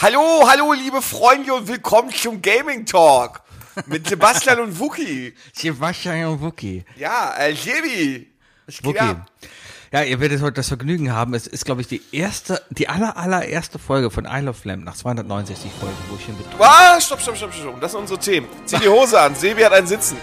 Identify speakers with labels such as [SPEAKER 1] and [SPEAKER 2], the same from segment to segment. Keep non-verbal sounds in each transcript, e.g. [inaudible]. [SPEAKER 1] Hallo, hallo, liebe Freunde und willkommen zum Gaming Talk mit Sebastian und Wookie.
[SPEAKER 2] Sebastian und Wookie.
[SPEAKER 1] Ja, äh, Sebi. was geht
[SPEAKER 2] Wookie.
[SPEAKER 1] ab?
[SPEAKER 2] Ja, ihr werdet heute das Vergnügen haben. Es ist, glaube ich, die erste, die aller, allererste Folge von Isle of Lamp nach 269 Folgen, wo ich hier mit.
[SPEAKER 1] Ah, stopp, stopp, stopp, stopp. Das sind unsere Themen. Zieh die Hose an. Sebi hat ein Sitzen.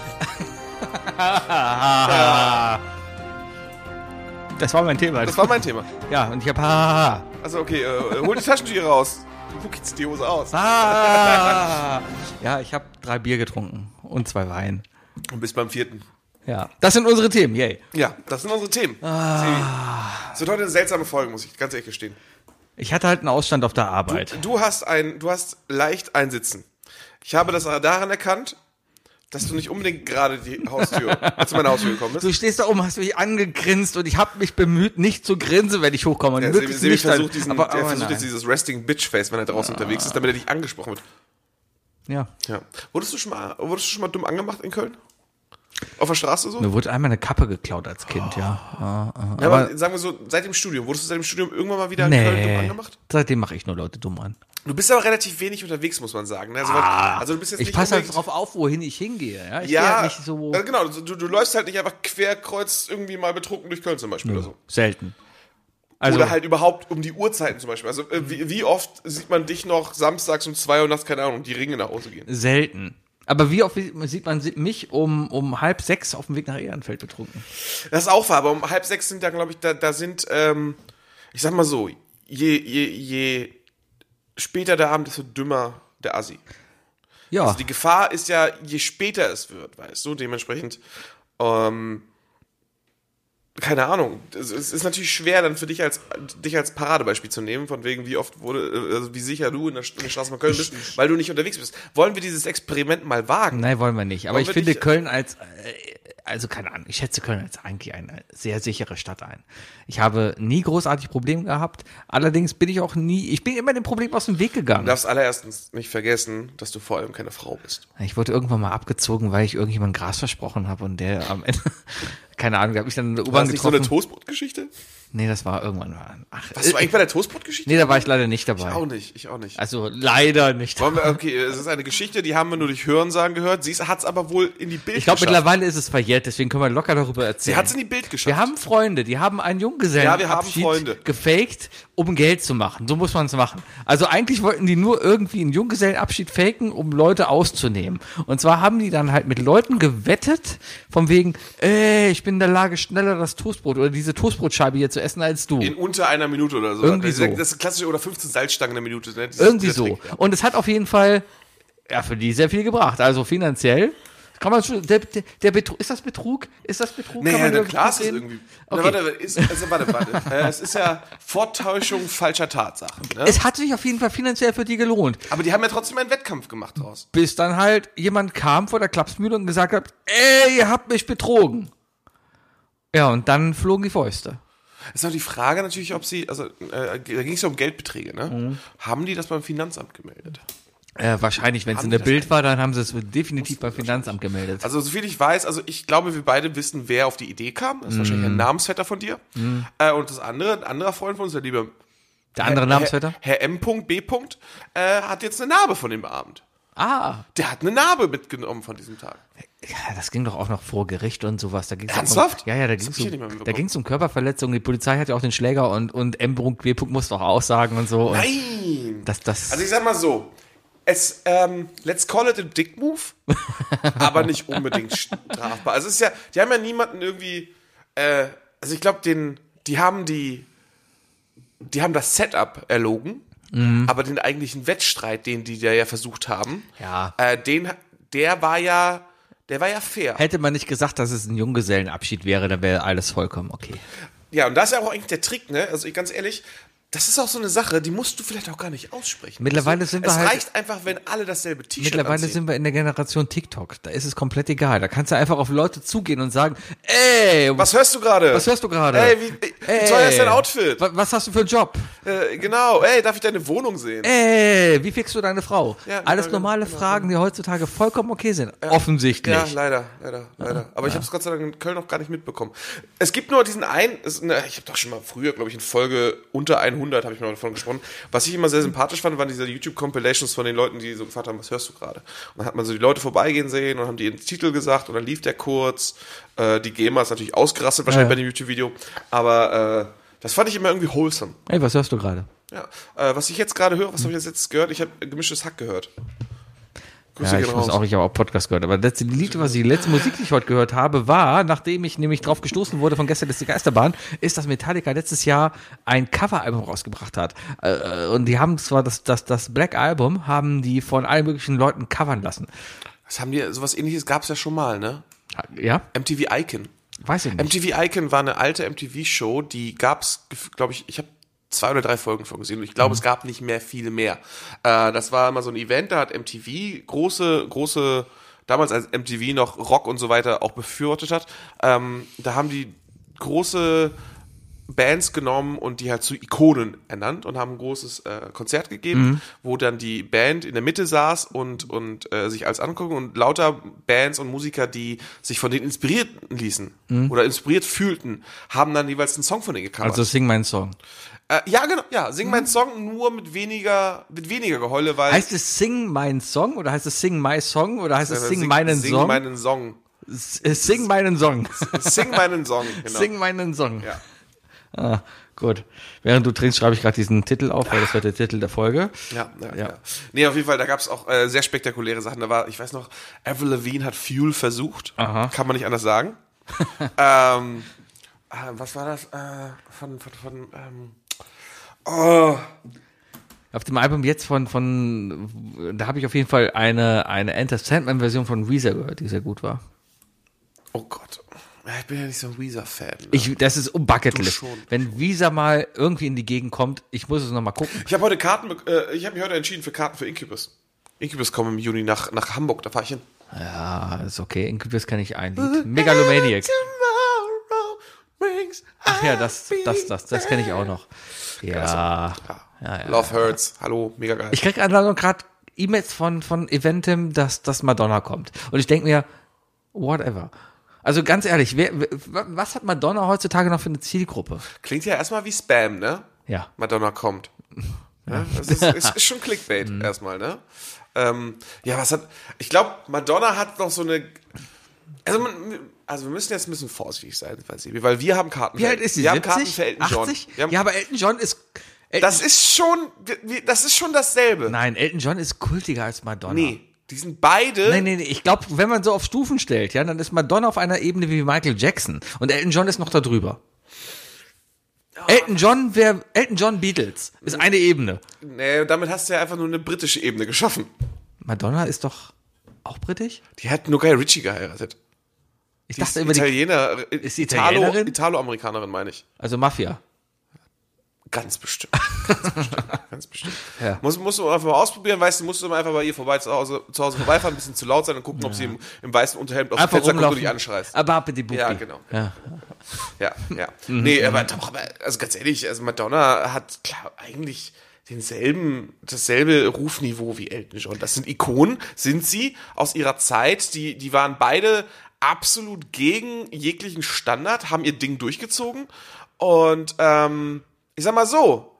[SPEAKER 2] Das war mein Thema.
[SPEAKER 1] Das war mein Thema.
[SPEAKER 2] ja, und ich habe. Ha,
[SPEAKER 1] Also, okay, äh, hol die Taschentücher raus. Wookie zieht die Hose aus.
[SPEAKER 2] ha, ha. ja, ich habe drei Bier getrunken und zwei Wein.
[SPEAKER 1] Und bis beim vierten.
[SPEAKER 2] Ja, das sind unsere Themen. Yay.
[SPEAKER 1] Ja, das sind unsere Themen. Ah. Es wird heute eine seltsame Folge, muss ich ganz ehrlich gestehen.
[SPEAKER 2] Ich hatte halt einen Ausstand auf der Arbeit.
[SPEAKER 1] Du hast ein, du hast leicht ein Sitzen. Ich habe das daran erkannt, dass du nicht unbedingt gerade die Haustür, zu meiner Haustür gekommen bist.
[SPEAKER 2] Du stehst da oben, hast mich angegrinst und ich habe mich bemüht, nicht zu grinsen, wenn ich hochkomme. Und
[SPEAKER 1] Ja, Sebi,
[SPEAKER 2] möglichst
[SPEAKER 1] Sebi
[SPEAKER 2] nicht
[SPEAKER 1] versucht,
[SPEAKER 2] dann-
[SPEAKER 1] diesen,
[SPEAKER 2] aber,
[SPEAKER 1] er
[SPEAKER 2] aber
[SPEAKER 1] versucht jetzt
[SPEAKER 2] nein.
[SPEAKER 1] dieses Resting Bitch Face, wenn er draußen unterwegs ist, damit er nicht angesprochen wird.
[SPEAKER 2] Ja.
[SPEAKER 1] Ja. Wurdest du schon mal, wurdest du schon mal dumm angemacht in Köln? Auf der Straße so?
[SPEAKER 2] Mir wurde einmal eine Kappe geklaut als Kind, ja. Ah, ah.
[SPEAKER 1] Oh. ja, aber, sagen wir so, seit dem Studium. Wurdest du seit dem Studium irgendwann mal wieder in Köln dumm
[SPEAKER 2] nee,
[SPEAKER 1] angemacht?
[SPEAKER 2] seitdem mache ich nur Leute dumm an.
[SPEAKER 1] Du bist aber relativ wenig unterwegs, muss man sagen. ne? Also, also du bist jetzt
[SPEAKER 2] ich
[SPEAKER 1] nicht
[SPEAKER 2] passe halt
[SPEAKER 1] unbedingt-
[SPEAKER 2] drauf auf, wohin ich hingehe. Ja, ich gehe
[SPEAKER 1] Ja,
[SPEAKER 2] halt nicht so
[SPEAKER 1] äh, genau. Du, du läufst halt nicht einfach querkreuz irgendwie mal betrunken durch Köln zum Beispiel oder so.
[SPEAKER 2] selten. Also,
[SPEAKER 1] oder halt überhaupt um die Uhrzeiten zum Beispiel. Also äh, wie, wie oft sieht man dich noch samstags um 2 Uhr nachts, keine Ahnung, die Ringe nach Hause gehen?
[SPEAKER 2] selten. Aber wie oft sieht man mich um, um halb sechs auf dem Weg nach Ehrenfeld betrunken?
[SPEAKER 1] Das ist auch wahr, aber um halb sechs sind da, glaube ich, da, da sind, ähm, ich sag mal so, je, je, je später der Abend, desto dümmer der Assi.
[SPEAKER 2] Ja,
[SPEAKER 1] Also die Gefahr ist ja, je später es wird, weißt du, dementsprechend, ähm, keine Ahnung. Es es ist natürlich schwer, dann für dich als dich als Paradebeispiel zu nehmen, von wegen, wie oft wurde, äh, also wie sicher du in der, St- in der Straße von Köln bist, weil du nicht unterwegs bist. Wollen wir dieses Experiment mal wagen?
[SPEAKER 2] nein, wollen wir nicht. Aber
[SPEAKER 1] Wollen
[SPEAKER 2] ich
[SPEAKER 1] wir
[SPEAKER 2] finde
[SPEAKER 1] nicht-
[SPEAKER 2] Köln als, äh, also keine Ahnung, ich schätze Köln als eigentlich eine sehr sichere Stadt ein. Ich habe nie großartig Probleme gehabt. Allerdings bin ich auch nie, ich bin immer dem Problem aus dem Weg gegangen.
[SPEAKER 1] Du darfst allererstens nicht vergessen, dass du vor allem keine Frau bist.
[SPEAKER 2] Ich wurde irgendwann mal abgezogen, weil ich irgendjemandem Gras versprochen habe und der am Ende, [laughs] keine Ahnung, der hat mich dann in der
[SPEAKER 1] War
[SPEAKER 2] U-Bahn
[SPEAKER 1] das nicht so eine
[SPEAKER 2] getroffen.
[SPEAKER 1] Toastbrot-Geschichte?
[SPEAKER 2] nee, das war irgendwann mal. Ach,
[SPEAKER 1] Warst du
[SPEAKER 2] äh,
[SPEAKER 1] eigentlich bei der Toastbrot-Geschichte?
[SPEAKER 2] nee, da war ich leider nicht dabei.
[SPEAKER 1] Auch nicht, ich auch nicht.
[SPEAKER 2] Also leider nicht.
[SPEAKER 1] Wollen wir, okay, es ist eine Geschichte, die haben wir nur durch Hörensagen gehört. Sie hat es aber wohl in die Bild
[SPEAKER 2] Ich glaube,
[SPEAKER 1] geschafft.
[SPEAKER 2] mittlerweile ist es verjährt, deswegen können wir locker darüber
[SPEAKER 1] Sie
[SPEAKER 2] erzählen.
[SPEAKER 1] hat es in die Bild geschafft.
[SPEAKER 2] wir haben Freunde, die haben einen Junggesellen
[SPEAKER 1] Ja, wir haben Freunde.
[SPEAKER 2] gefaked, um Geld zu machen. So muss man es machen. Also eigentlich wollten die nur irgendwie einen Junggesellenabschied faken, um Leute auszunehmen. Und zwar haben die dann halt mit Leuten gewettet, von wegen, ey, ich bin in der Lage, schneller das Toastbrot oder diese Toastbrotscheibe hier zu essen als du.
[SPEAKER 1] In unter einer Minute oder so.
[SPEAKER 2] Irgendwie
[SPEAKER 1] das,
[SPEAKER 2] so.
[SPEAKER 1] das ist klassische oder 15 Salzstangen in der Minute. Ne? Dieses-
[SPEAKER 2] Irgendwie
[SPEAKER 1] dieser
[SPEAKER 2] so.
[SPEAKER 1] Trick.
[SPEAKER 2] Und es hat auf jeden Fall ja, für die sehr viel gebracht. Also finanziell kann man schon. Der, der, der Betrug, ist das Betrug? Ist das Betrug?
[SPEAKER 1] Nee,
[SPEAKER 2] kann
[SPEAKER 1] ja,
[SPEAKER 2] man
[SPEAKER 1] na
[SPEAKER 2] über
[SPEAKER 1] klar, es
[SPEAKER 2] Betrug
[SPEAKER 1] ist
[SPEAKER 2] reden?
[SPEAKER 1] irgendwie. ne? Na,
[SPEAKER 2] Okay.
[SPEAKER 1] warte, ist, also, warte,
[SPEAKER 2] [laughs]
[SPEAKER 1] warte. äh, es ist ja Vortäuschung falscher Tatsachen. Ne?
[SPEAKER 2] Es hat sich auf jeden Fall finanziell für die gelohnt.
[SPEAKER 1] Aber die haben ja trotzdem einen Wettkampf gemacht draus.
[SPEAKER 2] Bis dann halt jemand kam vor der Klapsmühle und gesagt hat, ey, ihr habt mich betrogen. Ja, und dann flogen die Fäuste.
[SPEAKER 1] Es ist noch die Frage natürlich, ob sie, also äh, da ging es ja um Geldbeträge, ne?
[SPEAKER 2] Mhm.
[SPEAKER 1] Haben die das beim Finanzamt gemeldet?
[SPEAKER 2] Äh, wahrscheinlich, wenn es in der Bild war, dann haben sie es definitiv beim Finanzamt gemeldet.
[SPEAKER 1] Also soviel ich weiß, also ich glaube, wir beide wissen, wer auf die Idee kam. Das ist wahrscheinlich ein Namensvetter von dir. Äh, und das andere, ein anderer Freund von uns, der liebe
[SPEAKER 2] der andere Namensvetter?
[SPEAKER 1] Herr, Herr M. B. Äh, hat jetzt eine Narbe von dem Abend.
[SPEAKER 2] Ah,
[SPEAKER 1] Der hat eine Narbe mitgenommen von diesem Tag.
[SPEAKER 2] Ja, das ging doch auch noch vor Gericht und sowas. Da ging's auch
[SPEAKER 1] Ernsthaft?
[SPEAKER 2] Um, ja, ja, da
[SPEAKER 1] Das
[SPEAKER 2] ging
[SPEAKER 1] hab ich ja nicht mehr
[SPEAKER 2] es um, da
[SPEAKER 1] mitbekommen.
[SPEAKER 2] ging's um Körperverletzungen. Die Polizei hat ja auch den Schläger und, und M. W. musste auch aussagen und so. Und
[SPEAKER 1] Nein!
[SPEAKER 2] das, das,
[SPEAKER 1] Also ich sag mal so, es, ähm, let's call it a dick
[SPEAKER 2] [laughs]
[SPEAKER 1] move, aber nicht unbedingt strafbar. Also es ist ja, die haben ja niemanden irgendwie, äh, also ich glaube, den, die haben die, die haben das Setup erlogen,
[SPEAKER 2] Mhm.
[SPEAKER 1] aber den eigentlichen Wettstreit, den die da ja versucht haben,
[SPEAKER 2] Ja.
[SPEAKER 1] äh, den, der war ja, der war ja fair.
[SPEAKER 2] hätte man nicht gesagt, dass es ein Junggesellenabschied wäre, dann wäre alles vollkommen okay.
[SPEAKER 1] Ja, und da ist ja auch eigentlich der Trick, ne? Also ich, ganz ehrlich, das ist auch so eine Sache, die musst du vielleicht auch gar nicht aussprechen.
[SPEAKER 2] Mittlerweile
[SPEAKER 1] also,
[SPEAKER 2] sind wir
[SPEAKER 1] es
[SPEAKER 2] halt-
[SPEAKER 1] reicht einfach, wenn alle dasselbe T-Shirt
[SPEAKER 2] Mittlerweile
[SPEAKER 1] anziehen.
[SPEAKER 2] sind wir in der Generation TikTok. Da ist es komplett egal. Da kannst du einfach auf Leute zugehen und sagen, ey,
[SPEAKER 1] Was hörst du gerade?
[SPEAKER 2] Was hörst du gerade?
[SPEAKER 1] Ey, wie, wie teuer ist dein Outfit?
[SPEAKER 2] wa- was hast du für einen Job?
[SPEAKER 1] Äh, genau, ey, darf ich deine Wohnung sehen?
[SPEAKER 2] Ey, wie fickst du deine Frau?
[SPEAKER 1] Ja, genau,
[SPEAKER 2] Alles
[SPEAKER 1] genau,
[SPEAKER 2] normale
[SPEAKER 1] genau,
[SPEAKER 2] Fragen, die heutzutage vollkommen okay sind. Offensichtlich.
[SPEAKER 1] Ja, leider, leider, leider.
[SPEAKER 2] Ah.
[SPEAKER 1] Aber ich habe es Gott sei Dank in Köln noch gar nicht mitbekommen. Es gibt nur diesen einen, es, ne, ich habe doch schon mal früher, glaube ich, in Folge unter 100 habe ich mal davon gesprochen. Was ich immer sehr sympathisch fand, waren diese YouTube-Compilations von den Leuten, die so gefragt haben, was hörst du gerade? Und dann hat man so die Leute vorbeigehen sehen und haben die den Titel gesagt und dann lief der kurz. Äh, die GEMA ist natürlich ausgerastet wahrscheinlich
[SPEAKER 2] Ja.
[SPEAKER 1] bei dem YouTube-Video, aber äh, das fand ich immer irgendwie wholesome.
[SPEAKER 2] Ey, was hörst du gerade?
[SPEAKER 1] Ja. Äh, was ich jetzt gerade höre, was habe ich jetzt letztens gehört? Ich habe gemischtes Hack gehört. Grüße
[SPEAKER 2] Ja,
[SPEAKER 1] gehen
[SPEAKER 2] ich
[SPEAKER 1] raus.
[SPEAKER 2] muss auch, ich habe auch Podcast gehört. Aber das letzte Lied, was ich, die letzte Musik, die ich heute gehört habe, war, nachdem ich nämlich drauf gestoßen wurde von gestern ist die Geisterbahn, ist, dass Metallica letztes Jahr ein Coveralbum rausgebracht hat. Äh, Und die haben zwar das, das, das Black Album, haben die von allen möglichen Leuten covern lassen.
[SPEAKER 1] Das haben die, sowas ähnliches gab es ja schon mal, ne?
[SPEAKER 2] Ja?
[SPEAKER 1] MTV Icon.
[SPEAKER 2] Weiß ich nicht.
[SPEAKER 1] MTV Icon war eine alte MTV-Show, die gab's, glaube ich, ich habe zwei oder drei Folgen von gesehen und ich glaube,
[SPEAKER 2] Mhm.
[SPEAKER 1] es gab nicht mehr viele mehr. Äh, das war immer so ein Event, da hat MTV große, große, damals als MTV noch Rock und so weiter auch befürwortet hat, ähm, da haben die große Bands genommen und die halt zu Ikonen ernannt und haben ein großes äh, Konzert gegeben,
[SPEAKER 2] Mhm.
[SPEAKER 1] wo dann die Band in der Mitte saß und, und äh, sich alles angucken und lauter Bands und Musiker, die sich von denen inspiriert ließen oder inspiriert fühlten, haben dann jeweils einen Song von denen gecovert.
[SPEAKER 2] Mhm. also sing meinen Song.
[SPEAKER 1] äh, ja, genau, ja, sing meinen Song nur mit weniger, mit weniger Geheule, weil
[SPEAKER 2] Heißt es Sing meinen Song oder heißt es Sing my Song oder heißt
[SPEAKER 1] äh,
[SPEAKER 2] es Sing meinen
[SPEAKER 1] sing
[SPEAKER 2] Song?
[SPEAKER 1] meinen Song. [laughs]
[SPEAKER 2] S- äh, sing meinen Song.
[SPEAKER 1] Sing meinen Song, genau.
[SPEAKER 2] Sing meinen Song.
[SPEAKER 1] Ja.
[SPEAKER 2] [laughs] Ah, gut. Während du trinkst, schreibe ich gerade diesen Titel auf, weil das wird der Titel der Folge.
[SPEAKER 1] Ja, ja,
[SPEAKER 2] Ja.
[SPEAKER 1] ja. Nee, auf jeden Fall, da gab's auch äh, sehr spektakuläre Sachen. Da war, ich weiß noch, Avril Lavigne hat Fuel versucht.
[SPEAKER 2] Aha.
[SPEAKER 1] Kann man nicht anders
[SPEAKER 2] [laughs]
[SPEAKER 1] sagen. ähm, äh, was war das? Äh, von, von, von, ähm, oh,
[SPEAKER 2] Auf dem Album jetzt von, von da habe ich auf jeden Fall eine, eine Enter Sandman-Version von Weezer gehört, die sehr gut war.
[SPEAKER 1] oh Gott. Ja, Ich bin ja nicht so ein Weezer-Fan. Ne?
[SPEAKER 2] Ich, das ist um Bucketlist.
[SPEAKER 1] Du schon.
[SPEAKER 2] Wenn Weezer mal irgendwie in die Gegend kommt, ich muss es nochmal gucken.
[SPEAKER 1] Ich habe heute Karten, bek- äh, ich habe mich heute entschieden für Karten für Incubus. Incubus kommen im Juni nach, nach Hamburg, da fahr ich hin.
[SPEAKER 2] Ja, ist okay. Incubus kann ich ein Lied. Megalomaniac.
[SPEAKER 1] Tomorrow brings
[SPEAKER 2] Ach ja, das, das, das, das kenne ich auch noch. Ja.
[SPEAKER 1] Ja. Love Hurts, hallo, mega geil.
[SPEAKER 2] Ich krieg gerade E-Mails von, von Eventim, dass, dass Madonna kommt. Und ich denke mir, whatever. Also ganz ehrlich, wer, wer- was hat Madonna heutzutage noch für eine Zielgruppe?
[SPEAKER 1] Klingt ja erstmal wie Spam, ne?
[SPEAKER 2] Ja.
[SPEAKER 1] Madonna
[SPEAKER 2] [laughs]
[SPEAKER 1] kommt. Ja, das ist, es ist schon Clickbait
[SPEAKER 2] Mhm.
[SPEAKER 1] erstmal, ne? Ähm, ja, was hat. Ich glaube, Madonna hat noch so eine. Also, man, also wir müssen jetzt ein bisschen vorsichtig sein, weil sie- weil wir haben Karten.
[SPEAKER 2] Wie alt ist sie?
[SPEAKER 1] Wir haben
[SPEAKER 2] 70?
[SPEAKER 1] Karten für Elton John.
[SPEAKER 2] 80?
[SPEAKER 1] Wir haben,
[SPEAKER 2] ja, aber Elton John ist. Elton,
[SPEAKER 1] das ist schon. wir- Das ist schon dasselbe.
[SPEAKER 2] nein, Elton John ist kultiger als Madonna.
[SPEAKER 1] Nee. Die sind beide.
[SPEAKER 2] Nein, nein, nee. ich glaube, wenn man so auf Stufen stellt, ja, dann ist Madonna auf einer Ebene wie Michael Jackson und Elton John ist noch da drüber. Elton John, wer Elton John Beatles ist eine Ebene.
[SPEAKER 1] Nee, damit hast du ja einfach nur eine britische Ebene geschaffen.
[SPEAKER 2] Madonna ist doch auch britisch?
[SPEAKER 1] Die hat nur Guy Ritchie geheiratet.
[SPEAKER 2] Ich
[SPEAKER 1] Die ist
[SPEAKER 2] dachte immer die
[SPEAKER 1] Italiener. Ist
[SPEAKER 2] sie
[SPEAKER 1] Italo,
[SPEAKER 2] Italienerin?
[SPEAKER 1] Italo-Amerikanerin, meine ich.
[SPEAKER 2] also Mafia.
[SPEAKER 1] Ganz
[SPEAKER 2] [laughs]
[SPEAKER 1] bestimmt. Ganz bestimmt. Ganz bestimmt.
[SPEAKER 2] Ja.
[SPEAKER 1] Muss, musst du einfach mal ausprobieren, weißt du, musst du mal einfach bei ihr vorbei zu Hause, zu Hause vorbeifahren, ein bisschen zu laut sein und gucken, ob sie im, im weißen Unterhemd aus dem
[SPEAKER 2] Einfach
[SPEAKER 1] Fenster guckt und
[SPEAKER 2] rumlaufen.
[SPEAKER 1] dich anschreist.
[SPEAKER 2] Aber ab in die Bucke.
[SPEAKER 1] Ja, genau.
[SPEAKER 2] Ja.
[SPEAKER 1] Ja, ja. nee, aber, doch, aber also ganz ehrlich, also Madonna hat klar eigentlich denselben, dasselbe Rufniveau wie Elton John. Das sind Ikonen, sind sie aus ihrer Zeit, die, die waren beide absolut gegen jeglichen Standard, haben ihr Ding durchgezogen und ähm, ich sag mal so,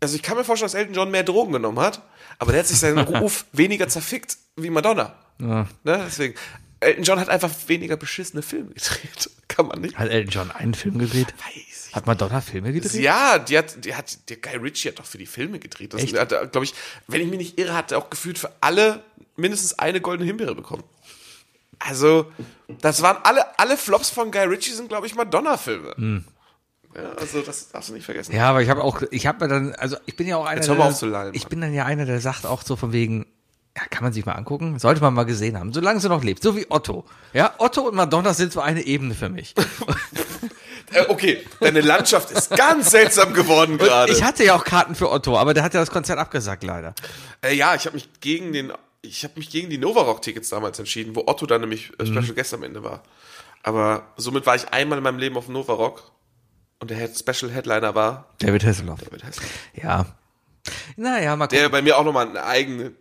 [SPEAKER 1] also ich kann mir vorstellen, dass Elton John mehr Drogen genommen hat, aber der hat sich seinen Ruf weniger zerfickt wie Madonna. Ne? Deswegen, Elton John hat einfach weniger beschissene Filme gedreht. [laughs] Kann man nicht.
[SPEAKER 2] Hat Elton John einen Film gedreht?
[SPEAKER 1] Weiß
[SPEAKER 2] Hat Madonna Filme gedreht?
[SPEAKER 1] ja, die hat, die hat, der Guy Ritchie hat doch für die Filme gedreht. Das hat, glaube ich, wenn ich mich nicht irre, hat er auch gefühlt für alle mindestens eine goldene Himbeere bekommen. Also, das waren alle, alle Flops von Guy Ritchie sind, glaube ich, Madonna-Filme. Ja, also, das darfst du nicht vergessen.
[SPEAKER 2] Ja, aber ich habe auch, ich habe mir dann, also ich bin ja auch einer,
[SPEAKER 1] Jetzt hör mal
[SPEAKER 2] der-
[SPEAKER 1] auf zu lallen,
[SPEAKER 2] ich
[SPEAKER 1] Mann.
[SPEAKER 2] bin dann ja einer, der sagt auch so von wegen, ja, kann man sich mal angucken, sollte man mal gesehen haben, solange sie noch lebt, so wie Otto. Ja, Otto und Madonna sind so eine Ebene für mich.
[SPEAKER 1] Äh, okay, deine Landschaft ist ganz seltsam geworden [laughs] gerade.
[SPEAKER 2] Ich hatte ja auch Karten für Otto, aber der hat ja das Konzert abgesagt leider.
[SPEAKER 1] Äh, ja, ich habe mich gegen den, ich habe mich gegen die Novarock-Tickets damals entschieden, wo Otto dann nämlich äh, Special Guest am Ende war. Aber somit war ich einmal in meinem Leben auf dem Novarock und der Head Special Headliner war, [laughs]
[SPEAKER 2] David Hasselhoff.
[SPEAKER 1] David Hasselhoff.
[SPEAKER 2] Ja. Naja, mal gucken.
[SPEAKER 1] der bei mir auch nochmal eine eigene.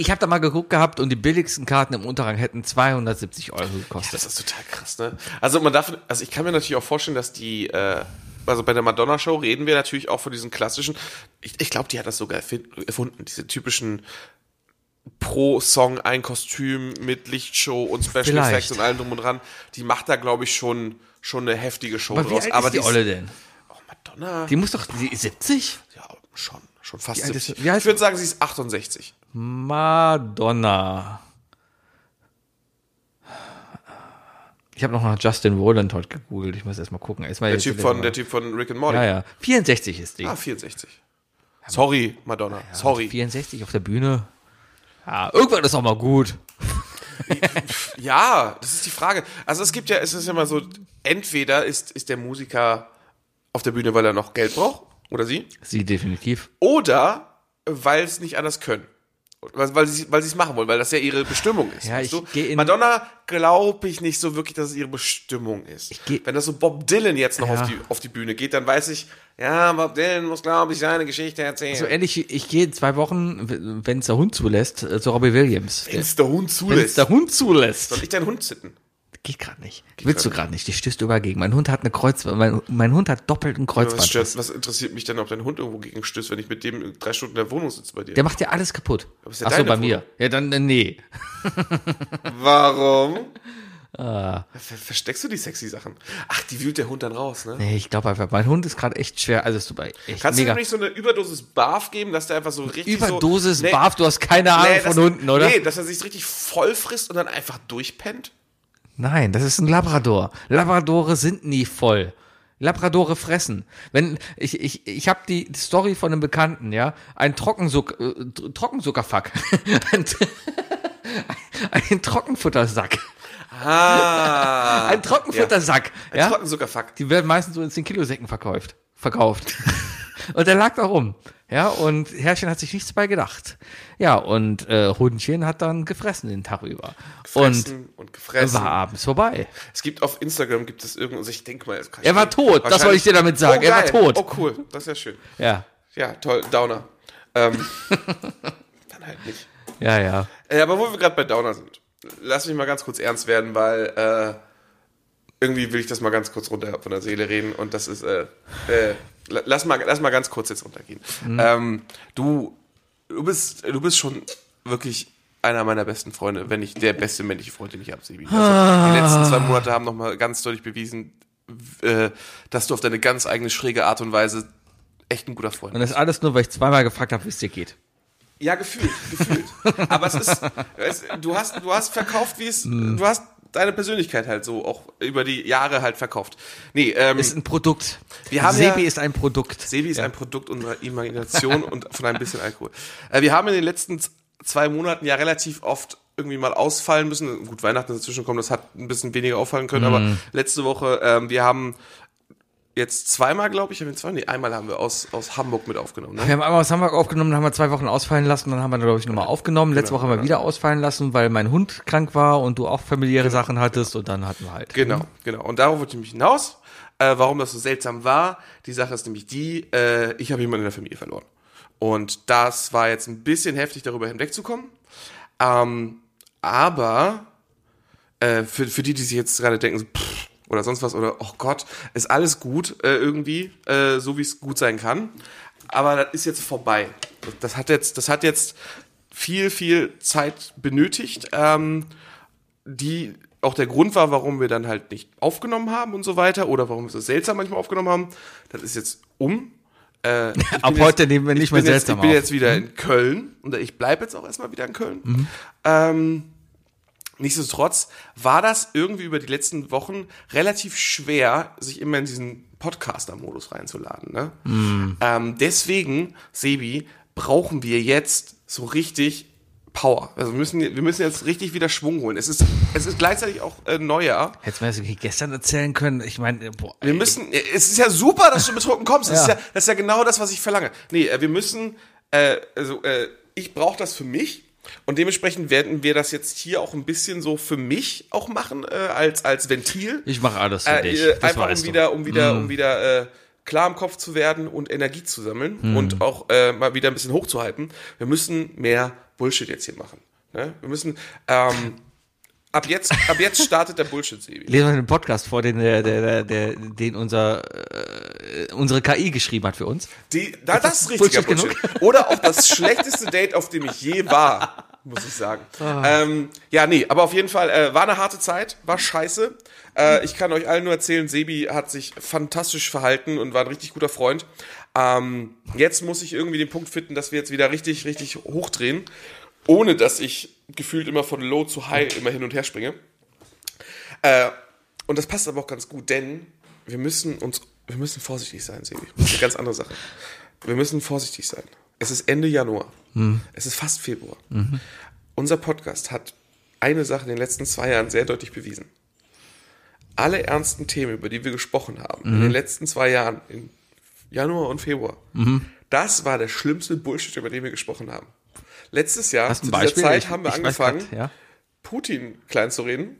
[SPEAKER 2] Ich habe da mal geguckt gehabt und die billigsten Karten im Unterrang hätten 270 Euro gekostet.
[SPEAKER 1] Das ist total krass, ne? Also man darf, also ich kann mir natürlich auch vorstellen, dass die, äh, also bei der Madonna-Show reden wir natürlich auch von diesen klassischen, ich, ich glaube, die hat das sogar erfin- erfunden, diese typischen pro Song ein Kostüm mit Lichtshow und Special
[SPEAKER 2] Vielleicht.
[SPEAKER 1] Effects und allem drum und dran. Die macht da, glaube ich, schon, schon eine heftige Show
[SPEAKER 2] Aber wie
[SPEAKER 1] draus.
[SPEAKER 2] alt
[SPEAKER 1] Aber
[SPEAKER 2] ist die Olle denn?
[SPEAKER 1] Oh, Madonna.
[SPEAKER 2] Die muss doch, die ist 70?
[SPEAKER 1] ja, schon. Schon fast
[SPEAKER 2] alt ist-
[SPEAKER 1] 70.
[SPEAKER 2] wie alt-
[SPEAKER 1] ich würde sagen, sie ist 68.
[SPEAKER 2] Madonna. Ich habe noch nach Justin Roland heute gegoogelt. Ich muss erst mal gucken. Erst mal
[SPEAKER 1] Der typ, von, der typ von Rick and Morty.
[SPEAKER 2] ja, ja. 64 ist die.
[SPEAKER 1] Ah, 64. Sorry, Madonna. Sorry.
[SPEAKER 2] 64 auf der Bühne. Ja, irgendwann ist auch mal gut.
[SPEAKER 1] Ja, das ist die Frage. Also es gibt ja, es ist ja immer so, entweder ist, ist der Musiker auf der Bühne, weil er noch Geld braucht, oder sie,
[SPEAKER 2] Sie definitiv.
[SPEAKER 1] oder weil es nicht anders können. Weil, weil sie weil sie es machen wollen, weil das ja ihre Bestimmung ist.
[SPEAKER 2] Ja, ich
[SPEAKER 1] du?
[SPEAKER 2] geh in-
[SPEAKER 1] Madonna glaube ich nicht so wirklich, dass es ihre Bestimmung ist.
[SPEAKER 2] geh-
[SPEAKER 1] Wenn das so Bob Dylan jetzt noch
[SPEAKER 2] Ja.
[SPEAKER 1] auf, die, auf die Bühne geht, dann weiß ich, ja, Bob Dylan muss, glaube ich, seine Geschichte erzählen.
[SPEAKER 2] So ähnlich, wie- Also ich gehe in zwei Wochen, wenn es der Hund zulässt, äh, zu Robbie Williams.
[SPEAKER 1] Wenn's der Hund
[SPEAKER 2] Wenn es
[SPEAKER 1] zulässt.
[SPEAKER 2] der Hund zulässt.
[SPEAKER 1] Soll ich deinen Hund zitten?
[SPEAKER 2] Geht gerade nicht. Willst du gerade nicht. Dich stößt du über gegen. Mein Hund hat eine Kreuz, mein, mein Hund hat doppelt einen
[SPEAKER 1] Was,
[SPEAKER 2] Kreuzband.
[SPEAKER 1] stört, was interessiert mich denn, ob dein Hund irgendwo gegen stößt, wenn ich mit dem in drei Stunden in der Wohnung sitze bei dir?
[SPEAKER 2] Der macht ja alles kaputt.
[SPEAKER 1] Aber ist ja
[SPEAKER 2] Ach so,
[SPEAKER 1] deine
[SPEAKER 2] bei mir. Ja, dann, äh, nee.
[SPEAKER 1] Warum?
[SPEAKER 2] Ah.
[SPEAKER 1] Ver versteckst du die sexy Sachen? Ach, die wühlt der Hund dann raus, ne?
[SPEAKER 2] Nee, ich glaube einfach, mein Hund ist gerade echt schwer. Also, ist du bei echt
[SPEAKER 1] Kannst
[SPEAKER 2] mega.
[SPEAKER 1] du ihm nicht so eine Überdosis Barf geben, dass der einfach so richtig
[SPEAKER 2] Überdosis
[SPEAKER 1] so, Nee,
[SPEAKER 2] Barf, du hast
[SPEAKER 1] nee,
[SPEAKER 2] keine Ahnung
[SPEAKER 1] dass-
[SPEAKER 2] von Hunden, oder?
[SPEAKER 1] Nee, dass er sich richtig voll frisst und dann einfach durchpennt?
[SPEAKER 2] Nein, das ist ein Labrador. Labradore sind nie voll. Labradore fressen. Wenn ich ich ich habe die Story von einem Bekannten, ja, ein Trockensuck äh, Trockenzuckerfuck. [laughs] ein, ein Trockenfuttersack.
[SPEAKER 1] [laughs] Ah.
[SPEAKER 2] Ein Trockenfuttersack,
[SPEAKER 1] Ein
[SPEAKER 2] ja?
[SPEAKER 1] Trockenzuckerfuck.
[SPEAKER 2] die werden meistens so in 10 Kilo Säcken verkauft. [laughs] Verkauft. und der lag da rum. Ja, und Herrchen hat sich nichts dabei gedacht. Ja, und äh, Hundchen hat dann gefressen den Tag über.
[SPEAKER 1] Gefressen und
[SPEAKER 2] Und
[SPEAKER 1] gefressen.
[SPEAKER 2] war abends vorbei.
[SPEAKER 1] Es gibt auf Instagram gibt es irgendwas, ich denke mal, es kann
[SPEAKER 2] Er war tot, das
[SPEAKER 1] Wahrscheinlich-
[SPEAKER 2] wollte ich dir damit sagen.
[SPEAKER 1] Oh,
[SPEAKER 2] Er war
[SPEAKER 1] geil.
[SPEAKER 2] tot.
[SPEAKER 1] Oh cool, das ist ja schön.
[SPEAKER 2] Ja,
[SPEAKER 1] Ja, toll, Downer. Ähm, dann halt nicht.
[SPEAKER 2] ja, ja.
[SPEAKER 1] Äh, aber wo wir gerade bei Downer sind, lass mich mal ganz kurz ernst werden, weil äh, irgendwie will ich das mal ganz kurz runter von der Seele reden und das ist, äh, äh, la- lass, mal, lass mal ganz kurz jetzt runtergehen. Ähm, du, du, bist, du bist schon wirklich einer meiner besten Freunde, wenn nicht der beste männliche Freund, den ich habe, Sebi. Also, die letzten zwei Monate haben nochmal ganz deutlich bewiesen, w- äh, dass du auf deine ganz eigene schräge Art und Weise echt ein guter Freund
[SPEAKER 2] Und das alles nur, weil ich zweimal gefragt habe, wie es dir geht.
[SPEAKER 1] ja, gefühlt,
[SPEAKER 2] [laughs]
[SPEAKER 1] gefühlt. Aber es ist, es, du hast, du hast verkauft, wie es,
[SPEAKER 2] Hm.
[SPEAKER 1] du hast deine Persönlichkeit halt so auch über die Jahre halt verkauft. Nee, ähm,
[SPEAKER 2] Ist ein Produkt.
[SPEAKER 1] Wir haben
[SPEAKER 2] Sebi
[SPEAKER 1] ja-
[SPEAKER 2] ist ein Produkt.
[SPEAKER 1] Sebi ist ein Produkt unserer Imagination und von ein bisschen Alkohol. Äh, wir haben in den letzten z- zwei Monaten ja relativ oft irgendwie mal ausfallen müssen. Gut, Weihnachten ist dazwischen gekommen, das hat ein bisschen weniger auffallen können, aber
[SPEAKER 2] Hm.
[SPEAKER 1] letzte Woche, ähm, wir haben jetzt zweimal, glaube ich, haben wir zwei, nee, einmal haben wir aus, aus Hamburg mit aufgenommen. Ne?
[SPEAKER 2] Wir haben einmal aus Hamburg aufgenommen, dann haben wir zwei Wochen ausfallen lassen, dann haben wir, glaube ich, nochmal aufgenommen. Letzte Woche haben wir wieder ausfallen lassen, weil mein Hund krank war und du auch familiäre Sachen hattest und dann hatten wir halt.
[SPEAKER 1] Genau, genau. Und darauf wollte ich mich hinaus, äh, warum das so seltsam war. Die Sache ist nämlich die, äh, ich habe jemanden in der Familie verloren. Und das war jetzt ein bisschen heftig, darüber hinwegzukommen. Ähm, aber äh, für, für die, die sich jetzt gerade denken, so, pff, oder sonst was, oder oh Gott, ist alles gut äh, irgendwie, äh, so wie es gut sein kann. Aber das ist jetzt vorbei. Das hat jetzt, das hat jetzt viel, viel Zeit benötigt. Ähm, die auch der Grund war, warum wir dann halt nicht aufgenommen haben und so weiter oder warum wir so seltsam manchmal aufgenommen haben. Das ist jetzt um. Äh, ich
[SPEAKER 2] [laughs] Ab
[SPEAKER 1] bin
[SPEAKER 2] heute nehmen wir nicht
[SPEAKER 1] ich
[SPEAKER 2] mehr
[SPEAKER 1] bin jetzt,
[SPEAKER 2] seltsam
[SPEAKER 1] Ich bin
[SPEAKER 2] auf. Mhm.
[SPEAKER 1] jetzt wieder in Köln und ich bleibe jetzt auch erstmal wieder in Köln. Ähm, Nichtsdestotrotz war das irgendwie über die letzten Wochen relativ schwer, sich immer in diesen Podcaster-Modus reinzuladen. Ne?
[SPEAKER 2] Mhm.
[SPEAKER 1] Ähm, deswegen, Sebi, brauchen wir jetzt so richtig Power. Also wir müssen, wir müssen jetzt richtig wieder Schwung holen. Es ist, es ist gleichzeitig auch äh, neuer.
[SPEAKER 2] Hättest du mir das irgendwie gestern erzählen können? Ich meine, boah,
[SPEAKER 1] Wir müssen, es ist ja super, dass du betrunken kommst. Das,
[SPEAKER 2] Ja.
[SPEAKER 1] Ist ja, das ist ja genau das, was ich verlange. Nee, äh, wir müssen, äh, also äh, ich brauche das für mich und dementsprechend werden wir das jetzt hier auch ein bisschen so für mich auch machen, äh, als, als Ventil.
[SPEAKER 2] ich mache alles für
[SPEAKER 1] Äh,
[SPEAKER 2] dich.
[SPEAKER 1] äh,
[SPEAKER 2] Das
[SPEAKER 1] einfach um
[SPEAKER 2] weißt du. Mhm.
[SPEAKER 1] wieder, um wieder, um wieder äh, klar im Kopf zu werden und Energie zu sammeln
[SPEAKER 2] Mhm.
[SPEAKER 1] und auch äh, mal wieder ein bisschen hochzuhalten. Wir müssen mehr Bullshit jetzt hier machen. Ne? Wir müssen, ähm, Ab jetzt, ab jetzt startet der Bullshit-Sebi.
[SPEAKER 2] Lesen wir den Podcast vor, den, äh, der, der, der, der, den unser, äh, unsere KI geschrieben hat für uns.
[SPEAKER 1] Die, da, das ist richtiger
[SPEAKER 2] Bullshit
[SPEAKER 1] Bullshit. Oder auch das schlechteste Date, auf dem ich je war, muss ich sagen. Ähm, ja, nee, aber auf jeden Fall, äh, war eine harte Zeit, war scheiße. Äh, ich kann euch allen nur erzählen, Sebi hat sich fantastisch verhalten und war ein richtig guter Freund. Ähm, jetzt muss ich irgendwie den Punkt finden, dass wir jetzt wieder richtig, richtig hochdrehen, ohne dass ich gefühlt immer von low zu high immer hin und her springe. Äh, und das passt aber auch ganz gut, denn wir müssen uns, wir müssen vorsichtig sein, Sebi. Das ist eine ganz andere Sache. Wir müssen vorsichtig sein. Es ist Ende Januar.
[SPEAKER 2] Mhm.
[SPEAKER 1] Es ist fast Februar. Unser Podcast hat eine Sache in den letzten zwei Jahren sehr deutlich bewiesen. Alle ernsten Themen, über die wir gesprochen haben,
[SPEAKER 2] Mhm.
[SPEAKER 1] in den letzten zwei Jahren, in Januar und Februar,
[SPEAKER 2] Mhm.
[SPEAKER 1] das war der schlimmste Bullshit, über den wir gesprochen haben. Letztes Jahr,
[SPEAKER 2] Hast du
[SPEAKER 1] zu
[SPEAKER 2] ein
[SPEAKER 1] dieser
[SPEAKER 2] Beispiel?
[SPEAKER 1] Zeit,
[SPEAKER 2] Ich-
[SPEAKER 1] haben wir
[SPEAKER 2] ich weiß
[SPEAKER 1] angefangen,
[SPEAKER 2] grad, ja.
[SPEAKER 1] Putin klein zu reden.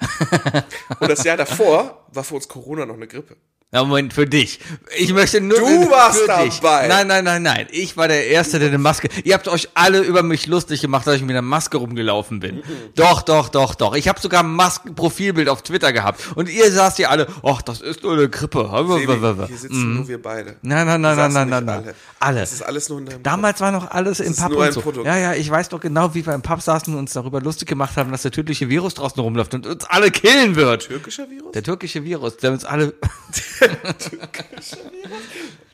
[SPEAKER 1] [laughs] Und das Jahr davor war für uns Corona noch eine Grippe.
[SPEAKER 2] Na, Moment, für dich. Ich möchte nur.
[SPEAKER 1] Du warst
[SPEAKER 2] für
[SPEAKER 1] dabei.
[SPEAKER 2] Dich. Nein, nein, nein, nein. Ich war der Erste, der eine Maske. Ihr habt euch alle über mich lustig gemacht, dass ich mit einer Maske
[SPEAKER 1] [laughs]
[SPEAKER 2] rumgelaufen bin. Doch, doch, doch, doch. Ich habe sogar ein Maskenprofilbild auf Twitter gehabt. Und ihr saßt hier alle, ach, das ist nur eine Grippe.
[SPEAKER 1] Sebi, hier sitzen nur wir beide.
[SPEAKER 2] Mhm. Nein, nein, nein,
[SPEAKER 1] Wir saßen
[SPEAKER 2] nein, nein,
[SPEAKER 1] nicht
[SPEAKER 2] nein,
[SPEAKER 1] Alle.
[SPEAKER 2] nein. Alle.
[SPEAKER 1] Das ist alles nur in deinem
[SPEAKER 2] Damals war noch alles im
[SPEAKER 1] ist
[SPEAKER 2] Pub
[SPEAKER 1] nur ein
[SPEAKER 2] und so.
[SPEAKER 1] Produkt.
[SPEAKER 2] Ja, ja, ich weiß doch genau, wie wir im Pub saßen und uns darüber lustig gemacht haben, dass der tödliche Virus draußen rumläuft und uns alle killen wird.
[SPEAKER 1] türkischer Virus?
[SPEAKER 2] Der türkische Virus, der
[SPEAKER 1] [laughs]
[SPEAKER 2] uns alle.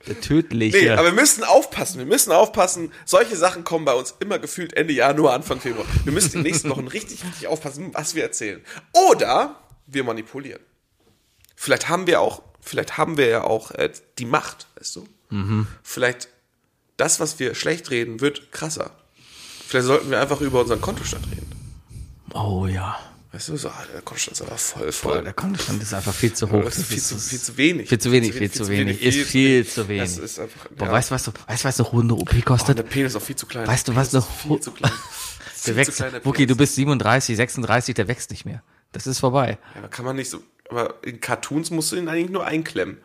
[SPEAKER 2] der tödliche.
[SPEAKER 1] Nee, aber wir müssen aufpassen, wir müssen aufpassen. Solche Sachen kommen bei uns immer gefühlt Ende Januar, Anfang Februar. Wir müssen in den nächsten Wochen richtig, richtig aufpassen, was wir erzählen. Oder wir manipulieren. Vielleicht haben wir auch, vielleicht haben wir ja auch äh, die Macht, weißt du?
[SPEAKER 2] Mhm.
[SPEAKER 1] Vielleicht das, was wir schlecht reden, wird krasser. Vielleicht sollten wir einfach über unseren Kontostand reden.
[SPEAKER 2] oh ja.
[SPEAKER 1] Weißt du, so, ah, der Kontostand ist aber voll,
[SPEAKER 2] Boah,
[SPEAKER 1] voll.
[SPEAKER 2] der Kontostand ist einfach viel zu hoch.
[SPEAKER 1] Das ist viel zu, viel zu wenig.
[SPEAKER 2] Viel zu wenig, viel zu wenig. Ist viel zu wenig.
[SPEAKER 1] Das ist einfach.
[SPEAKER 2] Boah,
[SPEAKER 1] ja.
[SPEAKER 2] weißt du, was, so- weißt, du, was eine runde OP
[SPEAKER 1] Und
[SPEAKER 2] kostet?
[SPEAKER 1] der Penis ist auch viel zu klein.
[SPEAKER 2] Weißt du,
[SPEAKER 1] Der
[SPEAKER 2] was
[SPEAKER 1] Penis
[SPEAKER 2] noch-
[SPEAKER 1] ist Viel zu
[SPEAKER 2] [laughs]
[SPEAKER 1] klein.
[SPEAKER 2] der
[SPEAKER 1] Viel zu
[SPEAKER 2] wächst.
[SPEAKER 1] klein, der
[SPEAKER 2] Wookie, du
[SPEAKER 1] Penis.
[SPEAKER 2] bist 37, 36, der wächst nicht mehr. Das ist vorbei.
[SPEAKER 1] Ja, aber kann man nicht so. Aber in Cartoons musst du ihn eigentlich nur einklemmen.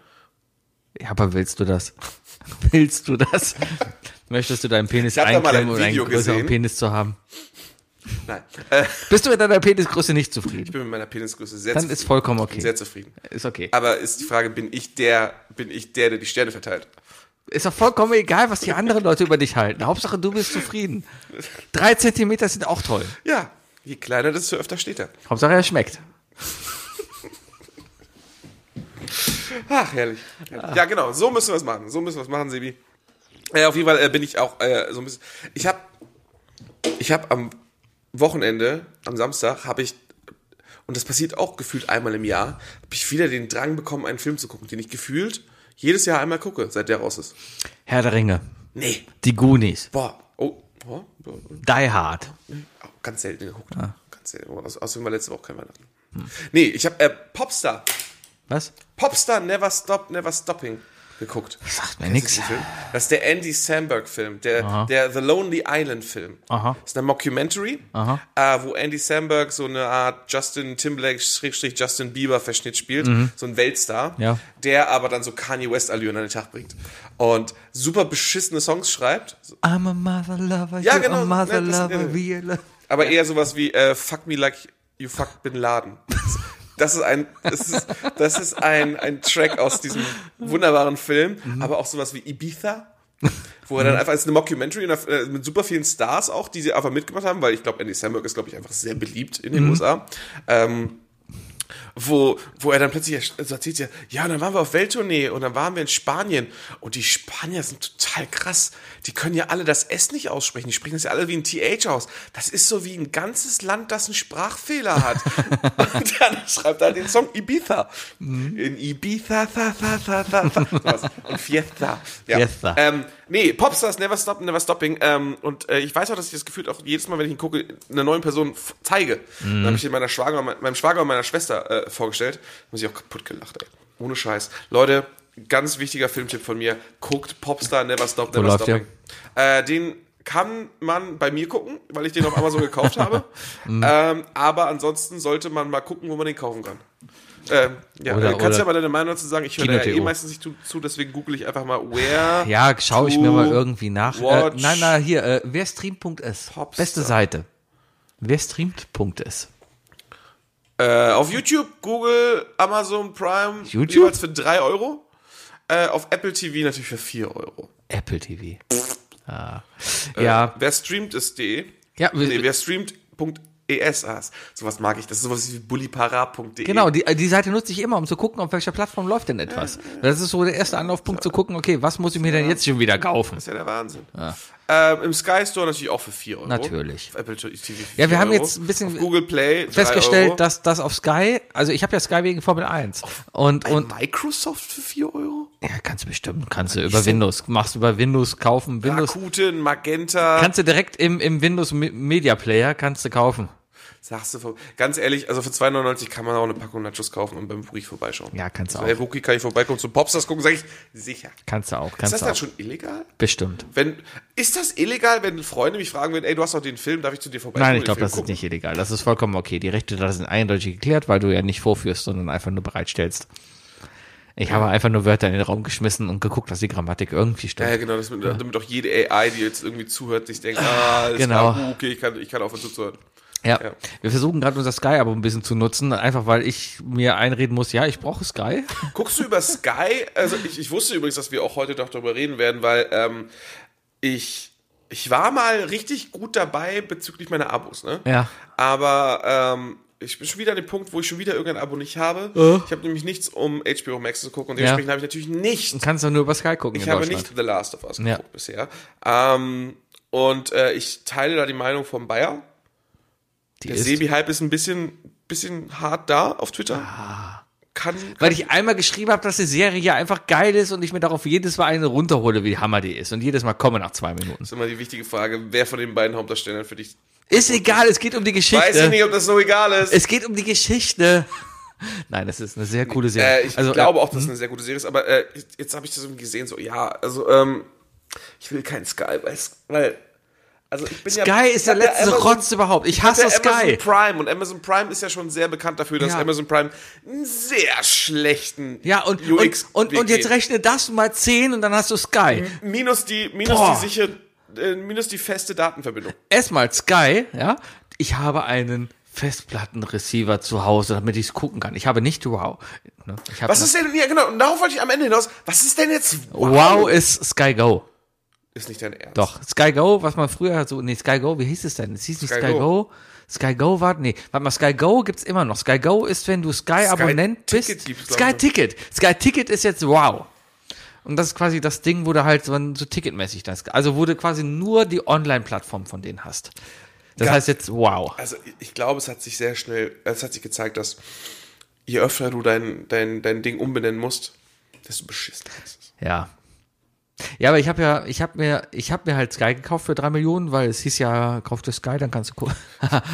[SPEAKER 2] Ja, aber willst du das? [laughs] Willst du das? Möchtest du deinen Penis
[SPEAKER 1] Ich hab da mal ein
[SPEAKER 2] einklemmen, um einen
[SPEAKER 1] Video
[SPEAKER 2] größeren
[SPEAKER 1] gesehen.
[SPEAKER 2] Penis zu haben?
[SPEAKER 1] Nein. Äh,
[SPEAKER 2] Bist du mit deiner Penisgröße nicht zufrieden?
[SPEAKER 1] ich bin mit meiner Penisgröße sehr
[SPEAKER 2] Dann
[SPEAKER 1] zufrieden.
[SPEAKER 2] ist vollkommen
[SPEAKER 1] Ich bin
[SPEAKER 2] okay.
[SPEAKER 1] Sehr zufrieden.
[SPEAKER 2] Ist okay.
[SPEAKER 1] Aber ist die Frage, bin ich der, bin ich der, der die Sterne verteilt?
[SPEAKER 2] Ist doch vollkommen egal, was die anderen Leute über dich halten. Hauptsache, du bist zufrieden. Drei Zentimeter sind auch toll.
[SPEAKER 1] Ja. Je kleiner, desto öfter steht er.
[SPEAKER 2] Hauptsache, er schmeckt.
[SPEAKER 1] Ach, herrlich. Ja, genau. So müssen wir es machen. So müssen wir es machen, Sebi. Äh, auf jeden Fall äh, bin ich auch äh, so ein bisschen. Ich habe ich hab am Wochenende, am Samstag, habe ich, und das passiert auch gefühlt einmal im Jahr, habe ich wieder den Drang bekommen, einen Film zu gucken, den ich gefühlt jedes Jahr einmal gucke, seit der raus ist.
[SPEAKER 2] Herr der Ringe.
[SPEAKER 1] Nee.
[SPEAKER 2] Die Goonies.
[SPEAKER 1] Boah. Oh. oh, oh.
[SPEAKER 2] Die Hard.
[SPEAKER 1] Oh, ganz selten geguckt. Ganz selten. Oh, Aus- Außerdem war letzte Woche kein Weihnachten. Nee, ich habe äh, Popstar.
[SPEAKER 2] Was?
[SPEAKER 1] Popstar Never Stop, Never Stopping geguckt.
[SPEAKER 2] Sagt mir nix.
[SPEAKER 1] Das ist ein Film. Das ist der Andy Samberg-Film, der, der The Lonely Island-Film.
[SPEAKER 2] Aha.
[SPEAKER 1] Das ist eine Mockumentary, Äh, wo Andy Samberg so eine Art Justin Timberlake-Justin Bieber-Verschnitt spielt, so ein Weltstar,
[SPEAKER 2] Mhm. Ja.
[SPEAKER 1] der aber dann so Kanye West-Allüren an den Tag bringt. Und super beschissene Songs schreibt,
[SPEAKER 2] I'm a mother lover.
[SPEAKER 1] Ja,
[SPEAKER 2] you're
[SPEAKER 1] genau.
[SPEAKER 2] A mother
[SPEAKER 1] Ja, das-
[SPEAKER 2] lover.
[SPEAKER 1] ja.
[SPEAKER 2] we love-
[SPEAKER 1] aber eher sowas wie äh, Fuck me like you fuck Bin Laden. Das ist ein, das ist, das ist ein, ein Track aus diesem wunderbaren Film,
[SPEAKER 2] Mhm.
[SPEAKER 1] aber auch sowas wie Ibiza, wo er dann einfach als eine Mockumentary und, äh, mit super vielen Stars auch, die sie einfach mitgemacht haben, weil ich glaube, Andy Samberg ist, glaube ich, einfach sehr beliebt in den USA. Ähm, wo, wo er dann plötzlich erst- so erzählt, ja, ja, und dann waren wir auf Welttournee und dann waren wir in Spanien und die Spanier sind total krass. Die können ja alle das S nicht aussprechen. Die sprechen das ja alle wie ein TH aus. Das ist so wie ein ganzes Land, das einen Sprachfehler hat. und dann schreibt er den Song Ibiza. In Ibiza, tha, tha, tha, tha, tha, sowas. Und Fiesta. Ja.
[SPEAKER 2] Fiesta.
[SPEAKER 1] Ähm, nee, Popstars Never Stop, Never Stopping. Ähm, und äh, ich weiß auch, dass ich das Gefühl auch jedes Mal, wenn ich ihn gucke, einer neuen Person f- zeige.
[SPEAKER 2] Mhm.
[SPEAKER 1] Dann habe ich ihn meiner Schwager, me- meinem Schwager und meiner Schwester äh, vorgestellt. Da muss ich auch kaputt gelacht, ey. Ohne Scheiß. Leute, ganz wichtiger Filmtipp von mir. Guckt Popstar Never Stop, Never
[SPEAKER 2] läuft
[SPEAKER 1] Stopping. Äh, den kann man bei mir gucken, weil ich den auf Amazon gekauft
[SPEAKER 2] [laughs]
[SPEAKER 1] habe.
[SPEAKER 2] Mhm.
[SPEAKER 1] Ähm, aber ansonsten sollte man mal gucken, wo man den kaufen kann. Ähm, ja,
[SPEAKER 2] Oder-
[SPEAKER 1] äh, kannst
[SPEAKER 2] oder-
[SPEAKER 1] du ja mal deine Meinung dazu sagen. Ich höre da ja eh
[SPEAKER 2] Kino.de.
[SPEAKER 1] meistens nicht zu, zu, deswegen google ich einfach mal, where
[SPEAKER 2] Ja, schaue ich
[SPEAKER 1] to
[SPEAKER 2] mir mal irgendwie nach. Äh,
[SPEAKER 1] watch-
[SPEAKER 2] nein, nein, hier. Äh, werstream.es.
[SPEAKER 1] Popstar.
[SPEAKER 2] Beste Seite. Werstream.es.
[SPEAKER 1] Äh, auf YouTube, Google, Amazon Prime,
[SPEAKER 2] YouTube?
[SPEAKER 1] jeweils für 3 Euro. Äh, auf Apple TV natürlich für 4 Euro.
[SPEAKER 2] Apple TV. Ah. Ja,
[SPEAKER 1] Wer streamt ist.de.
[SPEAKER 2] ja, wir-
[SPEAKER 1] Äh, Nee, wer streamt.es. Ah, sowas mag ich. Das ist sowas wie bullipara.de.
[SPEAKER 2] Genau, die, die Seite nutze ich immer, um zu gucken, auf welcher Plattform läuft denn
[SPEAKER 1] Äh.
[SPEAKER 2] etwas. Das ist so der erste Anlaufpunkt zu gucken, okay, was muss ich mir denn jetzt schon wieder kaufen?
[SPEAKER 1] Das ist ja der Wahnsinn. Ähm, Im Sky Store natürlich auch für 4 Euro.
[SPEAKER 2] Natürlich.
[SPEAKER 1] Auf Apple TV für
[SPEAKER 2] Ja, wir
[SPEAKER 1] 4
[SPEAKER 2] haben
[SPEAKER 1] Euro.
[SPEAKER 2] jetzt ein bisschen
[SPEAKER 1] auf Google Play drei Euro.
[SPEAKER 2] Festgestellt, dass das auf Sky, also ich habe ja Sky wegen Formel 1 und und
[SPEAKER 1] Microsoft für 4 Euro?
[SPEAKER 2] ja, kannst du bestimmt, kannst du über Windows, machst über Windows kaufen, Windows
[SPEAKER 1] Rakuten, Magenta.
[SPEAKER 2] kannst du direkt im im Windows Me- Media Player kannst du kaufen.
[SPEAKER 1] Sagst du, ganz ehrlich, also für 2,99 kann man auch eine Packung Nachos kaufen und beim Rookie vorbeischauen. Also
[SPEAKER 2] Ja, kannst du
[SPEAKER 1] Bei
[SPEAKER 2] auch,
[SPEAKER 1] Rookie kann ich vorbeikommen, zum Popstars gucken, sage ich, sicher.
[SPEAKER 2] kannst du auch,
[SPEAKER 1] Ist
[SPEAKER 2] kannst
[SPEAKER 1] das
[SPEAKER 2] du
[SPEAKER 1] dann
[SPEAKER 2] auch.
[SPEAKER 1] schon illegal?
[SPEAKER 2] Bestimmt.
[SPEAKER 1] Wenn, ist das illegal, wenn Freunde mich fragen würden, ey, du hast doch den Film, darf ich zu dir vorbeischauen?
[SPEAKER 2] Nein,
[SPEAKER 1] den
[SPEAKER 2] ich glaube,
[SPEAKER 1] Film
[SPEAKER 2] das ist
[SPEAKER 1] gucken?
[SPEAKER 2] nicht illegal. Das ist vollkommen okay. Die Rechte da sind eindeutig geklärt, weil du ja nicht vorführst, sondern einfach nur bereitstellst. Ich habe einfach nur Wörter in den Raum geschmissen und geguckt, dass die Grammatik irgendwie
[SPEAKER 1] Ja,
[SPEAKER 2] stimmt.
[SPEAKER 1] genau, das mit, damit auch jede AI, die jetzt irgendwie zuhört, sich denkt, ah, alles
[SPEAKER 2] Genau.
[SPEAKER 1] klar, okay, ich kann, ich kann aufhören zuzuhören.
[SPEAKER 2] ja.
[SPEAKER 1] ja.
[SPEAKER 2] Wir versuchen gerade unser Sky aber ein bisschen zu nutzen, einfach weil ich mir einreden muss, ja, ich brauche Sky.
[SPEAKER 1] Guckst du über Sky? Also ich, ich wusste übrigens, dass wir auch heute doch darüber reden werden, weil ähm, ich, ich war mal richtig gut dabei bezüglich meiner Abos, ne?
[SPEAKER 2] Ja.
[SPEAKER 1] Aber ähm, ich bin schon wieder an dem Punkt, wo ich schon wieder irgendein Abo nicht habe.
[SPEAKER 2] Äh?
[SPEAKER 1] Ich habe nämlich nichts, um HBO Max zu gucken und dementsprechend habe ich natürlich nicht
[SPEAKER 2] Kannst du nur über Sky gucken
[SPEAKER 1] ich
[SPEAKER 2] in
[SPEAKER 1] habe
[SPEAKER 2] Deutschland.
[SPEAKER 1] nicht The Last of Us geguckt
[SPEAKER 2] Ja.
[SPEAKER 1] bisher. Ähm, und äh, ich teile da die Meinung von Bayer. Der
[SPEAKER 2] ist-
[SPEAKER 1] Sebi-Hype ist ein bisschen, bisschen hart da auf Twitter. Kann,
[SPEAKER 2] Ah. Weil ich einmal geschrieben habe, dass die Serie ja einfach geil ist und ich mir darauf jedes Mal eine runterhole, wie hammer die ist. Und jedes Mal komme nach zwei Minuten.
[SPEAKER 1] ist immer die wichtige Frage, wer von den beiden Hauptdarstellern für dich.
[SPEAKER 2] Ist egal, es geht um die Geschichte.
[SPEAKER 1] Weiß ich nicht, ob das so egal ist.
[SPEAKER 2] Es geht um die Geschichte. Nein, das ist eine sehr coole Serie.
[SPEAKER 1] Äh, ich
[SPEAKER 2] also,
[SPEAKER 1] glaube auch, dass es eine sehr gute Serie ist, aber äh, jetzt habe ich das irgendwie gesehen, so, ja, also, ähm, ich will keinen Sky, weil, weil also ich bin
[SPEAKER 2] äh,
[SPEAKER 1] ja.
[SPEAKER 2] Sky ist der
[SPEAKER 1] ich hab ja
[SPEAKER 2] letzte
[SPEAKER 1] Amazon
[SPEAKER 2] Rotz überhaupt. Ich hasse
[SPEAKER 1] der Amazon
[SPEAKER 2] Sky.
[SPEAKER 1] Prime und Amazon Prime ist ja schon sehr bekannt dafür, dass
[SPEAKER 2] Ja.
[SPEAKER 1] Amazon Prime einen sehr schlechten
[SPEAKER 2] Ja, und, und,
[SPEAKER 1] UX
[SPEAKER 2] und, und jetzt
[SPEAKER 1] geht.
[SPEAKER 2] rechne das mal 10 und dann hast du Sky.
[SPEAKER 1] minus die minus
[SPEAKER 2] Boah.
[SPEAKER 1] die sichere äh, minus die feste Datenverbindung.
[SPEAKER 2] Erstmal Sky, ja. Ich habe einen Festplattenreceiver zu Hause, damit ich es gucken kann. Ich habe nicht Wow. Ne? Ich habe
[SPEAKER 1] Was ist denn ja genau und darauf wollte ich am Ende hinaus. Was ist denn jetzt
[SPEAKER 2] wow ist Sky Go.
[SPEAKER 1] Ist nicht dein Ernst.
[SPEAKER 2] Doch, Sky Go, was man früher so, nee, Sky Go, wie hieß es denn? Es hieß nicht
[SPEAKER 1] Sky
[SPEAKER 2] Sky, Go. Sky Go war, nee, warte mal, Sky Go gibt's immer noch. Sky Go ist, wenn du Sky-Abonnent
[SPEAKER 1] Ticket
[SPEAKER 2] bist.
[SPEAKER 1] gibt's, glaub
[SPEAKER 2] Sky
[SPEAKER 1] ich.
[SPEAKER 2] Ticket. Sky Ticket ist jetzt wow. Und das ist quasi das Ding, wo du halt so, so ticketmäßig das, also wo du quasi nur die Online-Plattform von denen hast. Das
[SPEAKER 1] Ga-
[SPEAKER 2] heißt jetzt wow.
[SPEAKER 1] Also ich- ich glaube, es hat sich sehr schnell äh, es hat sich gezeigt, dass je öfter du dein dein dein Ding umbenennen musst, desto beschissen ist es.
[SPEAKER 2] Ja. Ja, aber ich habe ja, ich habe mir, ich habe mir halt Sky gekauft für drei Millionen, weil es hieß ja, kauf dir Sky, dann kannst du [laughs] gucken.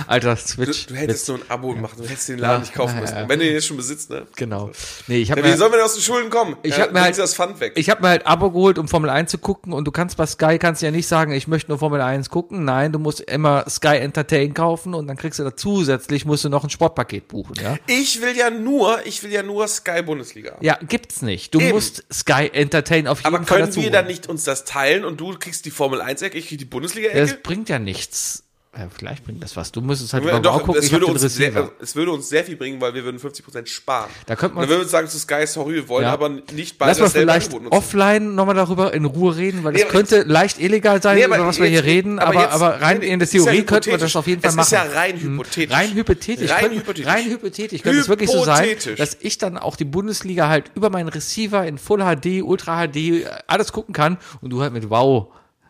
[SPEAKER 2] Alter, Switch.
[SPEAKER 1] Du, du hättest nur ein Abo machen, du hättest den Laden nicht kaufen
[SPEAKER 2] ja,
[SPEAKER 1] müssen.
[SPEAKER 2] ja.
[SPEAKER 1] Und Wenn du den jetzt schon besitzt, ne?
[SPEAKER 2] Genau. Nee, ich habe
[SPEAKER 1] Ja, wie sollen wir denn aus den Schulden kommen?
[SPEAKER 2] Ich
[SPEAKER 1] ja,
[SPEAKER 2] hab mir
[SPEAKER 1] bringen
[SPEAKER 2] halt-
[SPEAKER 1] Sie das Pfand weg.
[SPEAKER 2] Ich habe mir halt Abo geholt, um Formel 1 zu gucken und du kannst bei Sky kannst du ja nicht sagen, ich möchte nur Formel 1 gucken. Nein, du musst immer Sky Entertain kaufen und dann kriegst du da zusätzlich musst du noch ein Sportpaket buchen, ja?
[SPEAKER 1] Ich will ja nur, ich will ja nur Sky Bundesliga.
[SPEAKER 2] Ja, gibt's nicht. Du
[SPEAKER 1] Eben.
[SPEAKER 2] musst Sky Entertain auf jeden
[SPEAKER 1] Aber
[SPEAKER 2] Fall
[SPEAKER 1] können
[SPEAKER 2] halt dazu.
[SPEAKER 1] wir dann
[SPEAKER 2] holen.
[SPEAKER 1] nicht uns das teilen und du kriegst die Formel 1 Ecke, ich krieg die Bundesliga
[SPEAKER 2] Das
[SPEAKER 1] Ecke?
[SPEAKER 2] bringt ja nichts. Ja, vielleicht bringt das was. Du müsstest halt
[SPEAKER 1] Ja,
[SPEAKER 2] über
[SPEAKER 1] Doch,
[SPEAKER 2] Wow gucken.
[SPEAKER 1] es
[SPEAKER 2] Ich hab
[SPEAKER 1] würde,
[SPEAKER 2] den
[SPEAKER 1] uns
[SPEAKER 2] Receiver.
[SPEAKER 1] sehr, es würde uns sehr viel bringen, weil wir würden 50% sparen.
[SPEAKER 2] Da könnte man-
[SPEAKER 1] Und dann würden wir uns sagen zu Sky, sorry, wir wollen
[SPEAKER 2] Ja.
[SPEAKER 1] aber nicht beide
[SPEAKER 2] Lass mal
[SPEAKER 1] dasselbe
[SPEAKER 2] vielleicht
[SPEAKER 1] Angebot nutzen.
[SPEAKER 2] offline nochmal darüber in Ruhe reden, weil
[SPEAKER 1] Nee,
[SPEAKER 2] es
[SPEAKER 1] aber
[SPEAKER 2] könnte leicht illegal sein,
[SPEAKER 1] Nee, aber
[SPEAKER 2] über was wir hier
[SPEAKER 1] jetzt-
[SPEAKER 2] reden, aber, aber,
[SPEAKER 1] jetzt-
[SPEAKER 2] rein in der
[SPEAKER 1] ist ja
[SPEAKER 2] Theorie könnten wir
[SPEAKER 1] hypothetisch.
[SPEAKER 2] das auf jeden Fall
[SPEAKER 1] es
[SPEAKER 2] machen. Hm.
[SPEAKER 1] Ist ja rein hypothetisch.
[SPEAKER 2] Rein hypothetisch.
[SPEAKER 1] Rein
[SPEAKER 2] könnte-
[SPEAKER 1] hypothetisch.
[SPEAKER 2] Rein hypothetisch. Könnte es wirklich so sein,
[SPEAKER 1] Hypothetisch.
[SPEAKER 2] dass ich dann auch die Bundesliga halt über meinen Receiver in Full HD, Ultra HD alles gucken kann und du halt mit Wow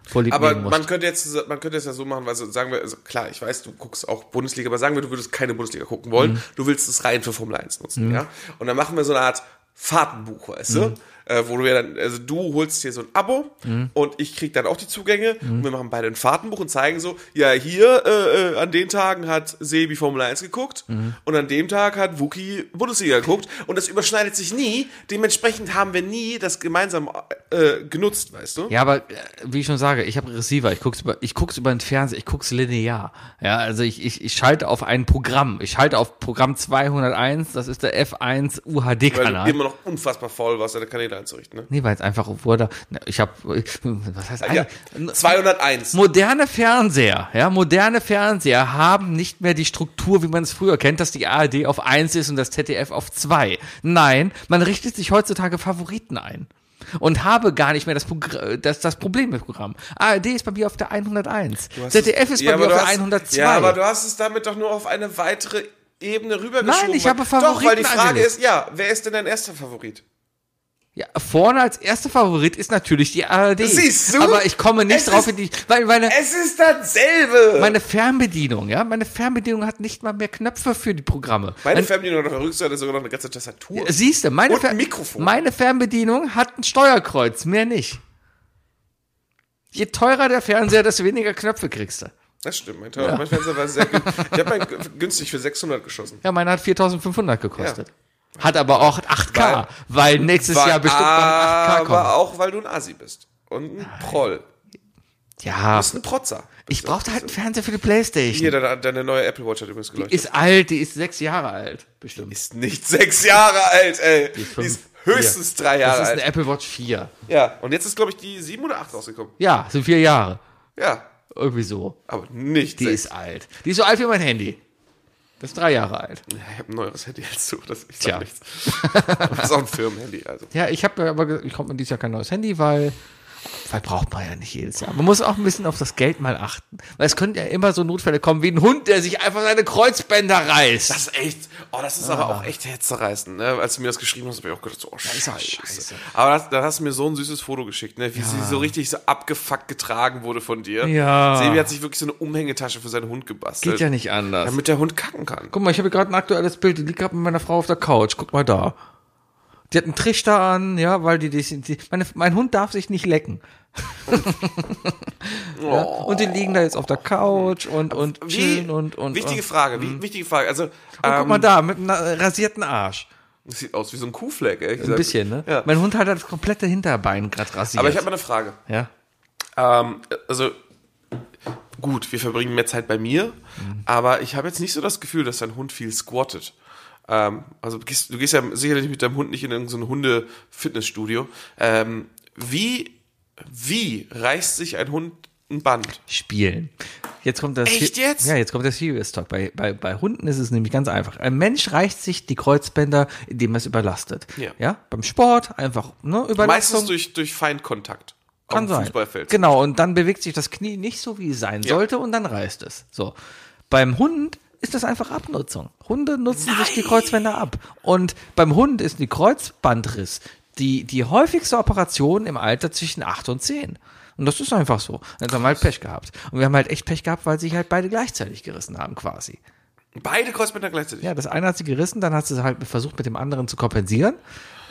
[SPEAKER 2] vorlieb
[SPEAKER 1] Aber
[SPEAKER 2] nehmen musst.
[SPEAKER 1] man könnte, jetzt, man könnte es ja so machen, weil so sagen wir, also klar, ich weiß, du guckst auch Bundesliga, aber sagen wir, du würdest keine Bundesliga gucken wollen,
[SPEAKER 2] Mhm.
[SPEAKER 1] du willst es rein für Formel 1 nutzen, ja? Und dann machen wir so eine Art Fahrtenbuch, weißt
[SPEAKER 2] Mhm.
[SPEAKER 1] du? Äh, wo du ja dann, also du holst dir so ein Abo und ich krieg dann auch die Zugänge
[SPEAKER 2] Mhm.
[SPEAKER 1] und wir machen beide ein Fahrtenbuch und zeigen so, ja, hier äh, äh, an den Tagen hat Sebi Formel 1 geguckt
[SPEAKER 2] Mhm.
[SPEAKER 1] und an dem Tag hat Wookie Bundesliga geguckt und das überschneidet sich nie, dementsprechend haben wir nie das gemeinsam äh, genutzt, weißt du?
[SPEAKER 2] Ja, aber äh, wie ich schon sage, ich habe Receiver, ich guck's über, ich guck's über den Fernseher, ich guck's linear. Ja, also ich, ich, ich schalte auf ein Programm. Ich schalte auf Programm 201, das ist der F1
[SPEAKER 1] Weil du
[SPEAKER 2] UHD-Kanal.
[SPEAKER 1] immer noch unfassbar faul warst, deine Kanäle Fehler einzurichten. Ne?
[SPEAKER 2] Nee, weil es einfach wurde. Na, Ich habe, was heißt
[SPEAKER 1] Ja,
[SPEAKER 2] eigentlich?
[SPEAKER 1] 201.
[SPEAKER 2] Moderne Fernseher, ja, moderne Fernseher haben nicht mehr die Struktur, wie man es früher kennt, dass die ARD auf 1 ist und das ZDF auf 2. Nein, man richtet sich heutzutage Favoriten ein. Und habe gar nicht mehr das, Progr- das, das Problem mit Programm. ARD ist bei mir auf der 101. ZDF ist bei
[SPEAKER 1] aber
[SPEAKER 2] mir auf
[SPEAKER 1] du
[SPEAKER 2] der
[SPEAKER 1] hast-
[SPEAKER 2] 102.
[SPEAKER 1] Ja, aber du hast es damit doch nur auf eine weitere Ebene rübergeschoben.
[SPEAKER 2] Nein, ich habe
[SPEAKER 1] Doch, weil die
[SPEAKER 2] Favoriten
[SPEAKER 1] Frage
[SPEAKER 2] angelegt.
[SPEAKER 1] ist, ja, wer ist denn dein erster Favorit?
[SPEAKER 2] Ja, vorne als erster Favorit ist natürlich die ARD.
[SPEAKER 1] Siehst du?
[SPEAKER 2] Aber ich komme nicht
[SPEAKER 1] Es ist-
[SPEAKER 2] drauf in die, weil meine,
[SPEAKER 1] Es ist dasselbe.
[SPEAKER 2] meine Fernbedienung, ja, meine Fernbedienung hat nicht mal mehr Knöpfe für die Programme.
[SPEAKER 1] Meine Fernbedienung hat auf der Rückseite sogar noch eine ganze Tastatur.
[SPEAKER 2] Siehst du, meine,
[SPEAKER 1] Und ein
[SPEAKER 2] Fer-
[SPEAKER 1] Mikrofon.
[SPEAKER 2] meine Fernbedienung hat ein Steuerkreuz, mehr nicht. Je teurer der Fernseher, desto weniger Knöpfe kriegst du.
[SPEAKER 1] Das stimmt. Mein, Tau- mein Fernseher war sehr günstig. Ich habe meinen gü- günstig für 600 geschossen.
[SPEAKER 2] Ja, meiner hat 4500 gekostet. Hat aber auch 8K, weil, nächstes
[SPEAKER 1] Weil-
[SPEAKER 2] Jahr bestimmt mal ein 8K kommt.
[SPEAKER 1] aber auch, weil du ein Asi bist. Und ein Proll.
[SPEAKER 2] Ja,
[SPEAKER 1] Das ist ein Protzer.
[SPEAKER 2] ich brauchte halt einen Fernseher für die Playstation.
[SPEAKER 1] Hier, deine, deine neue Apple Watch hat übrigens geleuchtet.
[SPEAKER 2] Ist alt, die ist sechs Jahre alt, bestimmt.
[SPEAKER 1] Ist nicht sechs Jahre alt, ey. Die ist,
[SPEAKER 2] fünf.
[SPEAKER 1] höchstens
[SPEAKER 2] Vier.
[SPEAKER 1] drei Jahre
[SPEAKER 2] das ist eine
[SPEAKER 1] alt.
[SPEAKER 2] Apple Watch 4.
[SPEAKER 1] Ja, und jetzt ist, glaube ich, die sieben oder acht rausgekommen.
[SPEAKER 2] Ja, sind vier Jahre.
[SPEAKER 1] Ja,
[SPEAKER 2] Irgendwie so.
[SPEAKER 1] aber nicht
[SPEAKER 2] Die
[SPEAKER 1] sechs.
[SPEAKER 2] ist alt. Die ist so alt wie mein Handy. Das ist drei Jahre alt.
[SPEAKER 1] Ja, ich habe ein neueres Handy [laughs] als du. Das ist
[SPEAKER 2] Tja.
[SPEAKER 1] nichts. das ist auch ein Firmenhandy. Also.
[SPEAKER 2] Ja, ich habe aber gesagt, ich komme mir dieses Jahr kein neues Handy, weil, weil braucht man ja nicht jedes Jahr. Man muss auch ein bisschen auf das Geld mal achten. Weil es könnten ja immer so Notfälle kommen wie ein Hund, der sich einfach seine Kreuzbänder reißt.
[SPEAKER 1] Das ist echt, oh, das ist
[SPEAKER 2] Ah.
[SPEAKER 1] aber auch echt herzzerreißend, ne? Als du mir das geschrieben hast, habe ich auch gedacht, so, oh, scheiße.
[SPEAKER 2] halt scheiße.
[SPEAKER 1] Aber das, dann hast du mir so ein süßes Foto geschickt, ne? Wie sie so richtig so abgefuckt getragen wurde von dir.
[SPEAKER 2] Ja.
[SPEAKER 1] Sebi hat sich wirklich so eine Umhängetasche für seinen Hund gebastelt.
[SPEAKER 2] Geht ja nicht anders.
[SPEAKER 1] Damit der Hund kacken kann.
[SPEAKER 2] Guck mal, ich habe hier gerade ein aktuelles Bild, die liegt gerade mit meiner Frau auf der Couch. Guck mal da. Die hat einen Trichter an, ja, weil die, die, die meine, mein Hund darf sich nicht [laughs] lecken. ja, und die liegen da jetzt auf der Couch und und chillen und und
[SPEAKER 1] wichtige
[SPEAKER 2] und, Mhm.
[SPEAKER 1] Frage, wie, wichtige Frage. Also,
[SPEAKER 2] guck
[SPEAKER 1] ähm,
[SPEAKER 2] mal da mit einem rasierten Arsch.
[SPEAKER 1] das sieht aus wie so ein Kuhfleck, ehrlich
[SPEAKER 2] Ein
[SPEAKER 1] gesagt.
[SPEAKER 2] bisschen, ne?
[SPEAKER 1] Ja.
[SPEAKER 2] Mein Hund hat das komplette Hinterbein gerade rasiert.
[SPEAKER 1] Aber ich habe mal eine Frage.
[SPEAKER 2] ja.
[SPEAKER 1] Ähm, also, gut, wir verbringen mehr Zeit bei mir,
[SPEAKER 2] Mhm.
[SPEAKER 1] aber ich habe jetzt nicht so das Gefühl, dass dein Hund viel squattet. Ähm, also, du gehst, du gehst ja sicherlich mit deinem Hund nicht in irgendein Hunde-Fitnessstudio. Ähm, wie, wie reißt sich ein Hund ein Band?
[SPEAKER 2] spielen. Jetzt kommt das
[SPEAKER 1] Echt jetzt?
[SPEAKER 2] Ja, jetzt kommt das Serious Talk. Bei, bei, bei Hunden ist es nämlich ganz einfach. Ein Mensch reicht sich die Kreuzbänder, indem er es überlastet.
[SPEAKER 1] Ja.
[SPEAKER 2] ja? Beim Sport einfach, ne, Überlastung.
[SPEAKER 1] Meistens durch, durch Feindkontakt. auf
[SPEAKER 2] kann
[SPEAKER 1] dem
[SPEAKER 2] sein.
[SPEAKER 1] Fußballfeld.
[SPEAKER 2] Genau, und dann bewegt sich das Knie nicht so, wie es sein sollte und dann reißt es. So. Beim Hund ist das einfach Abnutzung. Hunde nutzen sich die Kreuzbänder ab. Und beim Hund ist die Kreuzbandriss die, die häufigste Operation im Alter zwischen 8 und 10. Und das ist einfach so. Dann haben wir halt Pech gehabt. Und wir haben halt echt Pech gehabt, weil sich halt beide gleichzeitig gerissen haben, quasi.
[SPEAKER 1] Beide Kreuzbänder gleichzeitig.
[SPEAKER 2] Ja, das eine hat sie gerissen, dann hat sie halt versucht, mit dem anderen zu kompensieren.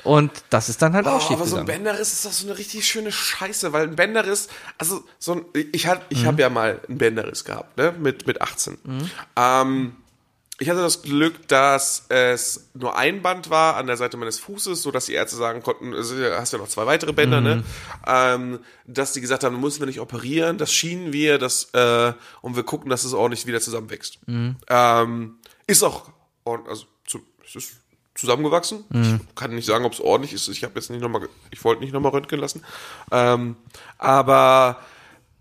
[SPEAKER 2] Und das ist dann halt auch
[SPEAKER 1] Oh,
[SPEAKER 2] schief
[SPEAKER 1] aber so ein
[SPEAKER 2] gegangen.
[SPEAKER 1] Bänderriss ist doch so eine richtig schöne Scheiße, weil ein Bänderriss, also so ein, ich hab,
[SPEAKER 2] Mhm.
[SPEAKER 1] ich habe ja mal einen Bänderriss gehabt, ne, mit mit 18. Ähm, ich hatte das Glück, dass es nur ein Band war an der Seite meines Fußes, so dass die Ärzte sagen konnten, es ist ja- hast ja noch zwei weitere Bänder, ne?
[SPEAKER 2] Mhm.
[SPEAKER 1] Ähm, dass die gesagt haben, müssen wir nicht operieren, das schienen wir, das äh, und wir gucken, dass es ordentlich wieder zusammenwächst. Ähm, ist auch ordentlich, also zu, es ist zusammengewachsen. Ich kann nicht sagen, ob es ordentlich ist. Ich habe jetzt nicht nochmal, ich wollte nicht nochmal röntgen lassen. Ähm, aber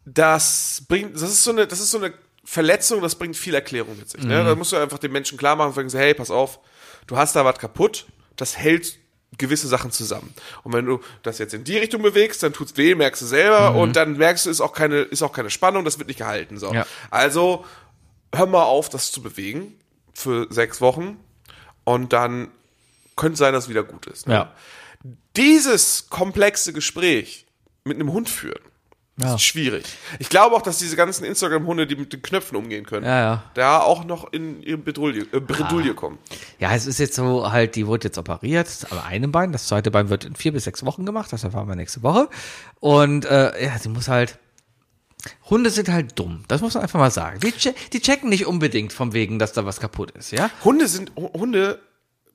[SPEAKER 1] das bringt, das ist so eine, das ist so eine Verletzung, das bringt viel Erklärung mit sich. Ne? Da musst du einfach den Menschen klar machen, sagen, sie, hey, pass auf, du hast da was kaputt, das hält gewisse Sachen zusammen. Und wenn du das jetzt in die Richtung bewegst, dann tut's weh, merkst du selber und dann merkst du, ist auch keine, ist auch keine Spannung, das wird nicht gehalten. So.
[SPEAKER 2] Ja.
[SPEAKER 1] Also hör mal auf, das zu bewegen für sechs Wochen und dann könnte sein, dass wieder gut ist. Ne?
[SPEAKER 2] Ja.
[SPEAKER 1] dieses komplexe Gespräch mit einem Hund führen, das ist schwierig. Ich glaube auch, dass diese ganzen Instagram-Hunde, die mit den Knöpfen umgehen können,
[SPEAKER 2] Ja, ja. Ah.
[SPEAKER 1] da auch noch in ihre Bedrulle, äh, Bredouille kommen.
[SPEAKER 2] Ja, es ist jetzt so halt, die wurde jetzt operiert am einen Bein. Das zweite Bein wird in vier bis sechs Wochen gemacht. Das erfahren wir nächste Woche. Und äh, ja, sie muss halt. Hunde sind halt dumm. Das muss man einfach mal sagen. Die, che die checken nicht unbedingt vom wegen, dass da was kaputt ist, ja?
[SPEAKER 1] Hunde sind, Hunde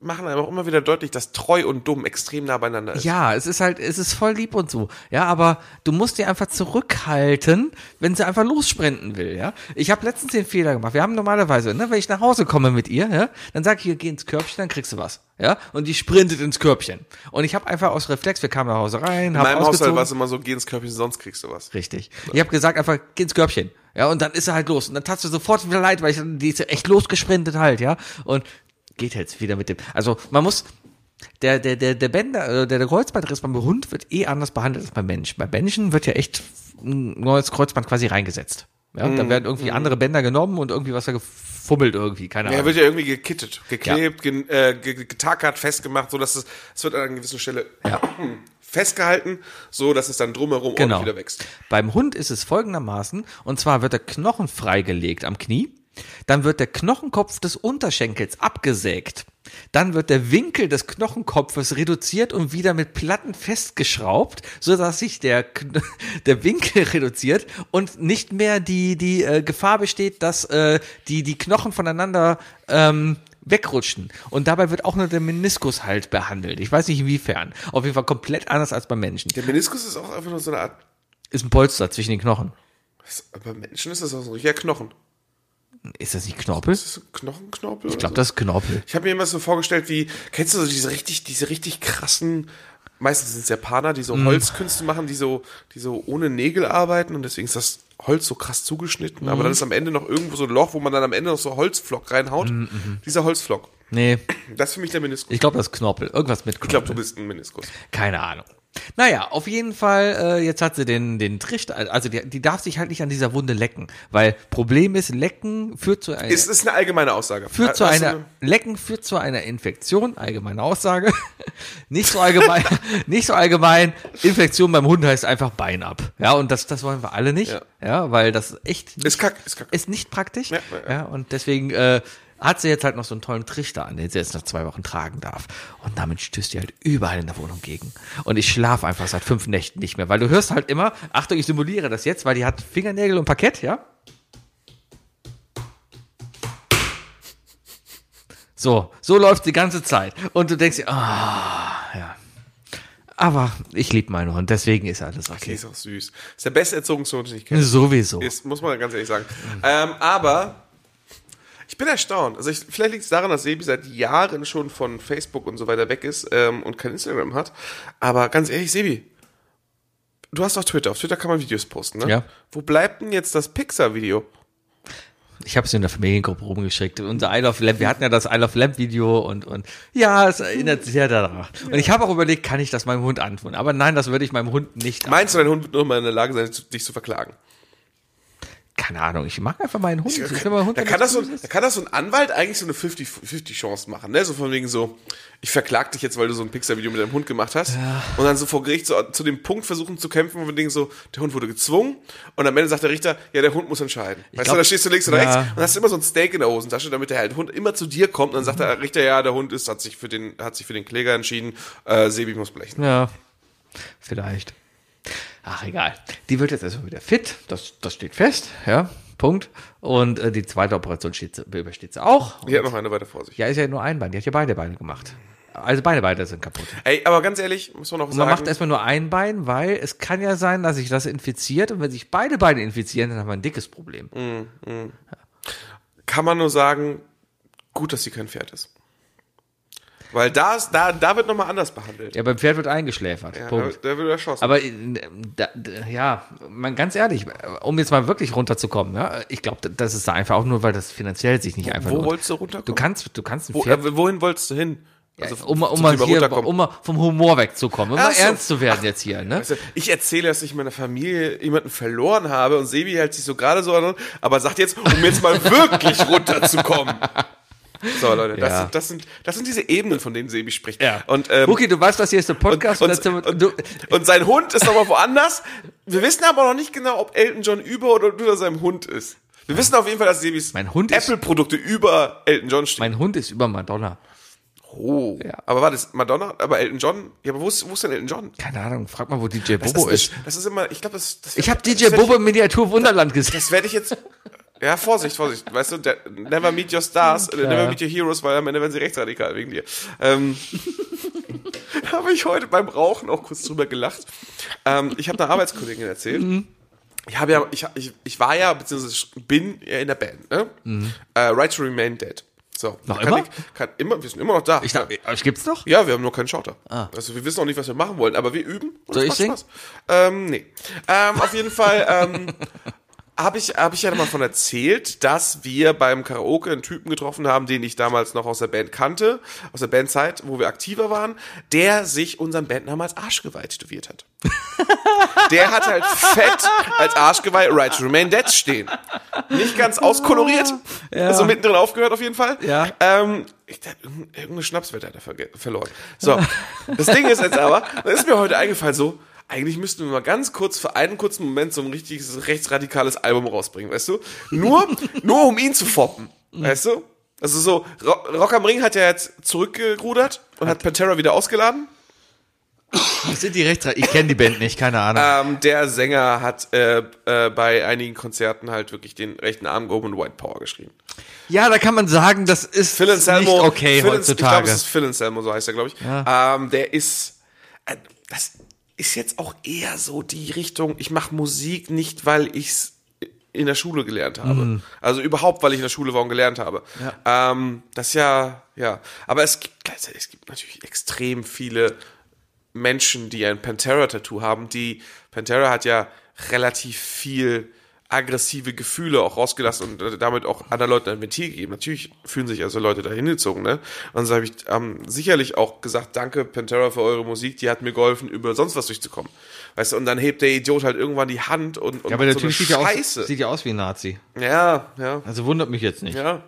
[SPEAKER 1] machen einem auch immer wieder deutlich, dass treu und dumm extrem nah beieinander ist.
[SPEAKER 2] Ja, es ist halt, es ist voll lieb und so. Ja, aber du musst die einfach zurückhalten, wenn sie einfach lossprinten will, ja. Ich habe letztens den Fehler gemacht. Wir haben normalerweise, ne, wenn ich nach Hause komme mit ihr, ja, dann sag ich ihr, geh ins Körbchen, dann kriegst du was. Ja, und die sprintet ins Körbchen. Und ich habe einfach aus Reflex, wir kamen nach Hause rein,
[SPEAKER 1] In
[SPEAKER 2] haben
[SPEAKER 1] meinem
[SPEAKER 2] ausgezogen.
[SPEAKER 1] Haushalt war es immer so, geh ins Körbchen, sonst kriegst du was.
[SPEAKER 2] Richtig. Ich habe gesagt einfach, geh ins Körbchen. Ja, und dann ist er halt los. Und dann tat mir sofort wieder leid, weil ich die ist ja echt losgesprintet halt, ja. Und geht jetzt wieder mit dem. Also man muss. Der, der, der, der Bänder, äh, der, der Kreuzbandriss beim Hund wird eh anders behandelt als beim Menschen. Bei Menschen wird ja echt ein neues Kreuzband quasi reingesetzt. Ja, da werden irgendwie andere Bänder genommen und irgendwie was da gefummelt irgendwie, keine
[SPEAKER 1] Er
[SPEAKER 2] Ahnung.
[SPEAKER 1] wird ja irgendwie gekittet, geklebt, gen- äh, ge- ge- getackert, festgemacht, so dass es, es wird an einer gewissen Stelle [clears throat] festgehalten, so dass es dann drumherum
[SPEAKER 2] Genau.
[SPEAKER 1] ordentlich wieder wächst.
[SPEAKER 2] Beim Hund ist es folgendermaßen, und zwar wird der Knochen freigelegt am Knie, dann wird der Knochenkopf des Unterschenkels abgesägt, dann wird der Winkel des Knochenkopfes reduziert und wieder mit Platten festgeschraubt, so dass sich der, Kn- [laughs] der Winkel reduziert und nicht mehr die, die äh, Gefahr besteht, dass äh, die, die Knochen voneinander ähm, wegrutschen. Und dabei wird auch nur der Meniskus halt behandelt. Ich weiß nicht inwiefern. Auf jeden Fall komplett anders als beim Menschen.
[SPEAKER 1] Der Meniskus ist auch einfach nur so eine Art,
[SPEAKER 2] Ist ein Polster zwischen den Knochen.
[SPEAKER 1] was, bei Menschen ist das auch so ein richtiger Knochen.
[SPEAKER 2] Ist das nicht Knorpel?
[SPEAKER 1] Ist das ein Knochenknorpel?
[SPEAKER 2] Ich glaube, das ist Knorpel.
[SPEAKER 1] Ich habe mir immer so vorgestellt, wie, kennst du so diese richtig, diese richtig krassen, meistens sind es Japaner, die so
[SPEAKER 2] Mhm.
[SPEAKER 1] Holzkünste machen, die so, die so ohne Nägel arbeiten und deswegen ist das Holz so krass zugeschnitten,
[SPEAKER 2] Mhm.
[SPEAKER 1] aber dann ist am Ende noch irgendwo so ein Loch, wo man dann am Ende noch so Holzflock reinhaut. Dieser Holzflock.
[SPEAKER 2] Nee,
[SPEAKER 1] Das ist für mich der Meniskus.
[SPEAKER 2] Mhm, ich glaube, das ist Knorpel. Irgendwas mit
[SPEAKER 1] Ich glaube, du
[SPEAKER 2] Knorpel.
[SPEAKER 1] bist ein Meniskus.
[SPEAKER 2] Keine Ahnung. Naja, auf jeden Fall, äh, jetzt hat sie den, den Trichter, also die, die darf sich halt nicht an dieser Wunde lecken, weil Problem ist, Lecken führt zu einer,
[SPEAKER 1] Es ist äh, eine allgemeine Aussage. Also,
[SPEAKER 2] führt zu
[SPEAKER 1] Hast du
[SPEAKER 2] einer, Lecken führt zu einer Infektion, allgemeine Aussage, [laughs] nicht so allgemein, [laughs] nicht so allgemein, Infektion beim Hund heißt einfach Bein ab. Ja, und das, das wollen wir alle nicht, ja,
[SPEAKER 1] Ja.
[SPEAKER 2] weil das echt
[SPEAKER 1] Ist kack, ist kack.
[SPEAKER 2] ist nicht praktisch. Ja,
[SPEAKER 1] Ja,
[SPEAKER 2] ja. und deswegen äh, hat sie jetzt halt noch so einen tollen Trichter an, den sie jetzt noch zwei Wochen tragen darf. Und damit stößt die halt überall in der Wohnung gegen. Und ich schlafe einfach seit fünf Nächten nicht mehr, weil du hörst halt immer, Achtung, ich simuliere das jetzt, weil die hat Fingernägel und Parkett, ja? So, so läuft die ganze Zeit. Und du denkst dir, ah, ja. Aber ich liebe meinen Hund, deswegen ist alles
[SPEAKER 1] Die
[SPEAKER 2] okay.
[SPEAKER 1] ist auch süß. Ist der beste Erzogensohn, den ich kenne.
[SPEAKER 2] Sowieso.
[SPEAKER 1] Ist, muss man ganz ehrlich sagen. Ähm, aber ich bin erstaunt. Also ich, vielleicht liegt es daran, dass Sebi seit Jahren schon von Facebook und so weiter weg ist ähm, und kein Instagram hat. Aber ganz ehrlich, Sebi, du hast auch Twitter. Auf Twitter kann man Videos posten, ne?
[SPEAKER 2] Ja.
[SPEAKER 1] Wo bleibt denn jetzt das Pixar-Video?
[SPEAKER 2] Ich habe es in der Familiengruppe rumgeschickt. Unser I Love Lamp, wir hatten ja das I Love Lamp Video und, und ja, es erinnert sehr daran. Und ich habe auch überlegt, kann ich das meinem Hund antun? Aber nein, das würde ich meinem Hund nicht antun.
[SPEAKER 1] Meinst du, dein Hund wird nur mal in der Lage sein, zu- dich zu verklagen?
[SPEAKER 2] Keine Ahnung, ich mag einfach meinen Hund. Ich will meinen Hund
[SPEAKER 1] Da kann, das so,
[SPEAKER 2] cool
[SPEAKER 1] da kann das so ein Anwalt eigentlich so eine 50-50-Chance machen, ne? So von wegen so, ich verklag dich jetzt, weil du so ein Pixar-Video mit deinem Hund gemacht hast. Und dann so vor Gericht so, zu dem Punkt versuchen zu kämpfen, von wegen so, der Hund wurde gezwungen. Und am Ende sagt der Richter, ja, der Hund muss entscheiden. Weißt
[SPEAKER 2] glaub-
[SPEAKER 1] du, da stehst du links oder
[SPEAKER 2] Ja.
[SPEAKER 1] rechts und hast immer so ein Steak in der Hosentasche, damit der halt Hund immer zu dir kommt. Und dann sagt der Richter, ja, der Hund ist, hat sich für den, hat sich für den Kläger entschieden, äh, Sebi muss blechen.
[SPEAKER 2] ist. Ja, vielleicht. Ach, egal. Die wird jetzt erstmal wieder fit. Das, das steht fest. Ja, Punkt. Und äh, die zweite Operation steht, sie- übersteht sie auch.
[SPEAKER 1] Die hat noch eine weiter vor sich.
[SPEAKER 2] Ja, ist ja nur ein Bein. Die hat ja beide Beine gemacht. Also beide Beine sind kaputt.
[SPEAKER 1] Ey, aber ganz ehrlich, muss man auch
[SPEAKER 2] Man
[SPEAKER 1] sagen.
[SPEAKER 2] macht erstmal nur ein Bein, weil es kann ja sein, dass sich das infiziert und wenn sich beide Beine infizieren, dann haben wir ein dickes Problem.
[SPEAKER 1] Mhm. kann man nur sagen, gut, dass sie kein Pferd ist. Weil da, ist, da, da wird nochmal anders behandelt.
[SPEAKER 2] Ja, beim Pferd wird eingeschläfert.
[SPEAKER 1] Ja, da,
[SPEAKER 2] Punkt.
[SPEAKER 1] da wird erschossen.
[SPEAKER 2] Aber äh, da, d- ja, man ganz ehrlich, um jetzt mal wirklich runterzukommen, ja, ich glaube, das ist da einfach auch nur, weil das finanziell sich nicht einfach
[SPEAKER 1] Wo
[SPEAKER 2] lohnt.
[SPEAKER 1] wolltest du
[SPEAKER 2] Du
[SPEAKER 1] runterkommen?
[SPEAKER 2] kannst, du kannst ein
[SPEAKER 1] Wo,
[SPEAKER 2] Pferd,
[SPEAKER 1] äh, wohin wolltest du hin? Also,
[SPEAKER 2] ja, um, mal- um
[SPEAKER 1] zum
[SPEAKER 2] mal
[SPEAKER 1] Thema
[SPEAKER 2] hier,
[SPEAKER 1] runterkommen.
[SPEAKER 2] um mal vom Humor wegzukommen, um mal
[SPEAKER 1] Ach so. Also,
[SPEAKER 2] ernst zu werden jetzt
[SPEAKER 1] [laughs]
[SPEAKER 2] hier, ne?
[SPEAKER 1] Weißt du, ich erzähle, dass ich in meiner Familie jemanden verloren habe und Sebi hält sich so gerade so an, aber sagt jetzt, um jetzt
[SPEAKER 2] [laughs]
[SPEAKER 1] mal wirklich runterzukommen. So, Leute, das,
[SPEAKER 2] Ja.
[SPEAKER 1] sind, das, sind, das sind diese Ebenen, von denen Sebi spricht.
[SPEAKER 2] Ja.
[SPEAKER 1] Und, ähm,
[SPEAKER 2] Okay, du weißt, das hier ist ein Podcast
[SPEAKER 1] und,
[SPEAKER 2] das-
[SPEAKER 1] und, und, und sein Hund ist nochmal woanders. Wir wissen aber noch nicht genau, ob Elton John über oder unter seinem Hund ist. Wir wissen auf jeden Fall, dass Sebis
[SPEAKER 2] Mein Hund ist-
[SPEAKER 1] Apple-Produkte über Elton John stehen.
[SPEAKER 2] mein Hund ist über Madonna.
[SPEAKER 1] oh.
[SPEAKER 2] Ja.
[SPEAKER 1] Aber warte, ist Madonna, aber Elton John, ja, aber wo ist, wo ist denn Elton John?
[SPEAKER 2] Keine Ahnung, frag mal, wo DJ Bobo
[SPEAKER 1] das
[SPEAKER 2] ist.
[SPEAKER 1] Das ist immer, ich glaube, das, das
[SPEAKER 2] Ich habe
[SPEAKER 1] das
[SPEAKER 2] DJ
[SPEAKER 1] werd
[SPEAKER 2] Bobo im Miniatur Wunderland gesehen.
[SPEAKER 1] Das werde ich jetzt. Ja, Vorsicht, Vorsicht. Weißt du, der, never meet your stars, never meet your heroes, weil am Ende werden sie rechtsradikal wegen dir. Ähm, [laughs] da habe ich heute beim Rauchen auch kurz drüber gelacht. Ähm, ich habe einer Arbeitskollegin erzählt.
[SPEAKER 2] Mhm.
[SPEAKER 1] Ich, habe ja, ich, ich, ich war ja, beziehungsweise bin ja in der Band, ne? Äh, right to Remain Dead. So.
[SPEAKER 2] Mhm. Noch
[SPEAKER 1] kann
[SPEAKER 2] immer?
[SPEAKER 1] Ich, kann immer? Wir sind immer noch da.
[SPEAKER 2] Ich dachte, euch gibt's noch?
[SPEAKER 1] Ja, wir haben nur keinen Shouter. Also wir wissen auch nicht, was wir machen wollen, aber wir üben. Und
[SPEAKER 2] Ah. Soll
[SPEAKER 1] es
[SPEAKER 2] ich
[SPEAKER 1] macht
[SPEAKER 2] singen?
[SPEAKER 1] Spaß. Ähm, nee. Ähm, auf jeden Fall ähm, [laughs] habe ich, hab ich ja mal von erzählt, dass wir beim Karaoke einen Typen getroffen haben, den ich damals noch aus der Band kannte, aus der Bandzeit, wo wir aktiver waren, der sich unserem Bandnamen als Arschgeweih tätowiert hat. Der hat halt fett als Arschgeweih Right to Remain Dead stehen. Nicht ganz auskoloriert, so mittendrin aufgehört auf jeden Fall.
[SPEAKER 2] Ja.
[SPEAKER 1] Ähm, ich dachte, irgendein- irgendeine Schnapswette hat er verge- verloren. So, das Ding ist jetzt aber, da ist mir heute eingefallen, so, eigentlich müssten wir mal ganz kurz, für einen kurzen Moment so ein richtiges rechtsradikales Album rausbringen, weißt du? Nur, nur um ihn zu foppen, weißt du? Also so, Ro- Rock am Ring hat ja jetzt zurückgerudert und hat Pantera wieder ausgeladen.
[SPEAKER 2] Sind die rechts? Ich kenne die Band nicht, keine Ahnung.
[SPEAKER 1] Ähm, der Sänger hat äh, äh, bei einigen Konzerten halt wirklich den rechten Arm gehoben und White Power geschrieben.
[SPEAKER 2] ja, da kann man sagen, das ist
[SPEAKER 1] Phil Anselmo.
[SPEAKER 2] nicht okay
[SPEAKER 1] Phil, Ich
[SPEAKER 2] heutzutage.
[SPEAKER 1] glaube, es ist Phil Anselmo, so heißt er, glaube ich. Ähm, der ist, äh, das ist jetzt auch eher so die Richtung, ich mache Musik nicht, weil ich es in der Schule gelernt habe.
[SPEAKER 2] Mhm.
[SPEAKER 1] Also überhaupt, weil ich in der Schule war und gelernt habe. Ähm, das ist ja, ja. Aber es gibt, es gibt natürlich extrem viele Menschen, die ein Pantera-Tattoo haben, die Pantera hat ja relativ viel aggressive Gefühle auch rausgelassen und äh, damit auch anderen Leuten ein Ventil gegeben. Natürlich fühlen sich also Leute dahin gezogen, ne? Und so habe ich ähm, sicherlich auch gesagt, danke Pantera für eure Musik, die hat mir geholfen, über sonst was durchzukommen. Weißt du, und dann hebt der Idiot halt irgendwann die Hand und, und
[SPEAKER 2] ja, aber der
[SPEAKER 1] so
[SPEAKER 2] Typ
[SPEAKER 1] eine
[SPEAKER 2] sieht ja, aus,
[SPEAKER 1] Scheiße.
[SPEAKER 2] sieht ja aus wie ein Nazi.
[SPEAKER 1] ja, ja.
[SPEAKER 2] Also wundert mich jetzt nicht.
[SPEAKER 1] Ja.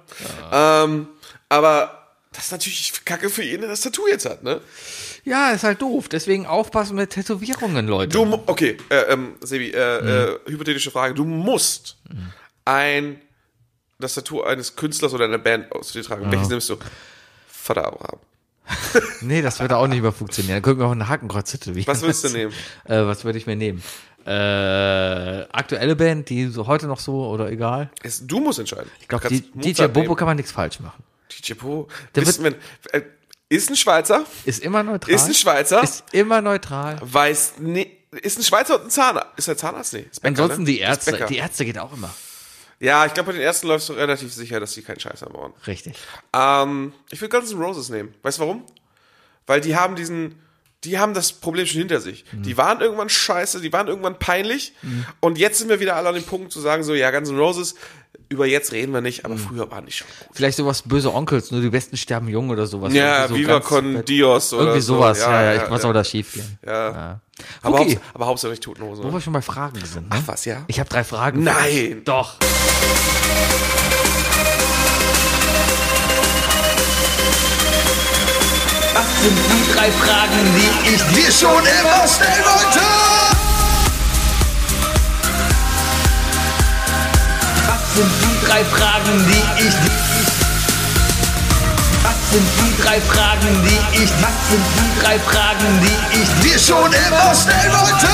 [SPEAKER 1] Ähm, aber das ist natürlich Kacke für ihn, der das Tattoo jetzt hat, ne?
[SPEAKER 2] Ja, ist halt doof. Deswegen aufpassen mit Tätowierungen, Leute.
[SPEAKER 1] Du, mu- okay, äh, ähm, Sebi,
[SPEAKER 2] Mhm.
[SPEAKER 1] äh, äh, hypothetische Frage. Du musst ein, das Tattoo eines Künstlers oder einer Band aus dir tragen. Welches nimmst du? Vater Abraham.
[SPEAKER 2] Nee, das würde auch nicht mehr funktionieren. Dann könnten wir auch ein Hakenkreuz tätowieren.
[SPEAKER 1] Was
[SPEAKER 2] [laughs]
[SPEAKER 1] würdest du nehmen?
[SPEAKER 2] Äh, was würde ich mir nehmen? Äh, aktuelle Band, die so heute noch so oder egal.
[SPEAKER 1] Es, du musst entscheiden.
[SPEAKER 2] Ich glaube,
[SPEAKER 1] Du kannst
[SPEAKER 2] DJ
[SPEAKER 1] Mozart
[SPEAKER 2] Bobo
[SPEAKER 1] nehmen.
[SPEAKER 2] kann man nichts falsch machen.
[SPEAKER 1] DJ Bobo.
[SPEAKER 2] Der
[SPEAKER 1] Wissen wir- äh, ist ein Schweizer,
[SPEAKER 2] Ist immer neutral.
[SPEAKER 1] ist ein Schweizer,
[SPEAKER 2] Ist immer neutral.
[SPEAKER 1] weiß, nee, ist ein Schweizer und ein Zahnarzt. Ist er Zahnarzt? Nee. Ist Bäcker,
[SPEAKER 2] Ansonsten
[SPEAKER 1] ne?
[SPEAKER 2] die
[SPEAKER 1] Ist
[SPEAKER 2] Ärzte.
[SPEAKER 1] Bäcker.
[SPEAKER 2] Die Ärzte geht auch immer.
[SPEAKER 1] ja, ich glaube, bei den Ärzten läufst du relativ sicher, dass die keinen Scheiß haben wollen.
[SPEAKER 2] Richtig.
[SPEAKER 1] Ähm, ich würde Guns N' Roses nehmen. Weißt du warum? Weil die haben diesen, die haben das Problem schon hinter sich.
[SPEAKER 2] Mhm.
[SPEAKER 1] Die waren irgendwann scheiße, die waren irgendwann peinlich. Und jetzt sind wir wieder alle an dem Punkt zu sagen, so, ja, Guns N' Roses, über jetzt reden wir
[SPEAKER 2] Mhm.
[SPEAKER 1] nicht, aber früher waren die schon gut.
[SPEAKER 2] Vielleicht sowas böse Onkels, nur die Besten sterben jung oder sowas.
[SPEAKER 1] Ja,
[SPEAKER 2] Irgendwie so
[SPEAKER 1] Viva
[SPEAKER 2] ganz-
[SPEAKER 1] con Dios oder
[SPEAKER 2] Irgendwie
[SPEAKER 1] so.
[SPEAKER 2] sowas, ja, ja, ich
[SPEAKER 1] ja.
[SPEAKER 2] weiß auch, da schief gehen.
[SPEAKER 1] Ja. Aber,
[SPEAKER 2] Okay,
[SPEAKER 1] haupts aber hauptsächlich Totenhose.
[SPEAKER 2] wo
[SPEAKER 1] ne?
[SPEAKER 2] wir schon bei Fragen sind. Ne?
[SPEAKER 1] Ach was, ja.
[SPEAKER 2] Ich habe drei Fragen.
[SPEAKER 1] Nein.
[SPEAKER 2] Doch.
[SPEAKER 3] Was sind die drei Fragen, die ich dir schon immer stellen wollte? Was sind die drei Fragen, die ich dir... Was sind die drei Fragen, die ich... Was sind die drei Fragen, die ich dir schon immer stellen wollte?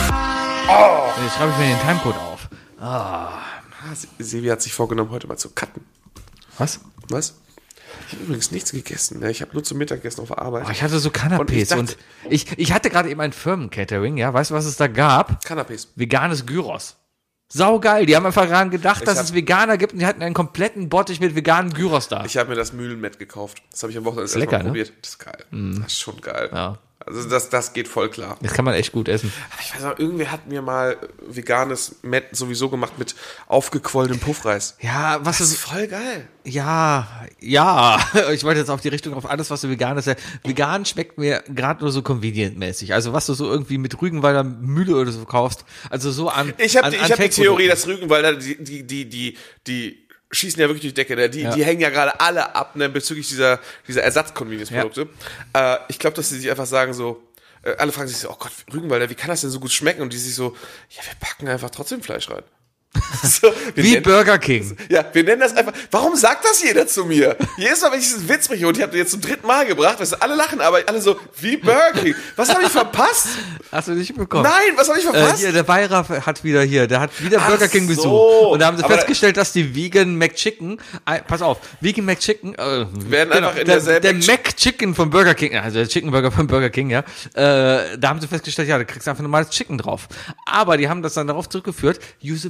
[SPEAKER 2] Jetzt schreibe ich mir den Timecode auf.
[SPEAKER 1] Ah, Se- Sevi hat sich vorgenommen, heute mal zu cutten.
[SPEAKER 2] Was?
[SPEAKER 1] Was? Ich habe übrigens nichts gegessen. Ne? Ich habe nur zum Mittagessen auf der Arbeit.
[SPEAKER 2] Oh, ich hatte so Canapés und
[SPEAKER 1] Und ich
[SPEAKER 2] ich,
[SPEAKER 1] dachte-
[SPEAKER 2] ich, hatte gerade eben ein Firmencatering, ja, weißt du, was es da gab?
[SPEAKER 1] Canapés.
[SPEAKER 2] Veganes Gyros. Saugeil, die haben einfach daran gedacht, dass
[SPEAKER 1] hab-
[SPEAKER 2] es Veganer gibt und die hatten einen kompletten Bottich mit veganen Gyros da.
[SPEAKER 1] Ich habe mir das Mühlenmett gekauft. Das habe ich am Wochenende erstmal
[SPEAKER 2] lecker, ne?
[SPEAKER 1] probiert. Das ist geil. Das ist schon geil.
[SPEAKER 2] Ja.
[SPEAKER 1] Also das, das geht voll klar.
[SPEAKER 2] das kann man echt gut essen.
[SPEAKER 1] Ich weiß auch, irgendwer hat mir mal veganes Mett sowieso gemacht mit aufgequollenem Puffreis.
[SPEAKER 2] Ja, was
[SPEAKER 1] Das
[SPEAKER 2] ist,
[SPEAKER 1] ist voll geil.
[SPEAKER 2] ja, ja, [laughs] ich wollte jetzt auf die Richtung, auf alles, was so vegan ist. Vegan schmeckt mir gerade nur so convenient-mäßig. Also was du so irgendwie mit Rügenwalder Mühle oder so kaufst. Also so an
[SPEAKER 1] Ich habe
[SPEAKER 2] an,
[SPEAKER 1] die,
[SPEAKER 2] an
[SPEAKER 1] ich hab die
[SPEAKER 2] Fake-Produkten.
[SPEAKER 1] Theorie, dass Rügenwalder, die, die, die, die, die schießen ja wirklich durch die Decke. ne? Die, die hängen ja gerade alle ab ne, bezüglich dieser, dieser Ersatz-Convenience-Produkte. Äh, ich glaube, dass sie sich einfach sagen so, äh, ne, alle fragen sich so, oh Gott, Rügenwalder, wie kann das denn so gut schmecken? Und die sich so, ja, wir packen einfach trotzdem Fleisch rein. [laughs] So, wir
[SPEAKER 2] Wie
[SPEAKER 1] nennen-
[SPEAKER 2] Burger King.
[SPEAKER 1] Ja, wir nennen das einfach. Warum sagt das jeder zu mir? Jedes Mal, wenn ich diesen Witz spreche, und ich habe den jetzt zum dritten Mal gebracht, weißt du, alle lachen, aber alle so, wie Burger King. Was habe ich
[SPEAKER 2] [laughs]
[SPEAKER 1] verpasst?
[SPEAKER 2] Hast du nicht bekommen?
[SPEAKER 1] Nein, was habe ich
[SPEAKER 2] Äh,
[SPEAKER 1] verpasst?
[SPEAKER 2] hier, der Weihrauch hat wieder hier, der hat wieder
[SPEAKER 1] Ach
[SPEAKER 2] Burger King
[SPEAKER 1] so.
[SPEAKER 2] besucht. Und da haben sie
[SPEAKER 1] Aber-
[SPEAKER 2] festgestellt, dass die Vegan McChicken, äh, pass auf, Vegan McChicken, äh,
[SPEAKER 1] Werden einfach in
[SPEAKER 2] der,
[SPEAKER 1] derselben
[SPEAKER 2] der
[SPEAKER 1] Mc-
[SPEAKER 2] McChicken von Burger King, also der Chicken Burger von Burger King, ja, äh, da haben sie festgestellt, ja, da kriegst du einfach normales Chicken drauf. Aber die haben das dann darauf zurückgeführt,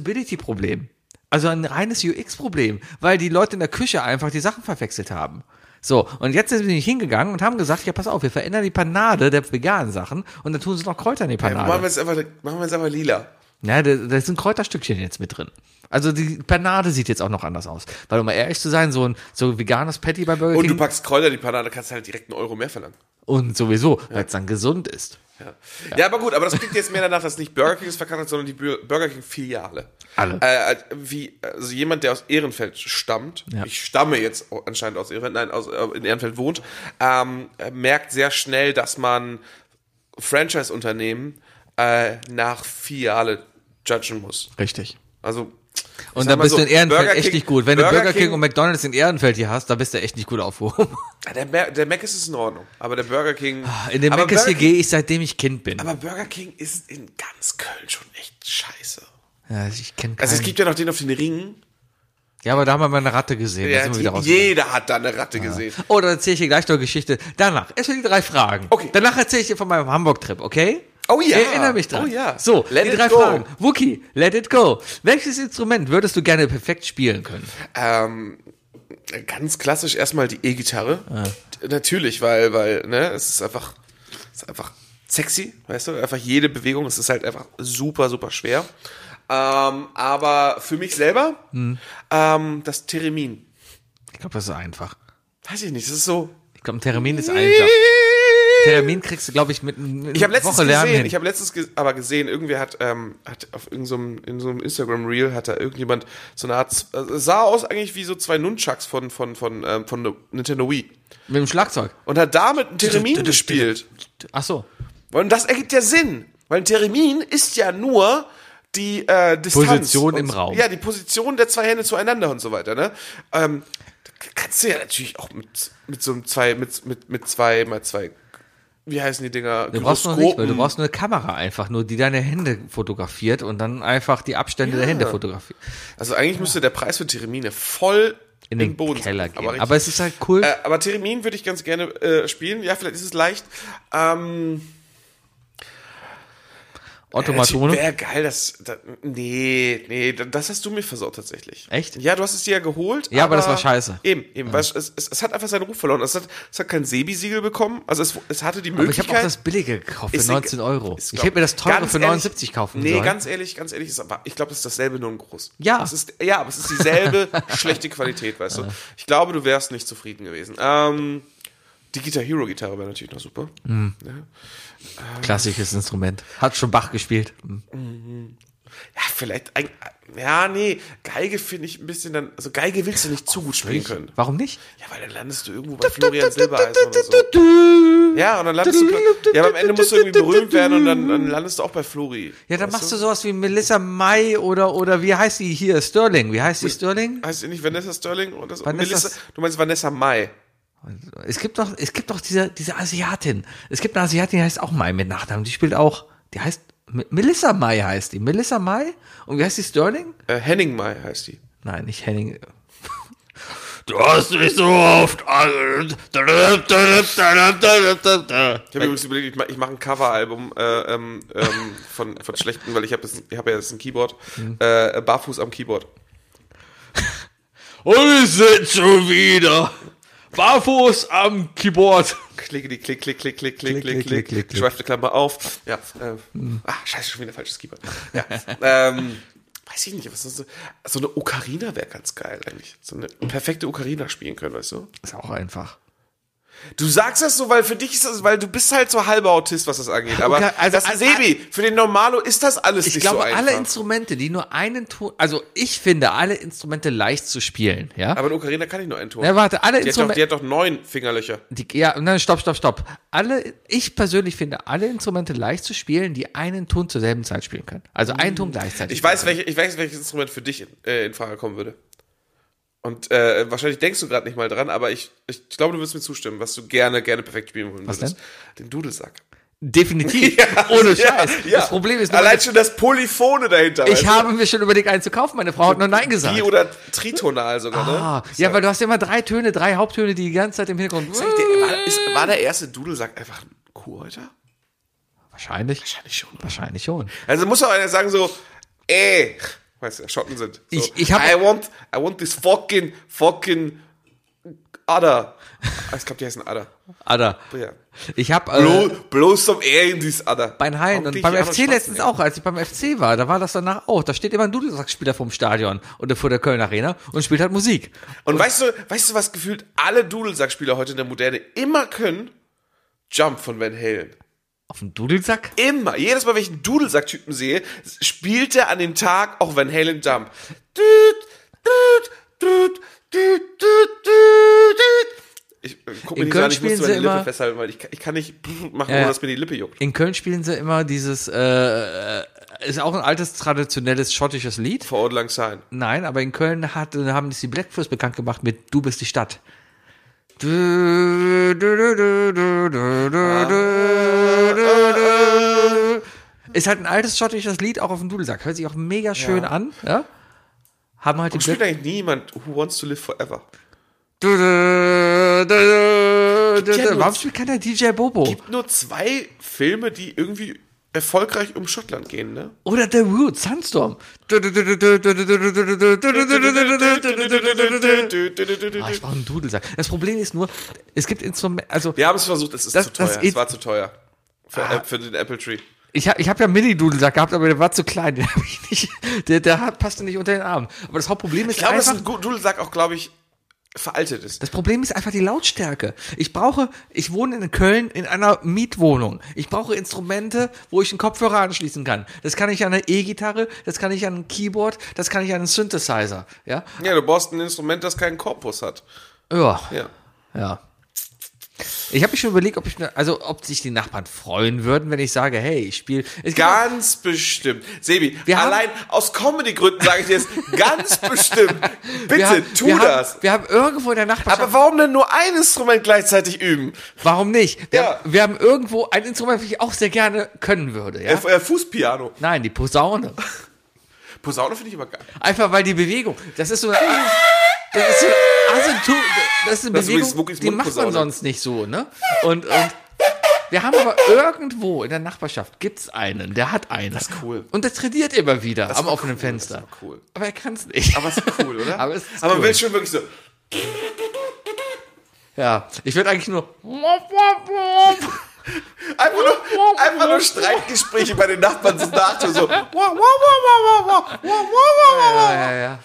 [SPEAKER 2] Usability-Problem. Also ein reines UX-Problem, weil die Leute in der Küche einfach die Sachen verwechselt haben. So, und jetzt sind sie nicht hingegangen und haben gesagt, ja, pass auf, wir verändern die Panade der veganen Sachen und dann tun sie noch Kräuter in die Panade.
[SPEAKER 1] Machen wir es einfach, machen wir es einfach lila.
[SPEAKER 2] Ja, da, da sind Kräuterstückchen jetzt mit drin. Also die Panade sieht jetzt auch noch anders aus. Weil um mal ehrlich zu sein, so ein so ein veganes Patty bei Burger
[SPEAKER 1] Und du
[SPEAKER 2] King
[SPEAKER 1] packst Kräuter in die Panade, kannst halt direkt einen Euro mehr verlangen.
[SPEAKER 2] und sowieso, weil es dann gesund ist.
[SPEAKER 1] Ja. ja, aber gut, aber das klingt jetzt mehr danach, dass nicht Burger King es verkauft hat, sondern die Bur- Burger King Filiale.
[SPEAKER 2] Alle.
[SPEAKER 1] Äh, wie, also jemand, der aus Ehrenfeld stammt, ich stamme jetzt anscheinend aus Ehrenfeld, nein, aus, äh, in Ehrenfeld wohnt, ähm, äh, merkt sehr schnell, dass man Franchise-Unternehmen äh, nach Filiale judgen muss.
[SPEAKER 2] Richtig.
[SPEAKER 1] Also,
[SPEAKER 2] Und
[SPEAKER 1] sag
[SPEAKER 2] da
[SPEAKER 1] mal
[SPEAKER 2] bist
[SPEAKER 1] so,
[SPEAKER 2] du in Ehrenfeld
[SPEAKER 1] Burger
[SPEAKER 2] echt
[SPEAKER 1] King-
[SPEAKER 2] nicht gut. Wenn du
[SPEAKER 1] Burger
[SPEAKER 2] Burger King,
[SPEAKER 1] King-
[SPEAKER 2] und McDonalds in Ehrenfeld hier hast, da bist du echt nicht
[SPEAKER 1] [laughs]
[SPEAKER 2] gut aufgehoben.
[SPEAKER 1] der, Ma- der Mac ist es in Ordnung, aber der Burger King.
[SPEAKER 2] Ah, In den
[SPEAKER 1] aber
[SPEAKER 2] Meckes hier
[SPEAKER 1] Burger
[SPEAKER 2] gehe ich, seitdem ich Kind bin.
[SPEAKER 1] aber Burger King ist in ganz Köln schon echt scheiße.
[SPEAKER 2] ja, ich kenne
[SPEAKER 1] Also es
[SPEAKER 2] keinen.
[SPEAKER 1] gibt ja noch den auf den Ringen.
[SPEAKER 2] Ja, aber da haben wir mal eine Ratte gesehen. da
[SPEAKER 1] Ja,
[SPEAKER 2] sind wir
[SPEAKER 1] die-
[SPEAKER 2] wieder rausgekommen.
[SPEAKER 1] jeder hat da eine Ratte gesehen.
[SPEAKER 2] Oh, dann erzähle ich dir gleich noch eine Geschichte. Danach, erstmal die drei Fragen.
[SPEAKER 1] Okay.
[SPEAKER 2] Danach erzähle ich dir von meinem Hamburg-Trip, okay?
[SPEAKER 1] Oh ja.
[SPEAKER 2] Erinnere mich dran.
[SPEAKER 1] Oh ja.
[SPEAKER 2] So,
[SPEAKER 1] Let
[SPEAKER 2] die
[SPEAKER 1] it
[SPEAKER 2] drei
[SPEAKER 1] go.
[SPEAKER 2] Fragen. Wookie, let it go. Welches Instrument würdest du gerne perfekt spielen können?
[SPEAKER 1] Ähm, ganz klassisch erstmal die E-Gitarre. D- Natürlich, weil, weil, ne, es ist einfach, es ist einfach sexy, weißt du, einfach jede Bewegung, es ist halt einfach super, super schwer. Ähm, aber für mich selber, ähm, das Theremin.
[SPEAKER 2] Ich glaube, das ist einfach.
[SPEAKER 1] Weiß ich nicht, das ist so.
[SPEAKER 2] Ich glaube, ein Termin ist einfach. Termin kriegst du, glaube ich, mit, mit
[SPEAKER 1] Ich habe letztens
[SPEAKER 2] Woche Lernen
[SPEAKER 1] gesehen,
[SPEAKER 2] hin.
[SPEAKER 1] ich habe letztens ge aber gesehen, irgendwer hat, ähm, hat auf irgendeinem in so einem Instagram Reel hat da irgendjemand so eine Art, äh, es sah aus eigentlich wie so zwei Nunchucks von von von ähm, von der Nintendo Wii
[SPEAKER 2] mit dem Schlagzeug.
[SPEAKER 1] und hat damit einen Theremin gespielt.
[SPEAKER 2] Ach so.
[SPEAKER 1] Und das ergibt ja Sinn, weil ein Theremin ist ja nur die äh, Distanz
[SPEAKER 2] Position
[SPEAKER 1] und,
[SPEAKER 2] im Raum.
[SPEAKER 1] Ja, die Position der zwei Hände zueinander und so weiter, ne? Ähm, da kannst du ja natürlich auch mit mit so einem zwei mit mit mit zwei mal zwei wie heißen die Dinger?
[SPEAKER 2] Du brauchst noch nicht, weil du brauchst nur eine Kamera einfach, nur die deine Hände fotografiert und dann einfach die Abstände der Hände fotografiert.
[SPEAKER 1] Also eigentlich müsste der Preis für Theremine voll
[SPEAKER 2] In den
[SPEAKER 1] Boden
[SPEAKER 2] Keller
[SPEAKER 1] sinken,
[SPEAKER 2] gehen.
[SPEAKER 1] Aber,
[SPEAKER 2] Aber,
[SPEAKER 1] richtig-
[SPEAKER 2] es ist halt cool.
[SPEAKER 1] äh, aber Theremin würde ich ganz gerne äh, spielen. Ja, vielleicht ist es leicht. Ähm, äh,
[SPEAKER 2] Automatone.
[SPEAKER 1] Wäre geil, das, da- nee, nee, da- das hast du mir versaut tatsächlich.
[SPEAKER 2] Echt?
[SPEAKER 1] Ja, du hast es dir ja geholt.
[SPEAKER 2] Ja, aber das war scheiße.
[SPEAKER 1] Eben, eben. Weil es, es, es hat einfach seinen Ruf verloren. Es hat, es hat kein Sebi-Siegel bekommen. Also es, es hatte die
[SPEAKER 2] Aber ich
[SPEAKER 1] Möglichkeit.
[SPEAKER 2] habe auch das billige gekauft für
[SPEAKER 1] Ist
[SPEAKER 2] 19
[SPEAKER 1] egal.
[SPEAKER 2] Euro.
[SPEAKER 1] Ist,
[SPEAKER 2] Ich
[SPEAKER 1] glaub-
[SPEAKER 2] hätte mir das teure
[SPEAKER 1] ganz
[SPEAKER 2] für
[SPEAKER 1] ehrlich-
[SPEAKER 2] 79 kaufen
[SPEAKER 1] Nee,
[SPEAKER 2] sollen.
[SPEAKER 1] ganz ehrlich, ganz ehrlich, ist aber, ich glaube, das ist dasselbe nur in groß.
[SPEAKER 2] Ja.
[SPEAKER 1] Es ist, ja, aber es ist dieselbe
[SPEAKER 2] [laughs]
[SPEAKER 1] schlechte Qualität, weißt du. Ich glaube, du wärst nicht zufrieden gewesen. Ähm, die Guitar Hero Gitarre wäre natürlich noch super.
[SPEAKER 2] Hm. Klassisches Instrument. Hat schon Bach gespielt. Hm.
[SPEAKER 1] Ja, vielleicht, ein, ja, nee, Geige finde ich ein bisschen dann, also Geige willst du nicht zu gut spielen können.
[SPEAKER 2] Warum nicht?
[SPEAKER 1] Ja, weil dann landest du irgendwo bei Florian Silbereisen oder so. Ja, und dann landest du, ja, aber am Ende musst du irgendwie berühmt werden und dann, dann landest du auch bei Flori.
[SPEAKER 2] Ja, dann machst du sowas wie Melissa May oder, oder wie heißt die hier? Sterling. Wie heißt die Sterling?
[SPEAKER 1] Heißt ihr nicht Vanessa Sterling oder so?
[SPEAKER 2] Vanessa-
[SPEAKER 1] Melissa, du meinst Vanessa Mai.
[SPEAKER 2] Es gibt doch, es gibt doch diese, diese Asiatin. Es gibt eine Asiatin, die heißt auch Mai mit Nachnamen. Die spielt auch, die heißt, M- Melissa May heißt die. Melissa May? Und wie heißt die Sterling?
[SPEAKER 1] Äh, Henning Mai heißt die.
[SPEAKER 2] Nein, nicht Henning.
[SPEAKER 4] Du hast mich so oft angerufen.
[SPEAKER 1] Ich habe übrigens überlegt, ich mache ich mach ein Coveralbum äh, ähm, ähm, von, von schlechten, weil ich habe hab ja jetzt ein Keyboard.
[SPEAKER 2] Mhm.
[SPEAKER 1] Äh, barfuß am Keyboard.
[SPEAKER 4] Und wir sind schon wieder barfuß am Keyboard.
[SPEAKER 1] Klicke die klick, klick, klick, klick, klick,
[SPEAKER 2] klick,
[SPEAKER 1] klick,
[SPEAKER 2] klick,
[SPEAKER 1] klick,
[SPEAKER 2] klick, klick. Mhm.
[SPEAKER 1] Schweift die Klammer auf. Ja. Äh, Ah, scheiße, schon wieder falsches Keyboard. Ja. ähm, weiß ich nicht, was ist so. So eine Ocarina wäre ganz geil eigentlich. So eine perfekte Ocarina spielen können, weißt du?
[SPEAKER 2] Ist auch einfach.
[SPEAKER 1] Du sagst das so, weil für dich ist das, weil du bist halt so halber Autist, was das angeht. Aber
[SPEAKER 2] Okay, also
[SPEAKER 1] das
[SPEAKER 2] an-
[SPEAKER 1] Sebi, für den Normalo ist das alles
[SPEAKER 2] Ich
[SPEAKER 1] nicht
[SPEAKER 2] glaube,
[SPEAKER 1] so einfach.
[SPEAKER 2] alle Instrumente, die nur einen Ton, also ich finde alle Instrumente leicht zu spielen, ja.
[SPEAKER 1] aber in Ocarina kann ich nur einen Ton.
[SPEAKER 2] Na, warte,
[SPEAKER 1] die,
[SPEAKER 2] alle
[SPEAKER 1] hat doch,
[SPEAKER 2] Instrumente.
[SPEAKER 1] die hat doch neun Fingerlöcher.
[SPEAKER 2] Die, ja, nein, stopp, stopp, stopp. Alle, ich persönlich finde alle Instrumente leicht zu spielen, die einen Ton zur selben Zeit spielen können. Also einen Ton
[SPEAKER 1] Hm.
[SPEAKER 2] gleichzeitig.
[SPEAKER 1] Ich weiß, welche, ich weiß, welches Instrument für dich in, äh, in Frage kommen würde. Und äh, wahrscheinlich denkst du gerade nicht mal dran, aber ich, ich glaube, du wirst mir zustimmen, was du gerne, gerne perfekt spielen würdest. Den Dudelsack.
[SPEAKER 2] Definitiv. Ohne
[SPEAKER 1] [laughs] Ja,
[SPEAKER 2] Scheiß.
[SPEAKER 1] ja.
[SPEAKER 2] Das Problem ist nur,
[SPEAKER 1] Allein schon das Polyphone dahinter. weißt
[SPEAKER 2] ich
[SPEAKER 1] du? ne?
[SPEAKER 2] habe mir schon überlegt, einen zu kaufen. Meine Frau hat nur Nein gesagt.
[SPEAKER 1] Bi- oder tritonal sogar,
[SPEAKER 2] Ah,
[SPEAKER 1] ne?
[SPEAKER 2] ja, weil du hast ja immer drei Töne, drei Haupttöne, die die ganze Zeit im Hintergrund.
[SPEAKER 1] Sag ich dir, war, ist, war der erste Dudelsack einfach ein Kuhhäuter?
[SPEAKER 2] Wahrscheinlich. Wahrscheinlich schon. Wahrscheinlich schon.
[SPEAKER 1] Also muss auch einer sagen so, ey, weißt du, Schotten sind. So,
[SPEAKER 2] Ich- ich hab-
[SPEAKER 1] I want, I want this fucking, fucking Adder. Ah, Ich glaube, die heißen Adder. Oh,
[SPEAKER 2] Alter,
[SPEAKER 1] Ja.
[SPEAKER 2] ich habe
[SPEAKER 1] Blow,
[SPEAKER 2] äh,
[SPEAKER 1] blow some air in this Adder.
[SPEAKER 2] bei den Hallen und beim FC letztens auch, als ich beim FC war, da war das danach auch. Da steht immer ein Dudelsackspieler vom Stadion oder vor der Köln Arena und spielt halt Musik.
[SPEAKER 1] Und weißt du, weißt du, was gefühlt alle Dudelsackspieler heute in der Moderne immer können? Jump von Van Halen.
[SPEAKER 2] Auf dem Dudelsack?
[SPEAKER 1] Immer, jedes Mal, wenn ich einen Dudelsack-Typen sehe, spielt er an dem Tag auch Van Halen Jump. Düt, düt, düt, düt, düt, düt. Ich äh, guck mir
[SPEAKER 2] In
[SPEAKER 1] nicht
[SPEAKER 2] Köln
[SPEAKER 1] an, ich
[SPEAKER 2] spielen
[SPEAKER 1] muss
[SPEAKER 2] sie
[SPEAKER 1] meine Lippe
[SPEAKER 2] immer-
[SPEAKER 1] festhalten, weil ich, kann- ich kann nicht [laughs] machen,
[SPEAKER 2] Ja.
[SPEAKER 1] ohne dass mir die Lippe juckt.
[SPEAKER 2] In Köln spielen sie immer dieses, äh, äh, ist auch ein altes traditionelles schottisches Lied.
[SPEAKER 1] Vor Ort lang sein.
[SPEAKER 2] Nein, aber in Köln hat, haben es die Blackfoot bekannt gemacht mit Du bist die Stadt. Du, du, du, du, du, du, du, du, du. Ist halt ein altes schottisches Lied, auch auf dem Dudelsack. Hört sich auch mega schön an. Ja? Haben halt die
[SPEAKER 1] Spielt
[SPEAKER 2] Black
[SPEAKER 1] eigentlich niemand Who Wants to Live Forever.
[SPEAKER 2] du, du, du, du, du,
[SPEAKER 1] Ja,
[SPEAKER 2] du.
[SPEAKER 1] nur-
[SPEAKER 2] Warum spielt keiner DJ Bobo?
[SPEAKER 1] Nur zwei Filme, die irgendwie erfolgreich um Schottland gehen,
[SPEAKER 2] [laughs]
[SPEAKER 1] ne?
[SPEAKER 2] Oder The Roots, Sandstorm. Ah, ich brauche einen Dudelsack. Das Problem ist nur, es gibt Instrumente, also
[SPEAKER 1] Wir haben es versucht, es ist
[SPEAKER 2] Das-
[SPEAKER 1] zu teuer.
[SPEAKER 2] das Ah.
[SPEAKER 1] es
[SPEAKER 2] ist-
[SPEAKER 1] war zu teuer. Für, äh, für den Apple Tree.
[SPEAKER 2] Ich habe ich hab ja einen Mini-Dudelsack gehabt, aber der war zu klein. Den hab ich nicht, der, der hat, passte nicht unter den Arm. Aber das Hauptproblem ist
[SPEAKER 1] Ich glaube, dass
[SPEAKER 2] einfach.
[SPEAKER 1] ein Gu- Dudelsack auch, glaube ich, veraltet ist.
[SPEAKER 2] das Problem ist einfach die Lautstärke. Ich brauche, ich wohne in Köln in einer Mietwohnung. Ich brauche Instrumente, wo ich einen Kopfhörer anschließen kann. Das kann ich an eine E-Gitarre, das kann ich an ein Keyboard, das kann ich an einen Synthesizer. Ja,
[SPEAKER 1] Ja, du brauchst ein Instrument, das keinen Korpus hat.
[SPEAKER 2] ja.
[SPEAKER 1] Ja.
[SPEAKER 2] ja. Ich habe mich schon überlegt, ob ich, mir- also ob sich die Nachbarn freuen würden, wenn ich sage, hey, ich spiele.
[SPEAKER 1] Ganz bestimmt. Sebi,
[SPEAKER 2] Wir haben-
[SPEAKER 1] allein aus Comedy-Gründen sage ich dir jetzt, ganz bestimmt. Bitte, tu
[SPEAKER 2] wir
[SPEAKER 1] das.
[SPEAKER 2] Haben, wir haben irgendwo in der Nachbarschaft.
[SPEAKER 1] Aber warum denn nur ein Instrument gleichzeitig üben?
[SPEAKER 2] Warum nicht? Wir,
[SPEAKER 1] Ja.
[SPEAKER 2] wir haben irgendwo ein Instrument, das ich auch sehr gerne können würde. Ja?
[SPEAKER 1] Äh, äh, Fußpiano.
[SPEAKER 2] Nein, die Posaune.
[SPEAKER 1] Posaune finde ich immer geil.
[SPEAKER 2] Einfach weil die Bewegung. Das ist so eine. Das ist so eine, Asympto, das ist eine
[SPEAKER 1] Das ist
[SPEAKER 2] Bewegung,
[SPEAKER 1] übrigens wirklich
[SPEAKER 2] die macht man
[SPEAKER 1] Mundposaune.
[SPEAKER 2] sonst nicht so, ne? Und, und wir haben aber irgendwo in der Nachbarschaft gibt's einen, der hat einen. Das ist
[SPEAKER 1] cool.
[SPEAKER 2] Und der trainiert immer wieder am
[SPEAKER 1] war
[SPEAKER 2] offenen
[SPEAKER 1] cool,
[SPEAKER 2] Fenster.
[SPEAKER 1] das war cool.
[SPEAKER 2] Aber er kann's nicht.
[SPEAKER 1] Aber ist cool, oder?
[SPEAKER 2] [laughs] Aber es ist
[SPEAKER 1] Aber
[SPEAKER 2] cool.
[SPEAKER 1] man will schon wirklich so.
[SPEAKER 2] ja, ich würde eigentlich nur.
[SPEAKER 1] Einfach nur, einfach nur Streitgespräche bei den Nachbarn so nachher so. Wow, wow, wow, wow, wow, wow, wow, wow, wow, wow.
[SPEAKER 2] Ja, ja.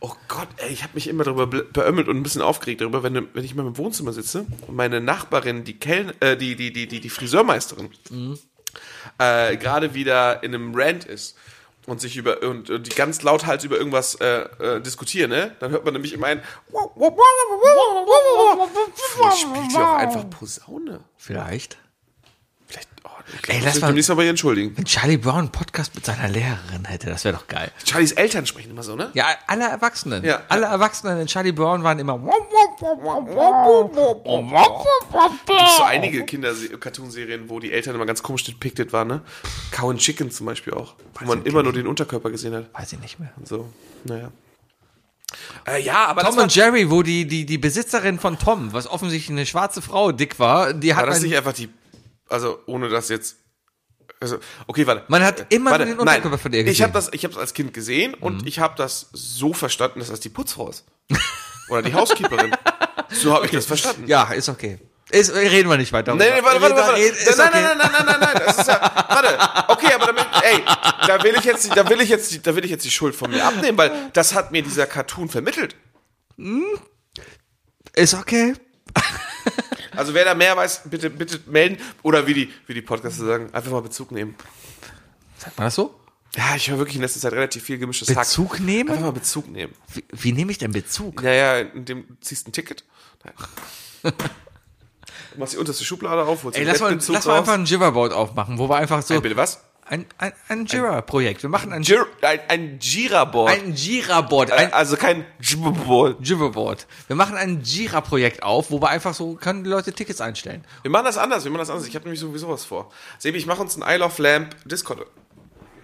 [SPEAKER 1] Oh Gott, ey, ich habe mich immer darüber bl- beömmelt und ein bisschen aufgeregt darüber, wenn, wenn ich mal im Wohnzimmer sitze und meine Nachbarin, die Kelln, äh, die, die, die, die, die Friseurmeisterin,
[SPEAKER 2] Mhm.
[SPEAKER 1] äh, gerade wieder in einem Rant ist und sich über und, und die ganz laut halt über irgendwas äh, äh, diskutieren, ne? Dann hört man nämlich immer ein Vielleicht spielt die auch einfach Posaune.
[SPEAKER 2] Vielleicht.
[SPEAKER 1] Vielleicht, oh,
[SPEAKER 2] Ey,
[SPEAKER 1] ich
[SPEAKER 2] lass
[SPEAKER 1] muss mich
[SPEAKER 2] mal-
[SPEAKER 1] beim nächsten Mal bei ihr entschuldigen.
[SPEAKER 2] Wenn Charlie Brown einen Podcast mit seiner Lehrerin hätte, das wäre doch geil.
[SPEAKER 1] Charlies Eltern sprechen immer so, ne?
[SPEAKER 2] Ja, alle Erwachsenen.
[SPEAKER 1] Ja.
[SPEAKER 2] Alle Erwachsenen in Charlie Brown waren immer. Oh.
[SPEAKER 1] so einige Kinder Cartoonserien, wo die Eltern immer ganz komisch depicted waren, ne? Cow and Chicken zum Beispiel auch, wo man immer nur den Unterkörper gesehen hat.
[SPEAKER 2] Weiß ich nicht mehr.
[SPEAKER 1] So, naja. Äh, ja, aber
[SPEAKER 2] Tom
[SPEAKER 1] das war,
[SPEAKER 2] und Jerry, wo die, die, die Besitzerin von Tom, was offensichtlich eine schwarze Frau dick war, die hat.
[SPEAKER 1] war das
[SPEAKER 2] ein-
[SPEAKER 1] nicht einfach die, also ohne das jetzt, also okay, warte.
[SPEAKER 2] Man hat immer
[SPEAKER 1] Warte,
[SPEAKER 2] nur den Unterkörper
[SPEAKER 1] nein.
[SPEAKER 2] von ihr
[SPEAKER 1] Ich habe
[SPEAKER 2] gesehen. Mhm.
[SPEAKER 1] das, ich habe es als Kind gesehen und ich habe das so verstanden, dass das die Putzfrau ist oder die
[SPEAKER 2] [laughs]
[SPEAKER 1] Housekeeperin. So habe ich das verstanden.
[SPEAKER 2] ja, ist okay. Ist, äh, reden wir nicht weiter.
[SPEAKER 1] Nee, nee, warte, warte, warte.
[SPEAKER 2] Reden- ist
[SPEAKER 1] Nein,
[SPEAKER 2] okay.
[SPEAKER 1] nein, nein, nein, nein, nein, nein. Das ist ja, warte. Okay, aber damit, ey, da will ich jetzt, die- da will ich jetzt, die- da will ich jetzt die Schuld von mir abnehmen, weil das hat mir dieser Cartoon vermittelt.
[SPEAKER 2] Ist okay.
[SPEAKER 1] Also wer da mehr weiß, bitte, bitte melden. Oder wie die, wie die Podcaster sagen, einfach mal Bezug nehmen.
[SPEAKER 2] Sagt man das so?
[SPEAKER 1] Ja, ich höre wirklich in letzter Zeit relativ viel gemischtes
[SPEAKER 2] Bezug
[SPEAKER 1] Hack.
[SPEAKER 2] nehmen?
[SPEAKER 1] Einfach mal Bezug nehmen.
[SPEAKER 2] Wie, wie nehme ich denn Bezug?
[SPEAKER 1] Naja, in dem ziehst ein Ticket. Nein. Du machst die unterste Schublade auf, holst
[SPEAKER 2] Ey,
[SPEAKER 1] den
[SPEAKER 2] lass mal,
[SPEAKER 1] Bettbezug
[SPEAKER 2] lass mal
[SPEAKER 1] raus.
[SPEAKER 2] einfach ein Jiraboard aufmachen, wo wir einfach so
[SPEAKER 1] Ey, bitte was?
[SPEAKER 2] ein, ein, ein Jira-Projekt. Wir machen ein,
[SPEAKER 1] Jir ein, ein Jira-Board.
[SPEAKER 2] ein Jira-Board, ein
[SPEAKER 1] Äh, also kein Jira-Board.
[SPEAKER 2] Jiraboard. Wir machen ein Jira-Projekt auf, wo wir einfach so können die Leute Tickets einstellen.
[SPEAKER 1] Wir machen das anders, wir machen das anders. Ich habe nämlich sowieso was vor. Sebi, ich mache uns ein Isle of Lamp Discord.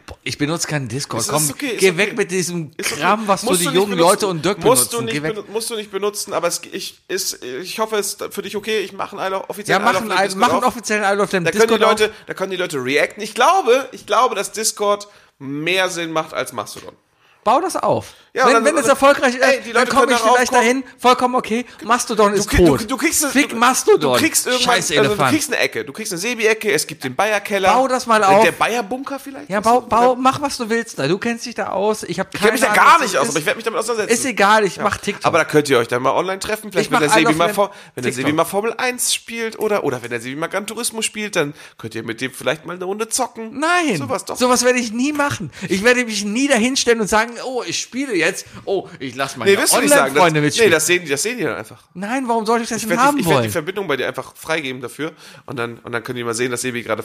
[SPEAKER 2] Boah, Ich benutze keinen Discord.
[SPEAKER 1] Ist- ist
[SPEAKER 2] Komm,
[SPEAKER 1] okay, ist
[SPEAKER 2] geh
[SPEAKER 1] okay.
[SPEAKER 2] weg mit diesem
[SPEAKER 1] Ist okay.
[SPEAKER 2] Kram, was so
[SPEAKER 1] Musst
[SPEAKER 2] die
[SPEAKER 1] du nicht
[SPEAKER 2] jungen
[SPEAKER 1] benutzen.
[SPEAKER 2] Leute und Dirk
[SPEAKER 1] musst
[SPEAKER 2] benutzen.
[SPEAKER 1] Du
[SPEAKER 2] Geh
[SPEAKER 1] nicht
[SPEAKER 2] weg.
[SPEAKER 1] benu- musst du nicht benutzen, aber es, ich, ist, ich hoffe, es ist für dich okay. Ich mache einen
[SPEAKER 2] Ja,
[SPEAKER 1] offiziellen
[SPEAKER 2] machen,
[SPEAKER 1] Lamp
[SPEAKER 2] ein,
[SPEAKER 1] Discord
[SPEAKER 2] machen
[SPEAKER 1] auf.
[SPEAKER 2] offiziell alle auf dem
[SPEAKER 1] Da
[SPEAKER 2] Discord
[SPEAKER 1] können, die
[SPEAKER 2] auf.
[SPEAKER 1] Leute, da können die Leute reacten. Ich glaube, ich glaube, dass Discord mehr Sinn macht als Mastodon.
[SPEAKER 2] Bau das auf.
[SPEAKER 1] Ja,
[SPEAKER 2] wenn,
[SPEAKER 1] und dann-
[SPEAKER 2] wenn es erfolgreich ist,
[SPEAKER 1] Ey, die
[SPEAKER 2] dann
[SPEAKER 1] Leute
[SPEAKER 2] komme
[SPEAKER 1] können
[SPEAKER 2] ich
[SPEAKER 1] da
[SPEAKER 2] vielleicht dahin.
[SPEAKER 1] raufkommen.
[SPEAKER 2] Vollkommen okay. Mastodon ist
[SPEAKER 1] krieg-
[SPEAKER 2] tot.
[SPEAKER 1] du, du kriegst eine-
[SPEAKER 2] Fick Mastodon.
[SPEAKER 1] Du kriegst irgendwann
[SPEAKER 2] Scheiß
[SPEAKER 1] also du
[SPEAKER 2] Elefant.
[SPEAKER 1] kriegst eine Ecke. Du kriegst eine Sebi-Ecke, es gibt den Bayer-Keller.
[SPEAKER 2] Bau das mal
[SPEAKER 1] Der-
[SPEAKER 2] auf.
[SPEAKER 1] Der Bayer-Bunker vielleicht?
[SPEAKER 2] ja, bau, bau, mach was du willst da. Du kennst dich da aus. Ich habe
[SPEAKER 1] Ich kenne mich da gar nicht aus, aber ich werde mich damit auseinandersetzen.
[SPEAKER 2] Ist egal, ich mach TikTok.
[SPEAKER 1] Aber da könnt ihr euch dann mal online treffen. Vielleicht,
[SPEAKER 2] Ich
[SPEAKER 1] wenn,
[SPEAKER 2] mach
[SPEAKER 1] der Sebi,
[SPEAKER 2] Isle
[SPEAKER 1] mal,
[SPEAKER 2] of
[SPEAKER 1] For-
[SPEAKER 2] Man
[SPEAKER 1] wenn der
[SPEAKER 2] TikTok.
[SPEAKER 1] Sebi mal Formel 1 spielt oder, oder wenn der Sebi mal Gran Turismo spielt, dann könnt ihr mit dem vielleicht mal eine Runde zocken.
[SPEAKER 2] Nein,
[SPEAKER 1] Sowas doch.
[SPEAKER 2] sowas werde ich nie machen. Ich werde mich nie dahinstellen und sagen, oh, ich spiele jetzt. Oh, ich lasse meine
[SPEAKER 1] nee, wirst du nicht sagen. Das,
[SPEAKER 2] Online-Freunde
[SPEAKER 1] nee,
[SPEAKER 2] mitspielen.
[SPEAKER 1] das sehen, die, das sehen die dann einfach.
[SPEAKER 2] Nein, warum sollte ich das
[SPEAKER 1] Ich
[SPEAKER 2] denn
[SPEAKER 1] werde
[SPEAKER 2] haben
[SPEAKER 1] die, ich werd die
[SPEAKER 2] wollen?
[SPEAKER 1] Verbindung bei dir einfach freigeben dafür und dann, und dann können die mal sehen, dass Sebi gerade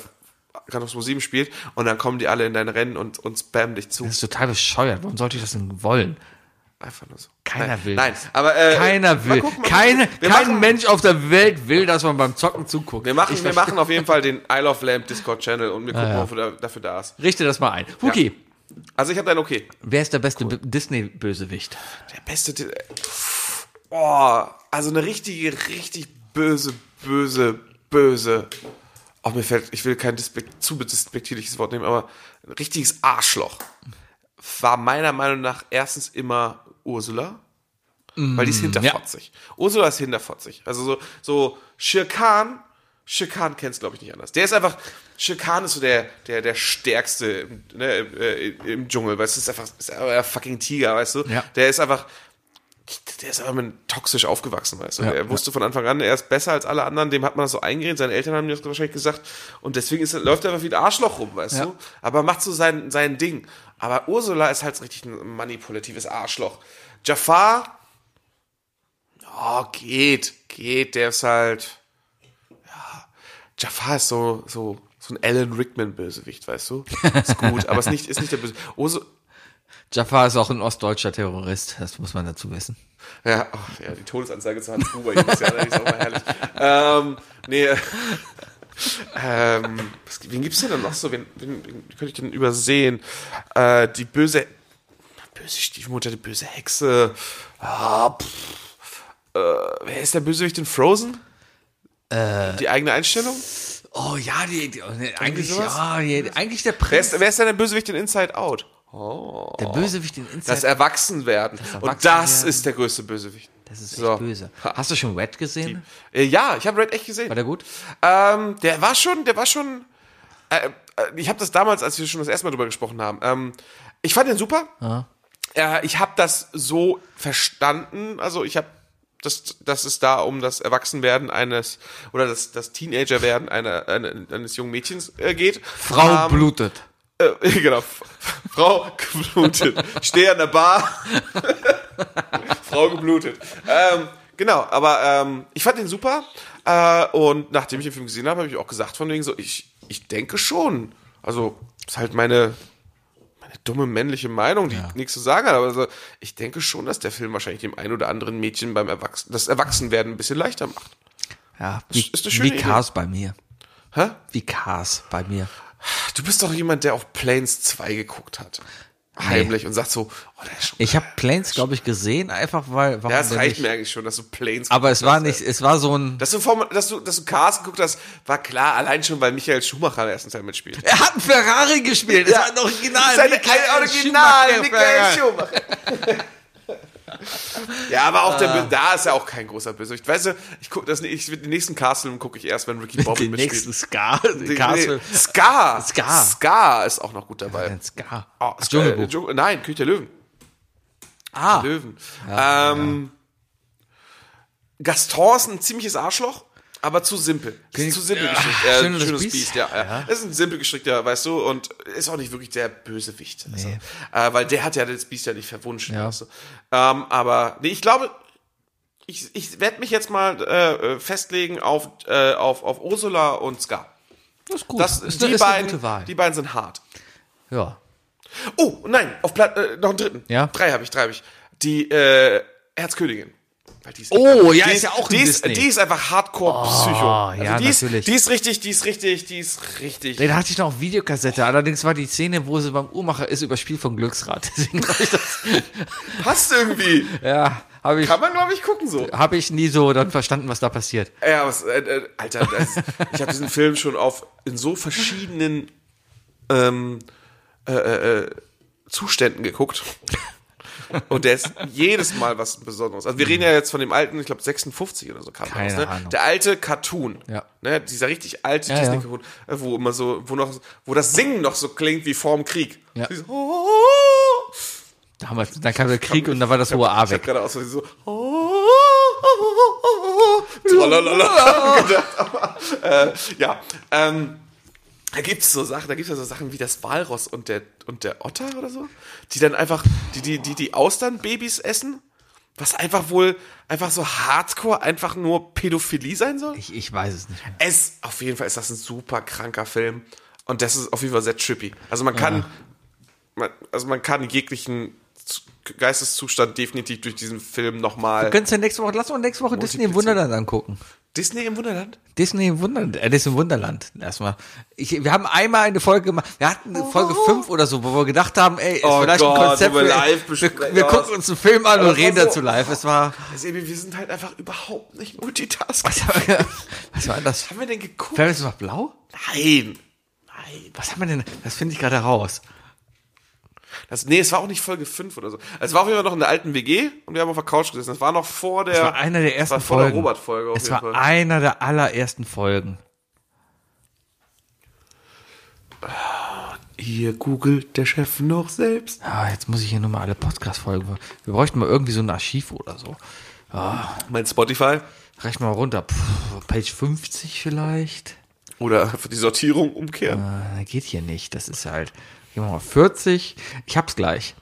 [SPEAKER 1] Gran Turismo 7 spielt und dann kommen die alle in dein Rennen und, und spammen dich zu.
[SPEAKER 2] Das ist total bescheuert. Warum sollte ich das denn wollen?
[SPEAKER 1] Einfach nur so.
[SPEAKER 2] Keiner
[SPEAKER 1] nein,
[SPEAKER 2] will
[SPEAKER 1] Nein,
[SPEAKER 2] das.
[SPEAKER 1] aber äh,
[SPEAKER 2] Keiner
[SPEAKER 1] mal
[SPEAKER 2] will.
[SPEAKER 1] gucken, mal
[SPEAKER 2] Keine,
[SPEAKER 1] gucken. Wir
[SPEAKER 2] kein
[SPEAKER 1] machen-
[SPEAKER 2] Mensch auf der Welt will, dass man beim Zocken zuguckt.
[SPEAKER 1] Wir machen,
[SPEAKER 2] Ich
[SPEAKER 1] wir
[SPEAKER 2] verstehe- Ah,
[SPEAKER 1] machen auf jeden Fall den Isle of Lamp Discord Channel und wir gucken,
[SPEAKER 2] ja.
[SPEAKER 1] ob er dafür da ist.
[SPEAKER 2] Richte das mal ein. Huki,
[SPEAKER 1] Also ich habe dein Okay.
[SPEAKER 2] wer ist der beste B- Disney-Bösewicht?
[SPEAKER 1] Der beste Titel. Oh, also eine richtige, richtig böse, böse, böse. Oh, mir fällt, ich will kein despekt, zu despektierliches Wort nehmen, aber ein richtiges Arschloch. War meiner Meinung nach erstens immer Ursula. Weil die ist hinterfotzig. Ursula ist hinterfotzig. Also so, so Schirkan, Schirkan kennst glaube ich nicht anders. Der ist einfach, Schirkan ist so der, der, der stärkste ne, äh, im Dschungel, weißt du, ist einfach, ist einfach ein fucking Tiger, weißt du.
[SPEAKER 2] Ja.
[SPEAKER 1] Der ist einfach, der ist einfach mit toxisch aufgewachsen, weißt du.
[SPEAKER 2] Ja,
[SPEAKER 1] er wusste von Anfang an, er ist besser als alle anderen, dem hat man das so eingeredet, seine Eltern haben ihm das wahrscheinlich gesagt und deswegen ist, er- läuft er einfach wie ein Arschloch rum, weißt
[SPEAKER 2] Ja.
[SPEAKER 1] du. Aber macht so sein, sein Ding. Aber Ursula ist halt so richtig ein manipulatives Arschloch. Jafar Oh, geht, geht. Der ist halt. Ja. Jafar ist so, so, so ein Alan Rickman-Bösewicht, weißt du? Ist gut, aber ist nicht, ist nicht der Böse. Ursu
[SPEAKER 2] Jafar ist auch ein ostdeutscher Terrorist. Das muss man dazu wissen.
[SPEAKER 1] ja, oh, ja, die Todesanzeige zu Hans Gruber jedes Jahr, das ist auch mal herrlich. Ähm, nee. Ähm, was, wen gibt's denn dann noch so? Wen, wen, wen könnte ich denn übersehen? Äh, die böse. Böse Stiefmutter, die böse Hexe. Ah, pff. Äh, wer ist der Bösewicht in Frozen?
[SPEAKER 2] Äh.
[SPEAKER 1] die eigene Einstellung?
[SPEAKER 2] Oh ja, die, die, eigentlich,
[SPEAKER 1] sowas?
[SPEAKER 2] ja, die, eigentlich der
[SPEAKER 1] Wer
[SPEAKER 2] Prinz,
[SPEAKER 1] ist, wer ist denn der Bösewicht in Inside Out?
[SPEAKER 2] der Bösewicht in Inside.
[SPEAKER 1] Das Erwachsenwerden. Und das
[SPEAKER 2] Erwachsenwerden.
[SPEAKER 1] ist der größte Bösewicht.
[SPEAKER 2] Das ist echt
[SPEAKER 1] So.
[SPEAKER 2] böse. Hast du schon Red gesehen?
[SPEAKER 1] Äh, ja, ich habe Red echt gesehen.
[SPEAKER 2] War der gut?
[SPEAKER 1] Ähm, der war schon, der war schon. Äh, äh, ich habe das damals, als wir schon das erste Mal drüber gesprochen haben. Ähm, ich fand den super. Äh, ich habe das so verstanden. Also ich habe das, das ist da um das Erwachsenwerden eines oder das, das Teenagerwerden einer, einer, eines jungen Mädchens äh, geht.
[SPEAKER 2] Frau
[SPEAKER 1] Ähm,
[SPEAKER 2] blutet.
[SPEAKER 1] äh, [laughs] genau. F- Frau geblutet. Stehe an der Bar. Frau geblutet. Ähm, genau, aber ähm, ich fand den super. Äh, und nachdem ich den Film gesehen habe, habe ich auch gesagt von wegen so, ich, ich denke schon. Also, ist halt meine, meine dumme männliche Meinung, die nichts zu sagen hat. Aber so, ich denke schon, dass der Film wahrscheinlich dem ein oder anderen Mädchen beim Erwachsen das Erwachsenwerden ein bisschen leichter macht.
[SPEAKER 2] Ja, wie,
[SPEAKER 1] ist eine schöne
[SPEAKER 2] wie
[SPEAKER 1] Idee.
[SPEAKER 2] Cars bei mir.
[SPEAKER 1] Hä?
[SPEAKER 2] Wie Cars bei mir.
[SPEAKER 1] Du bist doch jemand, der auf Planes 2 geguckt hat. Heimlich und sagt so, oh, der ist schon
[SPEAKER 2] Ich habe Planes, glaube ich, gesehen, einfach weil. Warum
[SPEAKER 1] Ja, es
[SPEAKER 2] denn
[SPEAKER 1] reicht
[SPEAKER 2] nicht?
[SPEAKER 1] mir eigentlich schon, dass du Planes
[SPEAKER 2] Aber es war
[SPEAKER 1] hast,
[SPEAKER 2] nicht,
[SPEAKER 1] ey.
[SPEAKER 2] es war so ein.
[SPEAKER 1] Dass du, Formel, dass, du, dass du Cars geguckt hast, war klar, allein schon, weil Michael Schumacher im ersten Teil
[SPEAKER 2] [laughs]
[SPEAKER 1] mitspielt.
[SPEAKER 2] Er hat einen Ferrari gespielt. Das war ein Original.
[SPEAKER 1] Sein
[SPEAKER 2] Ah, Michael
[SPEAKER 1] ein Original,
[SPEAKER 2] Schumacher
[SPEAKER 1] Michael
[SPEAKER 2] Ferrari.
[SPEAKER 1] Schumacher.
[SPEAKER 2] [laughs]
[SPEAKER 1] ja, aber auch der,
[SPEAKER 2] Ah.
[SPEAKER 1] Bö- da ist ja auch kein großer Bösewicht. Weißt du, ich guck, das, ich, den nächsten Cars-Film gucke ich erst, wenn Ricky Bobby
[SPEAKER 2] Den
[SPEAKER 1] mitspielt.
[SPEAKER 2] nächsten Scar.
[SPEAKER 1] Nee,
[SPEAKER 2] Cars.
[SPEAKER 1] nee, Scar.
[SPEAKER 2] Scar.
[SPEAKER 1] Scar ist auch noch gut dabei.
[SPEAKER 2] Ein Scar.
[SPEAKER 1] Oh,
[SPEAKER 2] das
[SPEAKER 1] Scar-
[SPEAKER 2] Dschungelbuch.
[SPEAKER 1] Dschungel- Nein, König der Löwen.
[SPEAKER 2] Ah.
[SPEAKER 1] Löwen. ähm, Gaston ist ein ziemliches Arschloch. aber zu simpel. Das ist zu simpel gestrickt. Äh,
[SPEAKER 2] Schönes
[SPEAKER 1] schönes,
[SPEAKER 2] Biest.
[SPEAKER 1] Biest, ja. ja. Das ist ein simpel gestrickter, weißt du, und ist auch nicht wirklich der Bösewicht. Also, äh, weil der hat ja das Biest ja nicht verwunschen.
[SPEAKER 2] Ja.
[SPEAKER 1] Weißt du? ähm, aber nee, ich glaube, ich, ich werde mich jetzt mal äh, äh, festlegen auf, äh, auf, auf Ursula und Ska.
[SPEAKER 2] Das ist gut.
[SPEAKER 1] Das,
[SPEAKER 2] ist
[SPEAKER 1] die,
[SPEAKER 2] eine, ist eine
[SPEAKER 1] beiden,
[SPEAKER 2] gute Wahl.
[SPEAKER 1] die beiden sind hart.
[SPEAKER 2] ja.
[SPEAKER 1] Oh, nein, auf Platz, äh, noch einen dritten.
[SPEAKER 2] Ja.
[SPEAKER 1] Drei habe ich, drei habe ich. Die äh, Herzkönigin. Weil die ist
[SPEAKER 2] Oh,
[SPEAKER 1] einfach-
[SPEAKER 2] ja,
[SPEAKER 1] die
[SPEAKER 2] ist ja auch ein
[SPEAKER 1] die ist,
[SPEAKER 2] Disney. Oh,
[SPEAKER 1] die ist einfach Hardcore-Psycho. also
[SPEAKER 2] ja,
[SPEAKER 1] die ist,
[SPEAKER 2] natürlich.
[SPEAKER 1] Die ist richtig, die ist richtig, die ist richtig.
[SPEAKER 2] Da hatte ich noch Videokassette. Allerdings war die Szene, wo sie beim Uhrmacher ist, über Spiel von Glücksrad. [laughs] Deswegen habe ich das.
[SPEAKER 1] Passt irgendwie.
[SPEAKER 2] [laughs] ja, habe ich,
[SPEAKER 1] Kann man, glaube ich, gucken so.
[SPEAKER 2] hab ich nie so dann verstanden, was da passiert.
[SPEAKER 1] Ja, was, äh, äh, Alter, das, ich habe diesen Film schon auf in so verschiedenen ähm, äh, äh, äh, Zuständen geguckt. Und der ist jedes Mal was Besonderes. Also wir reden ja jetzt von dem alten, ich glaube 56 oder so kam
[SPEAKER 2] Keine
[SPEAKER 1] der raus, ne?
[SPEAKER 2] Ahnung.
[SPEAKER 1] Der alte Cartoon.
[SPEAKER 2] Ja.
[SPEAKER 1] Ne? Dieser richtig alte
[SPEAKER 2] Ja, ja.
[SPEAKER 1] Disney-Cartoon, äh, wo immer so, wo noch, wo das Singen noch so klingt wie vorm Krieg.
[SPEAKER 2] Ja.
[SPEAKER 1] Dieses, oh, oh, oh.
[SPEAKER 2] Damals, dann kam der Krieg und dann war das hohe A
[SPEAKER 1] Ich hab
[SPEAKER 2] weg.
[SPEAKER 1] gerade aus so oh, oh, oh, oh, oh, tralalala [laughs] gedacht. Aber, äh, ja, ähm, da gibt's so Sachen, da gibt's ja so Sachen wie das Walross und der und der Otter oder so, die dann einfach die die die die Austernbabys essen, was einfach wohl einfach so Hardcore einfach nur Pädophilie sein soll.
[SPEAKER 2] Ich, ich weiß es nicht. Mehr.
[SPEAKER 1] Es, auf jeden Fall ist das ein super kranker Film. Und das ist auf jeden Fall sehr trippy. Also man kann, man, also man kann jeglichen Z- Geisteszustand definitiv durch diesen Film nochmal.
[SPEAKER 2] Könntest du nächste Woche, lass uns nächste Woche Disney im Wunderland angucken.
[SPEAKER 1] Disney im Wunderland?
[SPEAKER 2] Disney im Wunderland, äh, Disney im Wunderland. Erstmal. Ich, wir haben einmal eine Folge gemacht. Wir hatten Folge 5 oder so, wo wir gedacht haben, ey, ist
[SPEAKER 1] Oh
[SPEAKER 2] vielleicht
[SPEAKER 1] Gott,
[SPEAKER 2] ein Konzept.
[SPEAKER 1] wo wir
[SPEAKER 2] für-
[SPEAKER 1] live
[SPEAKER 2] wir,
[SPEAKER 1] besprechen.
[SPEAKER 2] wir gucken uns einen Film an und
[SPEAKER 1] Aber
[SPEAKER 2] reden
[SPEAKER 1] so-
[SPEAKER 2] dazu live. Es war, [laughs]
[SPEAKER 1] Also eben, wir sind halt einfach überhaupt nicht Multitasker. Was
[SPEAKER 2] was war das?
[SPEAKER 1] haben wir denn geguckt?
[SPEAKER 2] Ferris macht blau?
[SPEAKER 1] Nein. Nein.
[SPEAKER 2] Was haben wir denn? Das finde ich gerade raus.
[SPEAKER 1] Das, nee, es war auch nicht Folge 5 oder so. Es war auf jeden Fall noch in der alten WG und wir haben auf der Couch gesessen. Das war noch vor der.
[SPEAKER 2] Es war einer der
[SPEAKER 1] das war
[SPEAKER 2] ersten
[SPEAKER 1] vor
[SPEAKER 2] Folgen.
[SPEAKER 1] der Robert-Folge auf
[SPEAKER 2] Es
[SPEAKER 1] jeden
[SPEAKER 2] war
[SPEAKER 1] Fall.
[SPEAKER 2] einer der allerersten Folgen.
[SPEAKER 1] Hier googelt der Chef noch selbst.
[SPEAKER 2] Ah, jetzt muss ich hier nur mal alle Podcast-Folgen. Wir bräuchten mal irgendwie so ein Archiv oder so.
[SPEAKER 1] Mein Spotify.
[SPEAKER 2] Rechnen wir mal runter. Puh, Page 50 vielleicht.
[SPEAKER 1] Oder einfach die Sortierung umkehren.
[SPEAKER 2] Äh, geht hier nicht. Das ist halt. Gehen wir mal 40. Ich hab's gleich.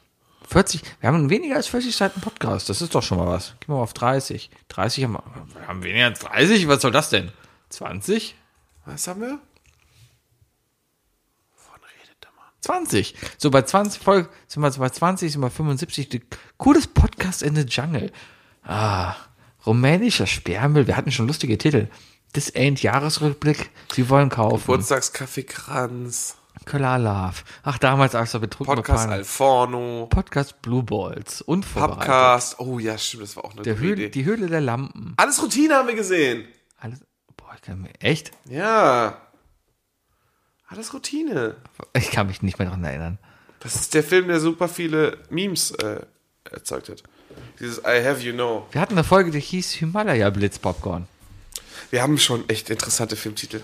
[SPEAKER 2] 40. Wir haben weniger als 40 Seiten Podcast. Das ist doch schon mal was. Gehen wir mal auf 30. 30 haben wir. Wir haben weniger als 30? Was soll das denn? 20?
[SPEAKER 1] Was haben wir? Wovon redet der Mann?
[SPEAKER 2] 20. So bei 20 Folgen sind wir so bei 20, sind wir 75. Die- Cooles Podcast in the Jungle. Ah, rumänischer Sperrmüll. Wir hatten schon lustige Titel. This ain't Jahresrückblick. Sie wollen kaufen.
[SPEAKER 1] Geburtstagskaffeekranz,
[SPEAKER 2] Köller Love. Ach, damals, als wir betrunken
[SPEAKER 1] Podcast
[SPEAKER 2] waren.
[SPEAKER 1] Alforno,
[SPEAKER 2] Podcast Blue Balls. Unvorbereitet.
[SPEAKER 1] Podcast. Oh ja, stimmt, das war auch eine
[SPEAKER 2] Der
[SPEAKER 1] gute
[SPEAKER 2] Höhle,
[SPEAKER 1] Idee.
[SPEAKER 2] die Höhle der Lampen.
[SPEAKER 1] Alles Routine haben wir gesehen.
[SPEAKER 2] Alles, boah, ich kann mir, echt?
[SPEAKER 1] Ja. Alles Routine.
[SPEAKER 2] Ich kann mich nicht mehr daran erinnern.
[SPEAKER 1] Das ist der Film, der super viele Memes äh, erzeugt hat. Dieses I have you know.
[SPEAKER 2] Wir hatten eine Folge, die hieß Himalaya Blitz Popcorn.
[SPEAKER 1] Wir haben schon echt interessante Filmtitel.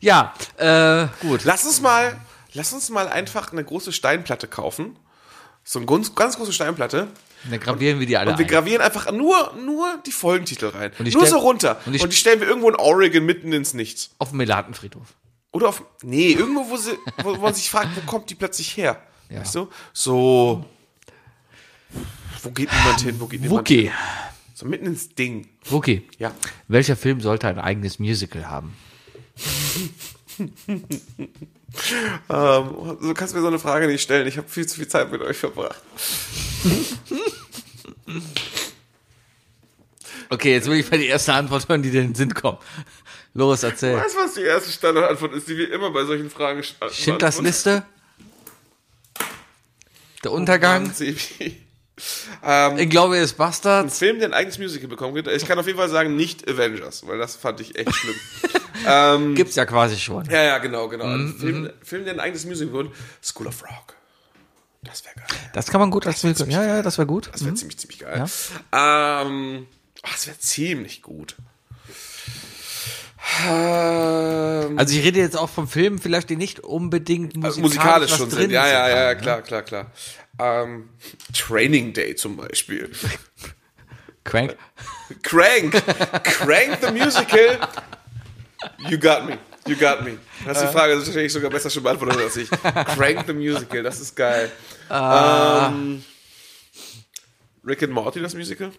[SPEAKER 2] Ja, äh, gut.
[SPEAKER 1] Lass uns mal, lass uns mal einfach eine große Steinplatte kaufen. So eine ganz, ganz große Steinplatte.
[SPEAKER 2] Dann gravieren wir die alle
[SPEAKER 1] Und wir
[SPEAKER 2] ein.
[SPEAKER 1] gravieren einfach nur, nur die Folgentitel rein.
[SPEAKER 2] die
[SPEAKER 1] nur
[SPEAKER 2] stell-
[SPEAKER 1] so runter.
[SPEAKER 2] und
[SPEAKER 1] Und
[SPEAKER 2] die
[SPEAKER 1] die, stellen wir irgendwo in Oregon mitten ins Nichts.
[SPEAKER 2] Auf dem Melatenfriedhof.
[SPEAKER 1] Oder auf. Nee, irgendwo, wo, sie, wo man sich fragt, wo kommt die plötzlich her?
[SPEAKER 2] Ja.
[SPEAKER 1] Weißt du? So. Wo geht niemand hin? Wo geht niemand hin?
[SPEAKER 2] Wookie.
[SPEAKER 1] So mitten ins Ding.
[SPEAKER 2] Wookie.
[SPEAKER 1] Ja.
[SPEAKER 2] Welcher Film sollte ein eigenes Musical haben?
[SPEAKER 1] Ähm, so kannst du mir so eine Frage nicht stellen. Ich habe viel zu viel Zeit mit euch verbracht.
[SPEAKER 2] Okay, jetzt will ich mal die erste Antwort hören, die dir in den Sinn kommt. Loris, erzähl.
[SPEAKER 1] Weißt du, was die erste Standardantwort ist, die wir immer bei solchen Fragen sta-
[SPEAKER 2] Schindlers
[SPEAKER 1] beantworten?
[SPEAKER 2] Liste? Der
[SPEAKER 1] Oh,
[SPEAKER 2] Untergang?
[SPEAKER 1] Sebi. Ähm,
[SPEAKER 2] Ich glaube, es Bastards.
[SPEAKER 1] Film, der ein eigenes Musical bekommen könnte. Ich kann auf jeden Fall sagen, nicht Avengers, weil das fand ich echt schlimm. Mhm.
[SPEAKER 2] Gibt's ja quasi schon.
[SPEAKER 1] [laughs] ja, ja, genau, genau. Ein Film, Film, der ein eigenes Musical bekommt. School of Rock. Das wäre geil.
[SPEAKER 2] Das kann man gut als Musical. Ja, ja, das wäre gut. Mhm.
[SPEAKER 1] Das wäre ziemlich, ziemlich geil. Ähm, oh, das wäre ziemlich gut. Ähm,
[SPEAKER 2] Also ich rede jetzt auch vom Film, vielleicht die nicht unbedingt musikalisch,
[SPEAKER 1] also musikalisch
[SPEAKER 2] was
[SPEAKER 1] schon
[SPEAKER 2] drin
[SPEAKER 1] sind. Ja,
[SPEAKER 2] ist. ne?
[SPEAKER 1] ja, ja, klar, klar, klar. Ähm, Training Day zum Beispiel.
[SPEAKER 2] Crank.
[SPEAKER 1] Crank. Crank the Musical. You got me. You got me. Das
[SPEAKER 2] Äh.
[SPEAKER 1] ist die Frage, das ist wahrscheinlich sogar besser schon beantwortet als ich. Crank the Musical, das ist geil.
[SPEAKER 2] Ah.
[SPEAKER 1] Ähm, Rick and Morty, das Musical?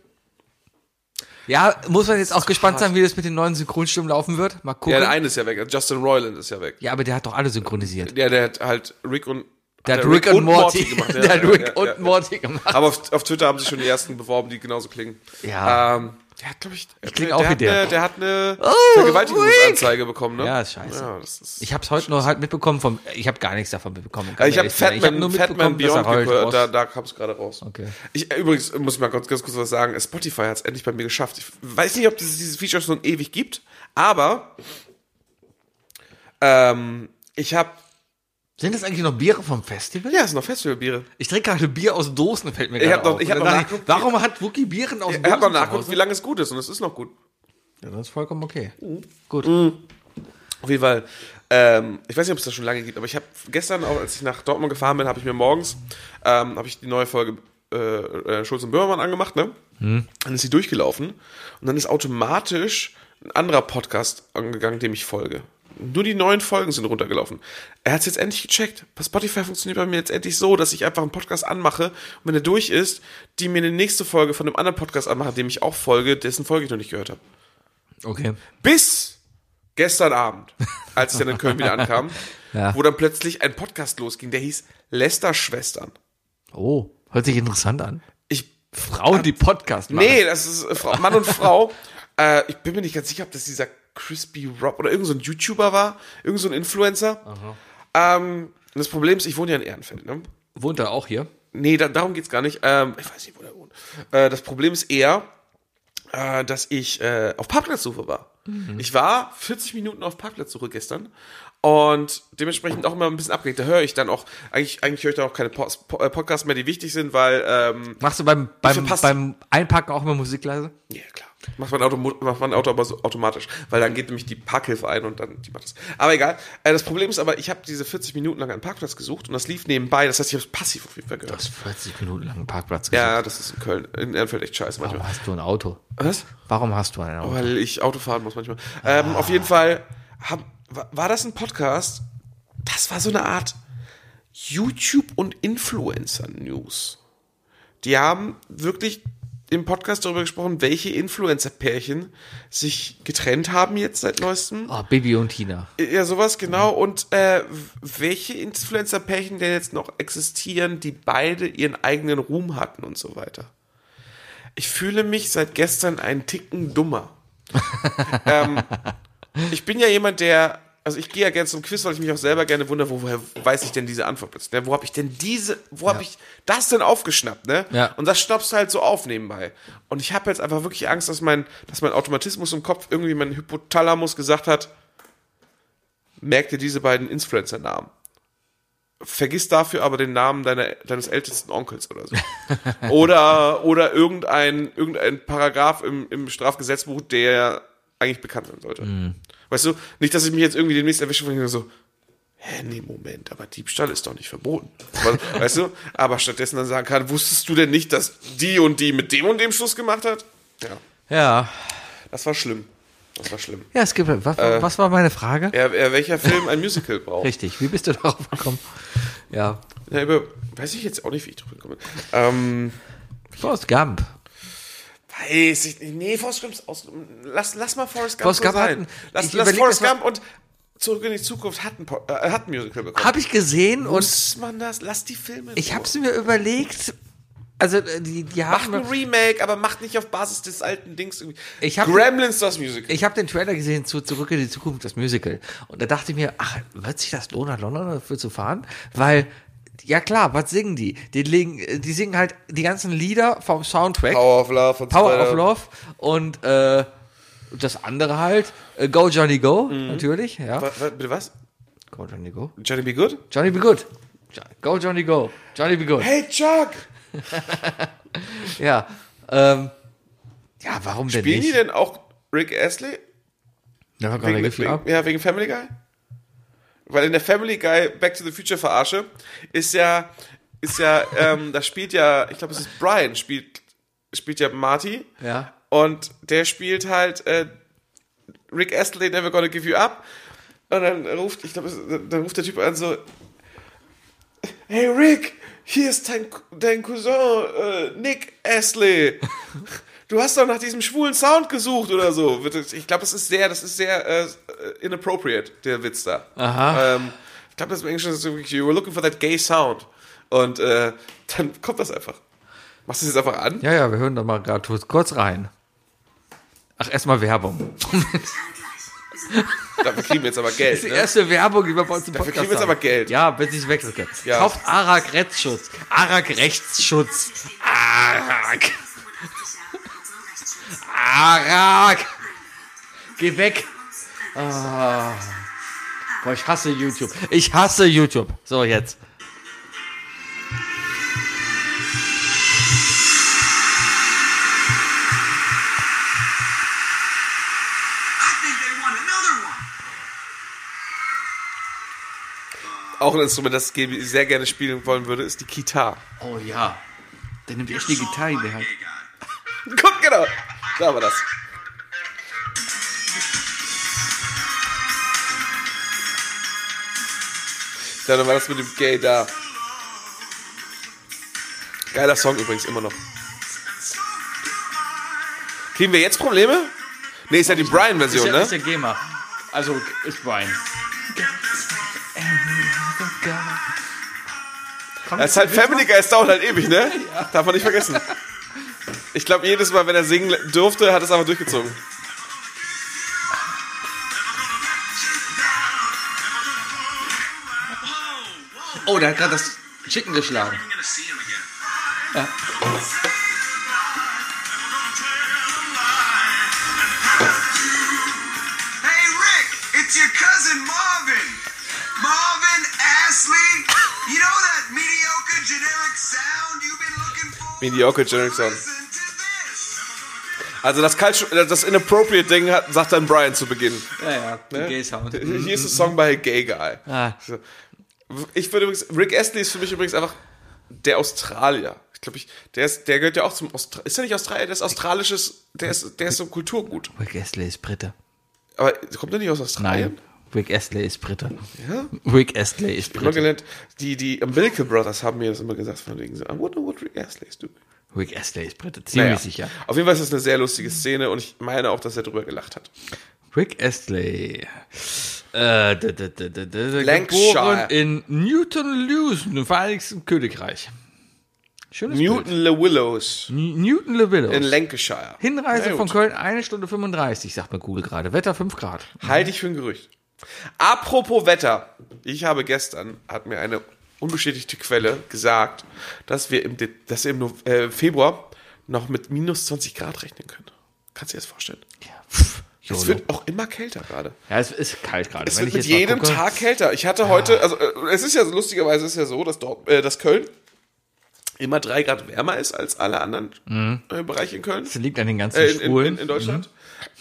[SPEAKER 2] Ja, muss man jetzt auch gespannt sein, wie das mit den neuen Synchronstimmen laufen wird. Mal
[SPEAKER 1] Ja,
[SPEAKER 2] gucken.
[SPEAKER 1] der
[SPEAKER 2] Ja,
[SPEAKER 1] eine ist ja weg. Justin Roiland ist ja weg.
[SPEAKER 2] aber der hat doch alle synchronisiert.
[SPEAKER 1] Ja, der hat halt Rick und
[SPEAKER 2] Der hat Rick und Morty [laughs]
[SPEAKER 1] gemacht. Ja,
[SPEAKER 2] Der hat
[SPEAKER 1] ja,
[SPEAKER 2] Rick
[SPEAKER 1] ja,
[SPEAKER 2] und
[SPEAKER 1] ja, ja.
[SPEAKER 2] Morty gemacht.
[SPEAKER 1] Aber auf, auf Twitter haben sich schon die ersten beworben, die genauso klingen.
[SPEAKER 2] Ja.
[SPEAKER 1] Ähm, der hat, glaube ich,
[SPEAKER 2] klinge
[SPEAKER 1] der,
[SPEAKER 2] auch wie
[SPEAKER 1] hat
[SPEAKER 2] der.
[SPEAKER 1] Eine, der hat eine
[SPEAKER 2] Oh,
[SPEAKER 1] Vergewaltigungsanzeige bekommen, ne?
[SPEAKER 2] Ja, ist scheiße.
[SPEAKER 1] Ja, das ist
[SPEAKER 2] Ich hab's heute nur halt mitbekommen vom. Ich hab gar nichts davon mitbekommen. um
[SPEAKER 1] Also ich habe
[SPEAKER 2] Ganz ehrlich, ich hab
[SPEAKER 1] Fatman, Fatman
[SPEAKER 2] dass er
[SPEAKER 1] Beyond
[SPEAKER 2] heult
[SPEAKER 1] gehört,
[SPEAKER 2] raus-
[SPEAKER 1] da, da kam es gerade raus.
[SPEAKER 2] Okay.
[SPEAKER 1] Ich, äh, übrigens äh, muss ich mal ganz, ganz kurz was sagen. Spotify hat es endlich bei mir geschafft. Ich weiß nicht, ob es dieses Feature schon ewig gibt, aber ähm, ich habe,
[SPEAKER 2] Sind das eigentlich noch Biere vom Festival?
[SPEAKER 1] ja, es sind noch Festivalbiere.
[SPEAKER 2] Ich trinke gerade Bier aus Dosen, fällt mir gerade
[SPEAKER 1] hab noch-
[SPEAKER 2] auf.
[SPEAKER 1] ich hab
[SPEAKER 2] Und
[SPEAKER 1] noch
[SPEAKER 2] dann dachte
[SPEAKER 1] nachgeguckt.
[SPEAKER 2] Warum hat Wookie Bieren aus
[SPEAKER 1] Ich
[SPEAKER 2] Dosen?
[SPEAKER 1] habe noch
[SPEAKER 2] zu
[SPEAKER 1] nachgeguckt,
[SPEAKER 2] Hause?
[SPEAKER 1] wie lange es gut ist und es ist noch gut.
[SPEAKER 2] Ja, das ist vollkommen okay. Gut.
[SPEAKER 1] Auf jeden Fall, ähm, ich weiß nicht, ob es das schon lange gibt, aber ich habe gestern, auch, als ich nach Dortmund gefahren bin, habe ich mir morgens ähm, habe ich die neue Folge äh, äh, Schulz und Böhmermann angemacht, ne? Dann ist sie durchgelaufen und dann ist automatisch ein anderer Podcast angegangen, dem ich folge. Nur die neuen Folgen sind runtergelaufen. Er hat es jetzt endlich gecheckt. Bei Spotify funktioniert bei mir jetzt endlich so, dass ich einfach einen Podcast anmache und wenn er durch ist, die mir eine nächste Folge von einem anderen Podcast anmachen, dem ich auch folge, dessen Folge ich noch nicht gehört habe.
[SPEAKER 2] Okay.
[SPEAKER 1] Bis gestern Abend, als ich dann in Köln wieder ankam, wo dann plötzlich ein Podcast losging, der hieß Lester Schwestern.
[SPEAKER 2] Oh, hört sich interessant an.
[SPEAKER 1] Ich,
[SPEAKER 2] Frauen, die Podcast machen.
[SPEAKER 1] nee, das ist äh, Frau- Mann und Frau. [laughs] äh, ich bin mir nicht ganz sicher, ob das dieser Crispy Rob oder irgendein so ein YouTuber war, irgendein so ein Influencer. Ähm, und das Problem ist, ich wohne ja in Ehrenfeld, ne?
[SPEAKER 2] Wohnt er auch hier?
[SPEAKER 1] Nee, da, darum geht's gar nicht. Ähm, ich weiß nicht, wo der wohnt. Äh, das Problem ist eher, äh, dass ich äh, auf Parkplatzsuche war. Ich war 40 Minuten auf Parkplatzsuche gestern und dementsprechend auch immer ein bisschen abgelegt. Da höre ich dann auch, eigentlich, eigentlich höre ich dann auch keine Pos- Po- äh, Podcasts mehr, die wichtig sind, weil, ähm,
[SPEAKER 2] Machst du beim, beim,
[SPEAKER 1] verpasst-
[SPEAKER 2] beim Einpacken auch immer Musik leise?
[SPEAKER 1] ja klar, macht man, Auto, macht man Auto aber so automatisch, weil dann geht nämlich die Parkhilfe ein und dann die macht das. Aber egal. Äh, das Problem ist aber, ich habe diese 40 Minuten lang einen Parkplatz gesucht und das lief nebenbei. Das heißt, ich habe es passiv auf jeden Fall gehört.
[SPEAKER 2] 40 Minuten lang Parkplatz
[SPEAKER 1] ja, das ist in Köln, in Ehrenfeld echt scheiße manchmal.
[SPEAKER 2] Warum hast du ein Auto?
[SPEAKER 1] Was?
[SPEAKER 2] Warum hast du ein Auto?
[SPEAKER 1] Weil ich Auto fahren muss manchmal. Ähm, auf jeden Fall, hab, wa- war das ein Podcast? Das war so eine Art YouTube- und Influencer-News. Die haben wirklich im Podcast darüber gesprochen, welche Influencer-Pärchen sich getrennt haben jetzt seit neuestem.
[SPEAKER 2] Oh, Bibi und Tina.
[SPEAKER 1] Ja, sowas genau. Und äh, w- welche Influencer-Pärchen denn jetzt noch existieren, die beide ihren eigenen Ruhm hatten und so weiter. Ich fühle mich seit gestern einen Ticken dummer. ähm, ich bin ja jemand, der, also ich gehe ja gerne zum Quiz, weil ich mich auch selber gerne wundere, wo, woher weiß ich denn diese Antwort plötzlich? Ne? Wo habe ich denn diese, wo habe ich das denn aufgeschnappt? Ne?
[SPEAKER 2] Ja.
[SPEAKER 1] Und das schnappst du halt so auf nebenbei. Und ich habe jetzt einfach wirklich Angst, dass mein, dass mein Automatismus im Kopf irgendwie mein Hypothalamus gesagt hat, merk dir diese beiden Influencer-Namen. Vergiss dafür aber den Namen deiner, deines ältesten Onkels oder so. oder oder irgendein, irgendein Paragraph im, im Strafgesetzbuch, der eigentlich bekannt sein sollte. Weißt du, nicht, dass ich mich jetzt irgendwie demnächst erwische und so, hä, nee, Moment, aber Diebstahl ist doch nicht verboten. Aber, weißt du, aber stattdessen dann sagen kann, wusstest du denn nicht, dass die und die mit dem und dem Schluss gemacht hat? Ja,
[SPEAKER 2] Ja.
[SPEAKER 1] das war schlimm. Das war schlimm.
[SPEAKER 2] Ja, es gibt. Was, was war meine Frage?
[SPEAKER 1] Ja, äh, welcher Film ein Musical braucht?
[SPEAKER 2] Richtig. Wie bist du [laughs] darauf gekommen? Ja.
[SPEAKER 1] Ja, über, weiß ich jetzt auch nicht, wie ich drauf gekommen bin. Ähm,
[SPEAKER 2] Forrest Gump.
[SPEAKER 1] weiß ich nicht. Nee, Forrest Gump ist aus. Lass, lass mal Forrest Gump
[SPEAKER 2] Forrest
[SPEAKER 1] so
[SPEAKER 2] Gump hat
[SPEAKER 1] sein.
[SPEAKER 2] ein-
[SPEAKER 1] lass
[SPEAKER 2] ich
[SPEAKER 1] lass
[SPEAKER 2] überleg,
[SPEAKER 1] Forrest
[SPEAKER 2] das war-
[SPEAKER 1] Gump und Zurück in die Zukunft hat ein, Po- äh, hat ein Musical bekommen.
[SPEAKER 2] Hab ich gesehen und
[SPEAKER 1] Muss man das? Lass die Filme.
[SPEAKER 2] ich
[SPEAKER 1] so.
[SPEAKER 2] hab's mir überlegt. Also, äh, die, die
[SPEAKER 1] Macht
[SPEAKER 2] haben.
[SPEAKER 1] ein Remake, aber macht nicht auf Basis des alten Dings irgendwie.
[SPEAKER 2] Ich hab-
[SPEAKER 1] Gremlins das Musical.
[SPEAKER 2] Ich habe den Trailer gesehen zu Zurück in die Zukunft, das Musical. Und da dachte ich mir, ach, wird sich das lohnen, nach London dafür zu fahren? Weil, ja klar, was singen die? Die, legen, die singen halt die ganzen Lieder vom Soundtrack.
[SPEAKER 1] Power of Love und
[SPEAKER 2] Power
[SPEAKER 1] so
[SPEAKER 2] of
[SPEAKER 1] weiter.
[SPEAKER 2] Love und äh, das andere halt, äh, Go Johnny Go, natürlich, ja.
[SPEAKER 1] Wa- wa- bitte Mhm. was?
[SPEAKER 2] Go Johnny Go.
[SPEAKER 1] Johnny Be Good?
[SPEAKER 2] Johnny be good. Jo- Go Johnny Go. Johnny be good.
[SPEAKER 1] Hey Chuck!
[SPEAKER 2] Ja. Ähm, ja, warum denn
[SPEAKER 1] Spielen die
[SPEAKER 2] nicht?
[SPEAKER 1] denn auch Rick Astley?
[SPEAKER 2] Da kommt
[SPEAKER 1] Wegen,
[SPEAKER 2] der Griff
[SPEAKER 1] wegen,
[SPEAKER 2] hier ab.
[SPEAKER 1] Ja, wegen Family Guy. Weil in der Family Guy Back to the Future Verarsche ist ja, ist ja, ähm, da spielt ja, ich glaube, es ist Brian, spielt, spielt ja Marty.
[SPEAKER 2] Ja.
[SPEAKER 1] Und der spielt halt äh, Rick Astley, Never Gonna Give You Up. Und dann ruft, ich glaube, es- dann ruft der Typ an so, hey Rick, hier ist dein, dein Cousin äh, Nick Astley. Du hast doch nach diesem schwulen Sound gesucht oder so. Wird das- Ich glaube, das ist sehr, das ist sehr äh, inappropriate, der Witz da. Aha. Ähm, ich glaube, das im Englischen ist es wirklich, you were looking for that gay sound. Und äh, dann kommt das einfach. Machst du es jetzt einfach an?
[SPEAKER 2] Ja, ja, wir hören da mal gerade kurz rein. Ach, erstmal Werbung.
[SPEAKER 1] Dafür kriegen wir jetzt aber Geld.
[SPEAKER 2] Die
[SPEAKER 1] Ne?
[SPEAKER 2] erste Werbung, die wir bei uns im
[SPEAKER 1] Dafür
[SPEAKER 2] Podcast
[SPEAKER 1] kriegen wir jetzt
[SPEAKER 2] haben.
[SPEAKER 1] aber Geld.
[SPEAKER 2] Ja, bis ich wechseln kann.
[SPEAKER 1] Ja.
[SPEAKER 2] Kauft Arak Rechtsschutz. Arak Rechtsschutz. Arak. Arak. Geh weg. Ah. Boah, ich hasse YouTube. Ich hasse YouTube. So, jetzt.
[SPEAKER 5] I think they want another one.
[SPEAKER 1] Auch ein Instrument, das ich sehr gerne spielen wollen würde, ist die Kitar.
[SPEAKER 2] Oh ja. Der nimmt echt die Gitarre in
[SPEAKER 1] [laughs]
[SPEAKER 2] die Hand.
[SPEAKER 1] Guck, genau. Da war das. Ja, dann war das mit dem Gay da. Geiler Song übrigens, immer noch. Kriegen wir jetzt Probleme? Nee, ist ja die Brian-Version, ne?
[SPEAKER 2] der GEMA. Also, ist Brian.
[SPEAKER 1] Das ist halt Family Guy, es dauert halt ewig, ne? Darf man nicht vergessen. Ich glaube, jedes Mal, wenn er singen durfte, hat er es einfach durchgezogen.
[SPEAKER 2] Oh, der hat gerade das Chicken geschlagen.
[SPEAKER 5] I'm gonna see him again. Hey Rick, it's your cousin Marvin. Marvin Astley. You know that mediocre generic sound you've been looking for?
[SPEAKER 1] Mediocre generic sound.
[SPEAKER 5] Listen to this.
[SPEAKER 1] Also das, Cultu- äh, das Inappropriate Ding hat, sagt dann Brian zu Beginn.
[SPEAKER 2] Ja, ja, ne? Gay Sound.
[SPEAKER 1] Hier ist ein Song bei Gay Guy.
[SPEAKER 2] Ah.
[SPEAKER 1] So. Ich würde übrigens, Rick Astley ist für mich übrigens einfach der Australier. Ich glaube, ich, der, ist, der gehört ja auch zum Austra Ist er nicht Australier? Der ist australisches, der ist, der ist so Kulturgut.
[SPEAKER 2] Rick Astley ist Brite.
[SPEAKER 1] Aber kommt er nicht aus Australien?
[SPEAKER 2] Nein. Rick Astley ist Brite. Ja? Rick Astley ist
[SPEAKER 1] Immer
[SPEAKER 2] Brite.
[SPEAKER 1] gelernt, die, die Umbilical Brothers haben mir das immer gesagt, von wegen so, I wonder what Rick Astley is doing.
[SPEAKER 2] Rick Astley ist Brite, ziemlich
[SPEAKER 1] Naja.
[SPEAKER 2] sicher.
[SPEAKER 1] Auf jeden Fall ist das eine sehr lustige Szene und ich meine auch, dass er drüber gelacht hat.
[SPEAKER 2] Rick Astley. Äh, d- d- d- d- d-
[SPEAKER 1] Lancashire.
[SPEAKER 2] Geboren in Newton Lewison, im Vereinigten Königreich. Schönes
[SPEAKER 1] Newton
[SPEAKER 2] Bild.
[SPEAKER 1] Le Willows
[SPEAKER 2] N- Newton Lewillow.
[SPEAKER 1] in Lancashire.
[SPEAKER 2] Hinreise
[SPEAKER 1] Na
[SPEAKER 2] von
[SPEAKER 1] gut.
[SPEAKER 2] Köln, eine Stunde 35, sagt mir Google gerade. Wetter 5 Grad.
[SPEAKER 1] Halte ich für ein Gerücht. Apropos Wetter. Ich habe gestern, hat mir eine unbestätigte Quelle gesagt, dass wir im, De dass wir im no äh, Februar noch mit minus 20 Grad rechnen können. Kannst du dir das vorstellen? Es
[SPEAKER 2] YOLO.
[SPEAKER 1] wird auch immer kälter gerade.
[SPEAKER 2] Ja, es ist kalt gerade.
[SPEAKER 1] Es
[SPEAKER 2] Wenn
[SPEAKER 1] wird
[SPEAKER 2] ich
[SPEAKER 1] mit
[SPEAKER 2] jetzt mal
[SPEAKER 1] jedem
[SPEAKER 2] gucke-
[SPEAKER 1] Tag kälter. Ich hatte heute, also äh, es ist ja so, lustigerweise ist ja so, dass, Dort, äh, dass Köln immer drei Grad wärmer ist als alle anderen
[SPEAKER 2] Mhm.
[SPEAKER 1] äh, Bereiche in Köln.
[SPEAKER 2] Das liegt an den ganzen
[SPEAKER 1] Äh, in, in,
[SPEAKER 2] Schwulen.
[SPEAKER 1] in, in Deutschland.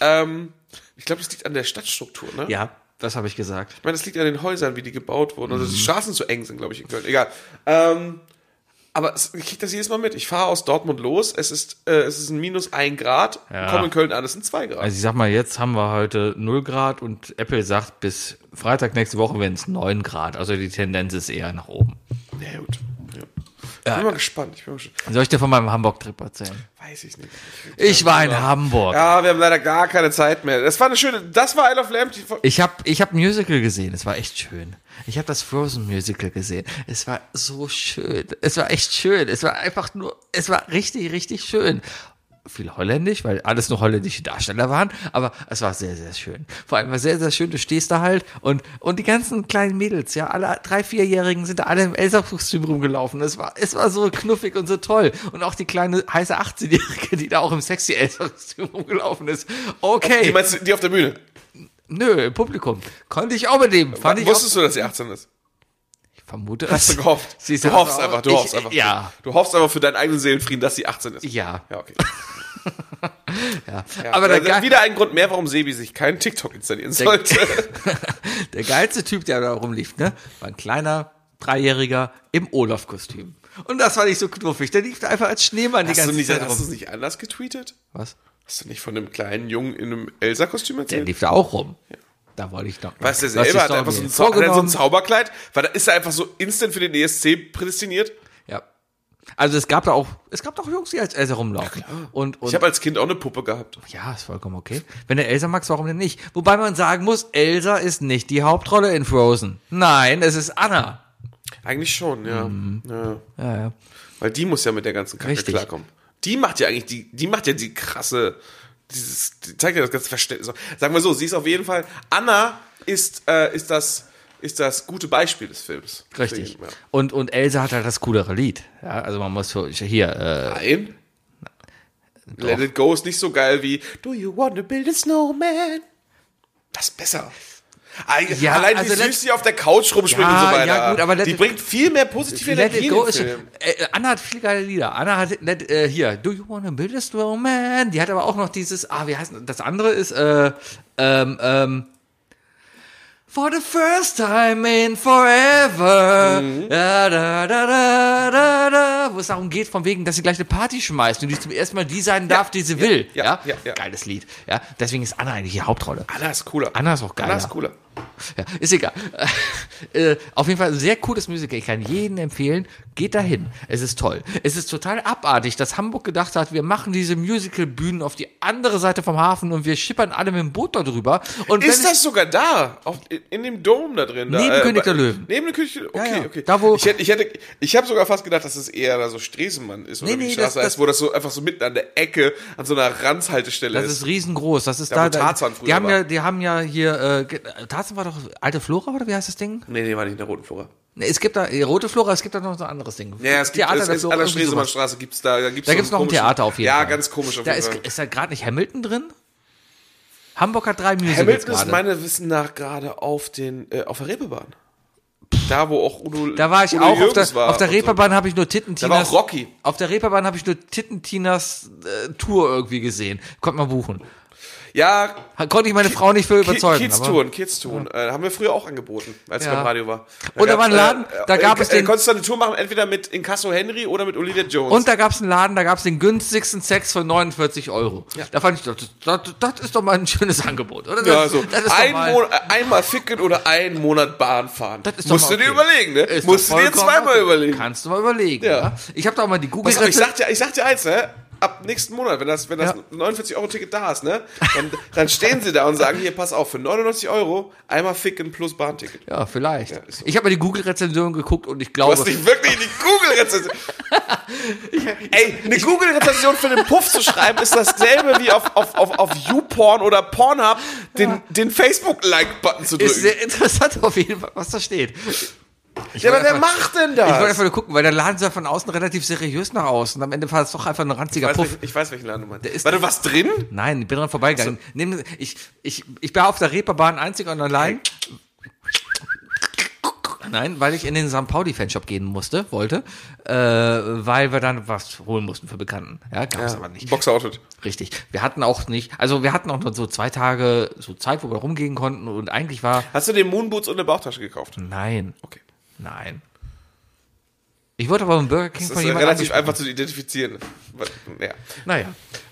[SPEAKER 1] Ähm, ich glaube, das liegt an der Stadtstruktur, ne?
[SPEAKER 2] Mhm. Ja, das habe ich gesagt.
[SPEAKER 1] Ich meine, das liegt an den Häusern, wie die gebaut wurden.
[SPEAKER 2] Mhm.
[SPEAKER 1] Also die Straßen zu eng sind, glaube ich, in Köln. Egal. Ähm, aber es- ich kriege das jedes Mal mit. Ich fahre aus Dortmund los, es ist, äh, es ist ein minus ein Grad,
[SPEAKER 2] Ja.
[SPEAKER 1] komme in Köln an, es sind zwei Grad.
[SPEAKER 2] Also ich sag mal, jetzt haben wir heute 0 Grad und Apple sagt bis Freitag nächste Woche werden es 9 Grad. Also die Tendenz ist eher nach oben.
[SPEAKER 1] ja, gut. Ja. Ich bin mal gespannt. Ich bin mal gespannt.
[SPEAKER 2] Soll ich dir von meinem Hamburg-Trip erzählen?
[SPEAKER 1] Weiß ich nicht.
[SPEAKER 2] Ich war in Hamburg.
[SPEAKER 1] Ja, wir haben leider gar keine Zeit mehr. Das war eine schöne, das war Isle of Lamb. die Fo-
[SPEAKER 2] Ich habe ich hab ein Musical gesehen, es war echt schön. Ich habe das Frozen Musical gesehen. Es war so schön. Es war echt schön. Es war einfach nur, es war richtig, richtig schön. Viel holländisch, weil alles nur holländische Darsteller waren, aber es war sehr, sehr schön. Vor allem war sehr, sehr schön, du stehst da halt und, und die ganzen kleinen Mädels, ja, alle drei, vierjährigen sind da alle im Elsa-Kostüm rumgelaufen. Es war, es war so knuffig und so toll. Und auch die kleine heiße 18-Jährige, die da auch im sexy Elsa-Kostüm rumgelaufen ist. Okay.
[SPEAKER 1] Die meinst du, die auf der Bühne?
[SPEAKER 2] Nö, im Publikum. Konnte ich auch mit dem. Fand ich
[SPEAKER 1] Wusstest
[SPEAKER 2] auch,
[SPEAKER 1] du, dass sie 18 ist?
[SPEAKER 2] ich vermute
[SPEAKER 1] Hast du
[SPEAKER 2] [laughs]
[SPEAKER 1] gehofft?
[SPEAKER 2] Sie
[SPEAKER 1] du
[SPEAKER 2] sah
[SPEAKER 1] hoffst
[SPEAKER 2] so
[SPEAKER 1] einfach, du
[SPEAKER 2] aus.
[SPEAKER 1] hoffst
[SPEAKER 2] Ich-
[SPEAKER 1] einfach.
[SPEAKER 2] Ja.
[SPEAKER 1] Du hoffst einfach für deinen eigenen Seelenfrieden, dass sie 18 ist.
[SPEAKER 2] Ja.
[SPEAKER 1] Ja,
[SPEAKER 2] [laughs]
[SPEAKER 1] okay.
[SPEAKER 2] ja. Aber der,
[SPEAKER 1] also
[SPEAKER 2] Ge
[SPEAKER 1] wieder ein Grund mehr, warum Sebi sich keinen TikTok installieren
[SPEAKER 2] [laughs]
[SPEAKER 1] sollte. [laughs]
[SPEAKER 2] der geilste Typ, der da rumlief, ne? War ein kleiner, dreijähriger im Olaf-Kostüm. Und das war nicht so knuffig. Der lief da einfach als Schneemann die
[SPEAKER 1] Hast du,
[SPEAKER 2] ganze
[SPEAKER 1] nicht,
[SPEAKER 2] Zeit
[SPEAKER 1] hast du
[SPEAKER 2] rum.
[SPEAKER 1] es nicht anders getweetet?
[SPEAKER 2] Was?
[SPEAKER 1] Hast du nicht von einem kleinen Jungen in einem Elsa-Kostüm
[SPEAKER 2] Der
[SPEAKER 1] erzählt?
[SPEAKER 2] lief da auch rum. Da wollte ich doch.
[SPEAKER 1] Weißt du,
[SPEAKER 2] Lass
[SPEAKER 1] der
[SPEAKER 2] die
[SPEAKER 1] selber hat
[SPEAKER 2] Story
[SPEAKER 1] einfach so ein,
[SPEAKER 2] jetzt.
[SPEAKER 1] Zau hat er so ein
[SPEAKER 2] Vorgenommen.
[SPEAKER 1] Zauberkleid, weil da ist er einfach so instant für den ESC prädestiniert.
[SPEAKER 2] Ja. Also es gab da auch, es gab doch Jungs, die als Elsa rumlaufen. und, und
[SPEAKER 1] Ich habe als Kind auch eine Puppe gehabt.
[SPEAKER 2] ja, ist vollkommen okay. Wenn der Elsa magst, warum denn nicht? Wobei man sagen muss, Elsa ist nicht die Hauptrolle in Frozen. Nein, es ist Anna.
[SPEAKER 1] Eigentlich schon, ja. ja.
[SPEAKER 2] Mhm. Ja, ja.
[SPEAKER 1] Weil die muss ja mit der ganzen Kacke
[SPEAKER 2] Richtig.
[SPEAKER 1] klarkommen. Die macht ja eigentlich, die, die macht ja die krasse, dieses, die zeigt ja das ganze Verständnis. Sagen wir so, sie ist auf jeden Fall, Anna ist, äh, ist das, ist das gute Beispiel des Films.
[SPEAKER 2] Richtig.
[SPEAKER 1] Deswegen, ja.
[SPEAKER 2] Und, und Elsa hat halt das coolere Lied. Ja, also man muss so, hier, äh,
[SPEAKER 1] Nein. Let it go ist nicht so geil wie Do you want to build a snowman? Das ist besser. Eig-
[SPEAKER 2] Ja,
[SPEAKER 1] Allein
[SPEAKER 2] also
[SPEAKER 1] wie
[SPEAKER 2] Let-
[SPEAKER 1] süß sie auf der Couch rumspringt
[SPEAKER 2] Ja,
[SPEAKER 1] und so weiter.
[SPEAKER 2] ja, gut, aber Let
[SPEAKER 1] die
[SPEAKER 2] It-
[SPEAKER 1] bringt viel mehr positive
[SPEAKER 2] Let
[SPEAKER 1] Energie
[SPEAKER 2] It Go
[SPEAKER 1] in den
[SPEAKER 2] ist. Äh,
[SPEAKER 1] Film.
[SPEAKER 2] Anna hat viele geile Lieder. Anna hat let, äh, hier Do You Wanna Build a Snowman? Die hat aber auch noch dieses. Ah, wie heißt das? Das andere ist äh, ähm, ähm, For the first time in forever.
[SPEAKER 1] Mhm.
[SPEAKER 2] Da, da, da, da, da, da, wo es darum geht, von wegen, dass sie gleich eine Party schmeißt und die zum ersten Mal die sein darf, die sie will.
[SPEAKER 1] ja,
[SPEAKER 2] Ja,
[SPEAKER 1] ja, ja.
[SPEAKER 2] Geiles Lied. Ja, deswegen ist Anna eigentlich die Hauptrolle.
[SPEAKER 1] Anna ist cooler.
[SPEAKER 2] Anna ist auch
[SPEAKER 1] Anna ist
[SPEAKER 2] geiler.
[SPEAKER 1] cooler.
[SPEAKER 2] Ja, ist egal. [laughs] Äh, auf jeden Fall ein sehr cooles Musical. Ich kann jedem empfehlen, geht dahin. Es ist toll. Es ist total abartig, dass Hamburg gedacht hat, wir machen diese Musical-Bühnen auf die andere Seite vom Hafen und wir schippern alle mit dem Boot da drüber. Und
[SPEAKER 1] Ist
[SPEAKER 2] wenn
[SPEAKER 1] das sogar da? Auf, in, in dem Dom da drin? Da, äh,
[SPEAKER 2] Neben König
[SPEAKER 1] bei-
[SPEAKER 2] der Löwen.
[SPEAKER 1] Neben dem König der Löwen. Okay,
[SPEAKER 2] Ja, ja.
[SPEAKER 1] okay.
[SPEAKER 2] Da, wo-
[SPEAKER 1] ich hätte, ich, hätte, ich habe sogar fast gedacht, dass es eher da so Stresenmann ist oder
[SPEAKER 2] Nee,
[SPEAKER 1] wie die
[SPEAKER 2] nee, das-
[SPEAKER 1] Straße heißt,
[SPEAKER 2] das-
[SPEAKER 1] wo das so einfach so mitten an der Ecke an so einer Ranzhaltestelle
[SPEAKER 2] Das
[SPEAKER 1] ist.
[SPEAKER 2] ist riesengroß. Das ist
[SPEAKER 1] Da, wo
[SPEAKER 2] da.
[SPEAKER 1] Tarzan
[SPEAKER 2] die
[SPEAKER 1] früher
[SPEAKER 2] haben
[SPEAKER 1] war.
[SPEAKER 2] ja, die haben ja hier. Äh, ge- Tarzan war doch alte Flora oder wie heißt das Ding?
[SPEAKER 1] Nee, nee, war nicht in der Roten Flora.
[SPEAKER 2] Nee, es gibt da äh, rote Flora. Es gibt da noch so ein anderes Ding.
[SPEAKER 1] Ja, es gibt, es,
[SPEAKER 2] der
[SPEAKER 1] es,
[SPEAKER 2] Flora,
[SPEAKER 1] an der
[SPEAKER 2] irgendwie sowas.
[SPEAKER 1] Stresemannstraße gibt's da, da gibt's
[SPEAKER 2] Da
[SPEAKER 1] so
[SPEAKER 2] gibt es noch ein
[SPEAKER 1] komischen-
[SPEAKER 2] Theater auf jeden
[SPEAKER 1] ja,
[SPEAKER 2] Fall.
[SPEAKER 1] Ja, ganz komisch auf
[SPEAKER 2] Da
[SPEAKER 1] jeden
[SPEAKER 2] ist,
[SPEAKER 1] Fall.
[SPEAKER 2] ist da gerade nicht Hamilton drin? Hamburg hat drei Musicals
[SPEAKER 1] Hamilton ist
[SPEAKER 2] gerade.
[SPEAKER 1] meines Wissens nach gerade auf den, äh, auf der Reeperbahn. Da, wo auch Udo
[SPEAKER 2] Da war ich
[SPEAKER 1] Udo
[SPEAKER 2] auch auf
[SPEAKER 1] Jürgens
[SPEAKER 2] der,
[SPEAKER 1] war
[SPEAKER 2] auf der
[SPEAKER 1] und so.
[SPEAKER 2] Reeperbahn habe ich nur Tittentinas.
[SPEAKER 1] Da war auch Rocky.
[SPEAKER 2] Auf der Reeperbahn habe ich nur Tittentinas äh, Tour irgendwie gesehen. Konnte man buchen.
[SPEAKER 1] Ja,
[SPEAKER 2] Ha- Konnte ich meine Frau nicht für überzeugen.
[SPEAKER 1] Kids
[SPEAKER 2] aber-
[SPEAKER 1] Touren, Kids Touren. Äh, haben wir früher auch angeboten, als ich
[SPEAKER 2] Ja.
[SPEAKER 1] beim Radio war.
[SPEAKER 2] Und da
[SPEAKER 1] gab's,
[SPEAKER 2] war ein Laden, da gab
[SPEAKER 1] äh,
[SPEAKER 2] es den-
[SPEAKER 1] Äh, konntest du eine Tour machen, entweder mit Incasso Henry oder mit Olivia Jones.
[SPEAKER 2] Und da gab es einen Laden, da gab es den günstigsten Sex für 49 Euro. Da fand ich, das, das, das ist doch mal ein schönes Angebot, oder?
[SPEAKER 1] ja, so.
[SPEAKER 2] das ist doch
[SPEAKER 1] ein
[SPEAKER 2] mal-
[SPEAKER 1] Monat, äh, einmal ficken oder einen Monat Bahn fahren.
[SPEAKER 2] Das ist doch
[SPEAKER 1] Musst
[SPEAKER 2] mal
[SPEAKER 1] du dir
[SPEAKER 2] okay.
[SPEAKER 1] überlegen, ne?
[SPEAKER 2] Ist doch
[SPEAKER 1] Musst du dir
[SPEAKER 2] vollkommen
[SPEAKER 1] zweimal
[SPEAKER 2] okay.
[SPEAKER 1] überlegen.
[SPEAKER 2] Kannst du mal überlegen,
[SPEAKER 1] Ja.
[SPEAKER 2] ja. Ich habe da auch mal die
[SPEAKER 1] Pass auf, ich
[SPEAKER 2] Google-Rezension.
[SPEAKER 1] sag dir, ich sag dir eins, ne? Ab nächsten Monat, wenn das, wenn das
[SPEAKER 2] Ja.
[SPEAKER 1] 49-Euro-Ticket da ist, ne? Dann, dann stehen sie da und sagen, hier, pass auf, für 99 Euro einmal ficken plus Bahnticket.
[SPEAKER 2] Ja, vielleicht. Ich habe mal die Google-Rezension geguckt und ich glaube...
[SPEAKER 1] Du hast dich wirklich in die Google-Rezension. [laughs] Ey, eine Google-Rezension für den Puff zu schreiben, ist dasselbe wie auf, auf, auf, auf YouPorn oder Pornhub den, den Facebook-Like-Button zu
[SPEAKER 2] Ist
[SPEAKER 1] drücken.
[SPEAKER 2] sehr interessant auf jeden Fall, was da steht.
[SPEAKER 1] Ja, aber wer
[SPEAKER 2] einfach-
[SPEAKER 1] macht denn
[SPEAKER 2] Ich wollte
[SPEAKER 1] das?
[SPEAKER 2] einfach nur gucken, weil der Laden sah von außen relativ seriös nach außen. Am Ende war es doch einfach ein ranziger
[SPEAKER 1] Ich weiß,
[SPEAKER 2] Puff.
[SPEAKER 1] welchen- ich weiß, welchen Laden du meinst.
[SPEAKER 2] ist-
[SPEAKER 1] War da was drin?
[SPEAKER 2] Nein, ich bin dran vorbeigegangen. Nimm, ich, ich, ich war auf der Reeperbahn einzig und allein. Nein, weil ich in den St. Pauli-Fanshop gehen musste, wollte, äh, weil wir dann was holen mussten für Bekannten. Ja, gab's aber nicht.
[SPEAKER 1] Box outet.
[SPEAKER 2] Richtig. Wir hatten auch nicht, also wir hatten auch nur so zwei Tage so Zeit, wo wir rumgehen konnten und eigentlich war,
[SPEAKER 1] Hast du den Moonboots und eine Bauchtasche gekauft?
[SPEAKER 2] nein,
[SPEAKER 1] Okay.
[SPEAKER 2] nein. Ich wurde aber im Burger
[SPEAKER 1] Das
[SPEAKER 2] King von
[SPEAKER 1] ist
[SPEAKER 2] jemandem
[SPEAKER 1] relativ
[SPEAKER 2] angesprochen.
[SPEAKER 1] einfach zu identifizieren. Aber, Ja.
[SPEAKER 2] Naja,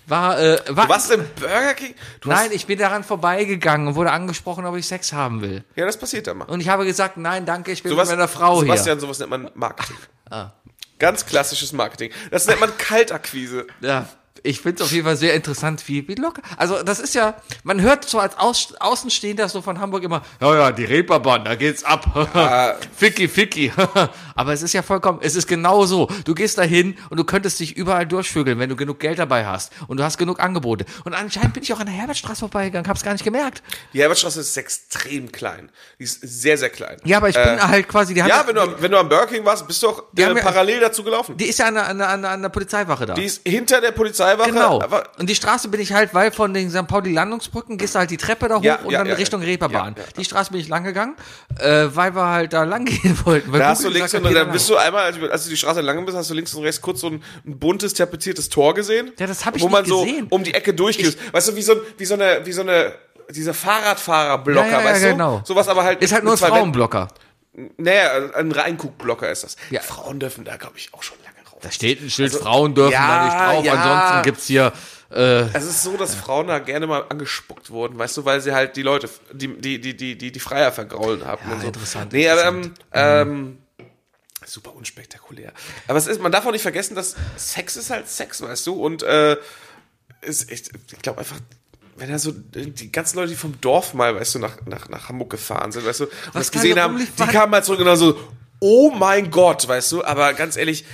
[SPEAKER 2] war, äh, war,
[SPEAKER 1] Du warst im Burger King? Du
[SPEAKER 2] Nein,
[SPEAKER 1] Hast,
[SPEAKER 2] ich bin daran vorbeigegangen und wurde angesprochen, ob ich Sex haben will.
[SPEAKER 1] ja, das passiert dann mal.
[SPEAKER 2] Und ich habe gesagt, nein, danke, ich bin
[SPEAKER 1] Sowas-
[SPEAKER 2] mit meiner Frau
[SPEAKER 1] Sebastian, sowas nennt man Marketing. Ah. Ganz klassisches Marketing. Das nennt man Kaltakquise.
[SPEAKER 2] hier. Ja. Ich finde es auf jeden Fall sehr interessant, wie, wie locker. Also das ist ja, man hört so als Aus, Außenstehender so von Hamburg immer, ja, ja, die Reeperbahn, da geht's ab. [laughs] Ficky, ficky. Aber es ist ja vollkommen, es ist genau so. Du gehst da hin und du könntest dich überall durchvögeln, wenn du genug Geld dabei hast. Und du hast genug Angebote. Und anscheinend bin ich auch an der Herbertstraße vorbeigegangen, hab's gar nicht gemerkt.
[SPEAKER 1] Die Herbertstraße ist extrem klein. Die ist sehr, sehr klein.
[SPEAKER 2] Ja, aber ich bin halt quasi, die haben
[SPEAKER 1] Äh, Ja, wenn du, am- wenn du am Burger King warst, bist du auch
[SPEAKER 2] Die
[SPEAKER 1] äh,
[SPEAKER 2] haben ja-
[SPEAKER 1] parallel dazu gelaufen. Die,
[SPEAKER 2] Die ist ja an der, an der, an der, an der Polizeiwache da.
[SPEAKER 1] ist hinter der Polizeiwache.
[SPEAKER 2] genau.
[SPEAKER 1] aber-
[SPEAKER 2] Und die Straße bin ich halt, weil von den St. Pauli-Landungsbrücken gehst du halt die Treppe da hoch
[SPEAKER 1] Ja,
[SPEAKER 2] und
[SPEAKER 1] ja,
[SPEAKER 2] dann
[SPEAKER 1] ja,
[SPEAKER 2] Richtung
[SPEAKER 1] ja.
[SPEAKER 2] Reeperbahn.
[SPEAKER 1] Ja, ja, ja.
[SPEAKER 2] Die Straße bin ich lang gegangen, äh, weil wir halt da lang gehen [laughs] wollten. Weil
[SPEAKER 1] da hast du
[SPEAKER 2] Google
[SPEAKER 1] links
[SPEAKER 2] gesagt
[SPEAKER 1] und
[SPEAKER 2] hat, geh
[SPEAKER 1] dann
[SPEAKER 2] da
[SPEAKER 1] bist
[SPEAKER 2] lang.
[SPEAKER 1] du einmal, als du- als du die Straße entlang bist, hast du links und rechts kurz so ein, ein buntes, tapeziertes Tor gesehen.
[SPEAKER 2] Ja, das hab ich
[SPEAKER 1] Wo
[SPEAKER 2] nicht
[SPEAKER 1] man so
[SPEAKER 2] gesehen.
[SPEAKER 1] um die Ecke durchgeht. Weißt du, wie so, ein- wie so eine, wie so eine, dieser Fahrradfahrerblocker,
[SPEAKER 2] Ja, ja, ja,
[SPEAKER 1] weißt du?
[SPEAKER 2] genau.
[SPEAKER 1] Sowas aber halt.
[SPEAKER 2] Ist halt
[SPEAKER 1] mit
[SPEAKER 2] nur ein
[SPEAKER 1] zwei Wänden.
[SPEAKER 2] Frauenblocker.
[SPEAKER 1] Naja, ein Reinguckblocker ist das.
[SPEAKER 2] Ja.
[SPEAKER 1] Frauen dürfen da, glaube ich, auch schon lange rauf.
[SPEAKER 2] Da steht ein Schild, Frauen dürfen da
[SPEAKER 1] Also, ja,
[SPEAKER 2] nicht drauf,
[SPEAKER 1] ja.
[SPEAKER 2] ansonsten gibt's hier, äh,
[SPEAKER 1] Es ist so, dass Frauen da gerne mal angespuckt wurden, weißt du, weil sie halt die Leute, die, die, die, die, die, die Freier vergraulen haben. und so.
[SPEAKER 2] interessant, Mhm.
[SPEAKER 1] Nee, aber, ähm, ähm, super unspektakulär. Aber es ist, man darf auch nicht vergessen, dass Sex ist halt Sex, weißt du, und, äh, ist echt, ich glaube einfach, wenn da so die ganzen Leute, die vom Dorf mal, weißt du, nach, nach, nach Hamburg gefahren sind, weißt du, und das
[SPEAKER 2] kann
[SPEAKER 1] gesehen
[SPEAKER 2] da
[SPEAKER 1] haben, die
[SPEAKER 2] rumliefern?
[SPEAKER 1] kamen mal zurück und dann so, oh mein Gott, weißt du, aber ganz ehrlich,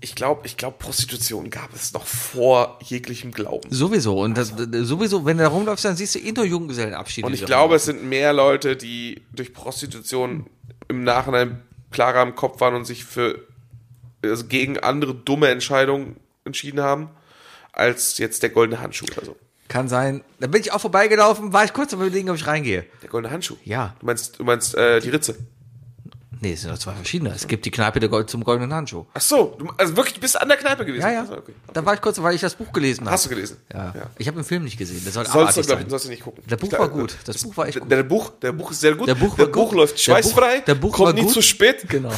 [SPEAKER 1] ich glaube, ich glaube, Prostitution gab es noch vor jeglichem Glauben.
[SPEAKER 2] sowieso. Und das, sowieso, wenn du da rumläufst, dann siehst du eh nur Junggesellenabschiede.
[SPEAKER 1] Und ich
[SPEAKER 2] die
[SPEAKER 1] glaube, es sind mehr Leute, die durch Prostitution im Nachhinein klarer im Kopf waren und sich für also gegen andere dumme Entscheidungen entschieden haben, als jetzt der goldene Handschuh oder so.
[SPEAKER 2] Kann sein. Da bin ich auch vorbeigelaufen, war ich kurz am überlegen, ob ich reingehe.
[SPEAKER 1] Der goldene Handschuh.
[SPEAKER 2] Ja.
[SPEAKER 1] Du meinst, du meinst äh, die Ritze.
[SPEAKER 2] Nee, es sind doch zwei verschiedene. Es gibt die Kneipe der Gold zum goldenen Handschuh.
[SPEAKER 1] Ach so, du, also wirklich, du bist an der Kneipe gewesen.
[SPEAKER 2] Ja, ja.
[SPEAKER 1] Also, okay.
[SPEAKER 2] Da war ich kurz, weil ich das Buch gelesen habe.
[SPEAKER 1] Hast du gelesen?
[SPEAKER 2] Ja. Ich habe den Film nicht gesehen. Der soll
[SPEAKER 1] Sollst du,
[SPEAKER 2] abartig
[SPEAKER 1] glaub, ich,
[SPEAKER 2] sein.
[SPEAKER 1] sollst du nicht gucken.
[SPEAKER 2] Der Buch
[SPEAKER 1] Ich glaub,
[SPEAKER 2] war gut. Das Buch war echt
[SPEAKER 1] Der,
[SPEAKER 2] gut.
[SPEAKER 1] der Buch, der Buch ist sehr gut.
[SPEAKER 2] Der Buch war gut.
[SPEAKER 1] läuft
[SPEAKER 2] Der Buch-
[SPEAKER 1] schweißfrei.
[SPEAKER 2] der Buch war
[SPEAKER 1] kommt nie
[SPEAKER 2] gut.
[SPEAKER 1] zu spät.
[SPEAKER 2] Genau.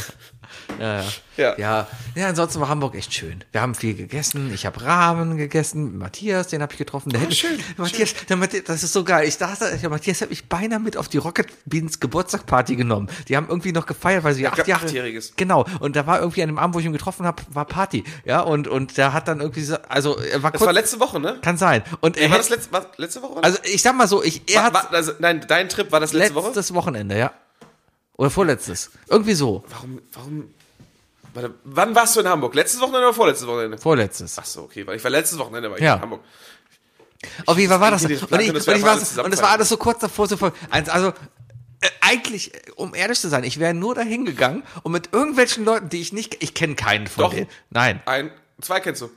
[SPEAKER 2] Ja,
[SPEAKER 1] Ja.
[SPEAKER 2] ja. ja. Ja, ansonsten war Hamburg echt schön. Wir haben viel gegessen. Ich habe Rahmen gegessen. Matthias, den habe ich getroffen. Der hätte,
[SPEAKER 1] Ah, schön,
[SPEAKER 2] Matthias, Der Matthias, das ist so geil. Ich dachte, der Matthias hat mich beinahe mit auf die Rocket Beans Geburtstagparty genommen. Die haben irgendwie noch gefeiert, weil sie ja, acht
[SPEAKER 1] gab
[SPEAKER 2] Jahre.
[SPEAKER 1] Achtjähriges.
[SPEAKER 2] Genau. Und da war irgendwie an dem Abend, wo ich ihn getroffen habe, war Party. Ja, und, und der hat dann irgendwie so, also er war
[SPEAKER 1] Das
[SPEAKER 2] kurz.
[SPEAKER 1] war letzte Woche, ne?
[SPEAKER 2] kann sein. Und er
[SPEAKER 1] War das
[SPEAKER 2] hätte,
[SPEAKER 1] letzte, war, letzte Woche? Oder?
[SPEAKER 2] also ich sag mal so, ich, er
[SPEAKER 1] war,
[SPEAKER 2] hat
[SPEAKER 1] war, also, nein, dein Trip war das letzte Woche?
[SPEAKER 2] letztes Wochenende, ja. Oder vorletztes. Irgendwie so.
[SPEAKER 1] Warum, warum? Warte, wann warst du in Hamburg? Letztes Wochenende oder vorletztes Wochenende?
[SPEAKER 2] Vorletztes.
[SPEAKER 1] Achso, okay, weil ich war letztes Wochenende war ich
[SPEAKER 2] Ja.
[SPEAKER 1] in Hamburg.
[SPEAKER 2] Auf jeden Fall war das.
[SPEAKER 1] Ich-
[SPEAKER 2] Und
[SPEAKER 1] ich-
[SPEAKER 2] ich,
[SPEAKER 1] ich- und
[SPEAKER 2] und ich,
[SPEAKER 1] das
[SPEAKER 2] und ich
[SPEAKER 1] war
[SPEAKER 2] war,
[SPEAKER 1] alles
[SPEAKER 2] und es war alles so kurz davor, so voll. Also, äh, eigentlich, äh, um ehrlich zu sein, ich wäre nur dahin gegangen und mit irgendwelchen Leuten, die ich nicht, ich kenne keinen von
[SPEAKER 1] Doch.
[SPEAKER 2] denen. Nein.
[SPEAKER 1] Ein, zwei kennst du.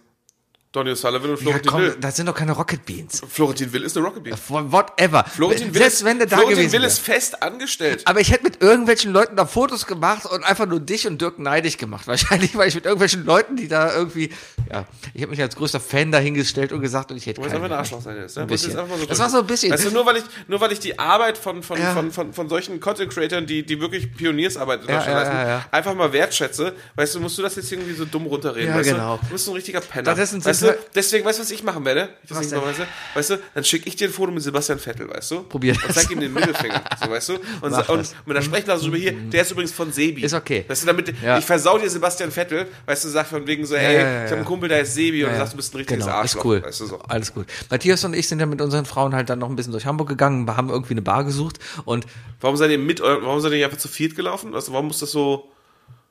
[SPEAKER 1] Donny O'Sullivan und
[SPEAKER 2] Ja,
[SPEAKER 1] Florentin Will.
[SPEAKER 2] komm, das sind doch keine Rocket Beans.
[SPEAKER 1] Florentin Will ist eine Rockabee.
[SPEAKER 2] Whatever.
[SPEAKER 1] Florentin Will,
[SPEAKER 2] Selbst
[SPEAKER 1] ist,
[SPEAKER 2] wenn du da
[SPEAKER 1] Florentin
[SPEAKER 2] gewesen
[SPEAKER 1] Will
[SPEAKER 2] wärst.
[SPEAKER 1] ist fest angestellt.
[SPEAKER 2] Aber ich hätte mit irgendwelchen Leuten da Fotos gemacht und einfach nur dich und Dirk neidisch gemacht. [laughs] Wahrscheinlich, weil ich mit irgendwelchen Leuten, die da irgendwie, ja, ich habe mich als größter Fan dahingestellt und gesagt, und ich hätte
[SPEAKER 1] Du musst einfach ein
[SPEAKER 2] keinen.
[SPEAKER 1] Arschloch sein jetzt. Ne?
[SPEAKER 2] Ein
[SPEAKER 1] Muss jetzt
[SPEAKER 2] bisschen.
[SPEAKER 1] einfach
[SPEAKER 2] Das war so ein bisschen.
[SPEAKER 1] Weißt du, nur weil ich, nur weil ich die Arbeit von, von,
[SPEAKER 2] Ja.
[SPEAKER 1] von, von, von solchen Content-Creatern, die, die wirklich Pioniersarbeit in
[SPEAKER 2] Ja,
[SPEAKER 1] Deutschland
[SPEAKER 2] ja,
[SPEAKER 1] leisten,
[SPEAKER 2] ja, ja.
[SPEAKER 1] einfach mal wertschätze, weißt du, musst du das jetzt irgendwie so dumm runterreden.
[SPEAKER 2] Ja,
[SPEAKER 1] weißt
[SPEAKER 2] genau.
[SPEAKER 1] Du? du bist so ein richtiger Penner.
[SPEAKER 2] Stattdessen sind
[SPEAKER 1] Weißt du,
[SPEAKER 2] wir-
[SPEAKER 1] deswegen, weißt du, was ich machen werde? Ich das
[SPEAKER 2] Was
[SPEAKER 1] nächste Mal, weißt,
[SPEAKER 2] denn?
[SPEAKER 1] du, weißt du, dann schicke ich dir ein Foto mit Sebastian Vettel, weißt du?
[SPEAKER 2] Probier
[SPEAKER 1] Und
[SPEAKER 2] das.
[SPEAKER 1] zeig ihm den Mittelfinger, so, weißt du? Und,
[SPEAKER 2] Mach
[SPEAKER 1] sa- und,
[SPEAKER 2] das. Mhm.
[SPEAKER 1] und dann sprechen wir drüber hier, der ist übrigens von Sebi.
[SPEAKER 2] Ist okay.
[SPEAKER 1] Weißt du, damit,
[SPEAKER 2] Ja.
[SPEAKER 1] ich versau dir Sebastian Vettel, weißt du, sag von wegen so, hey,
[SPEAKER 2] ja, ja,
[SPEAKER 1] ich
[SPEAKER 2] ja.
[SPEAKER 1] habe einen Kumpel, der ist Sebi, und du
[SPEAKER 2] Ja,
[SPEAKER 1] sagst, du bist ein richtiges
[SPEAKER 2] genau,
[SPEAKER 1] Arschloch.
[SPEAKER 2] Ist cool.
[SPEAKER 1] Weißt du, so.
[SPEAKER 2] Alles gut. Matthias und ich sind ja mit unseren Frauen halt dann noch ein bisschen durch Hamburg gegangen, haben irgendwie eine Bar gesucht und
[SPEAKER 1] Warum seid ihr mit eurem, warum seid ihr nicht einfach zu viert gelaufen? Also warum muss das so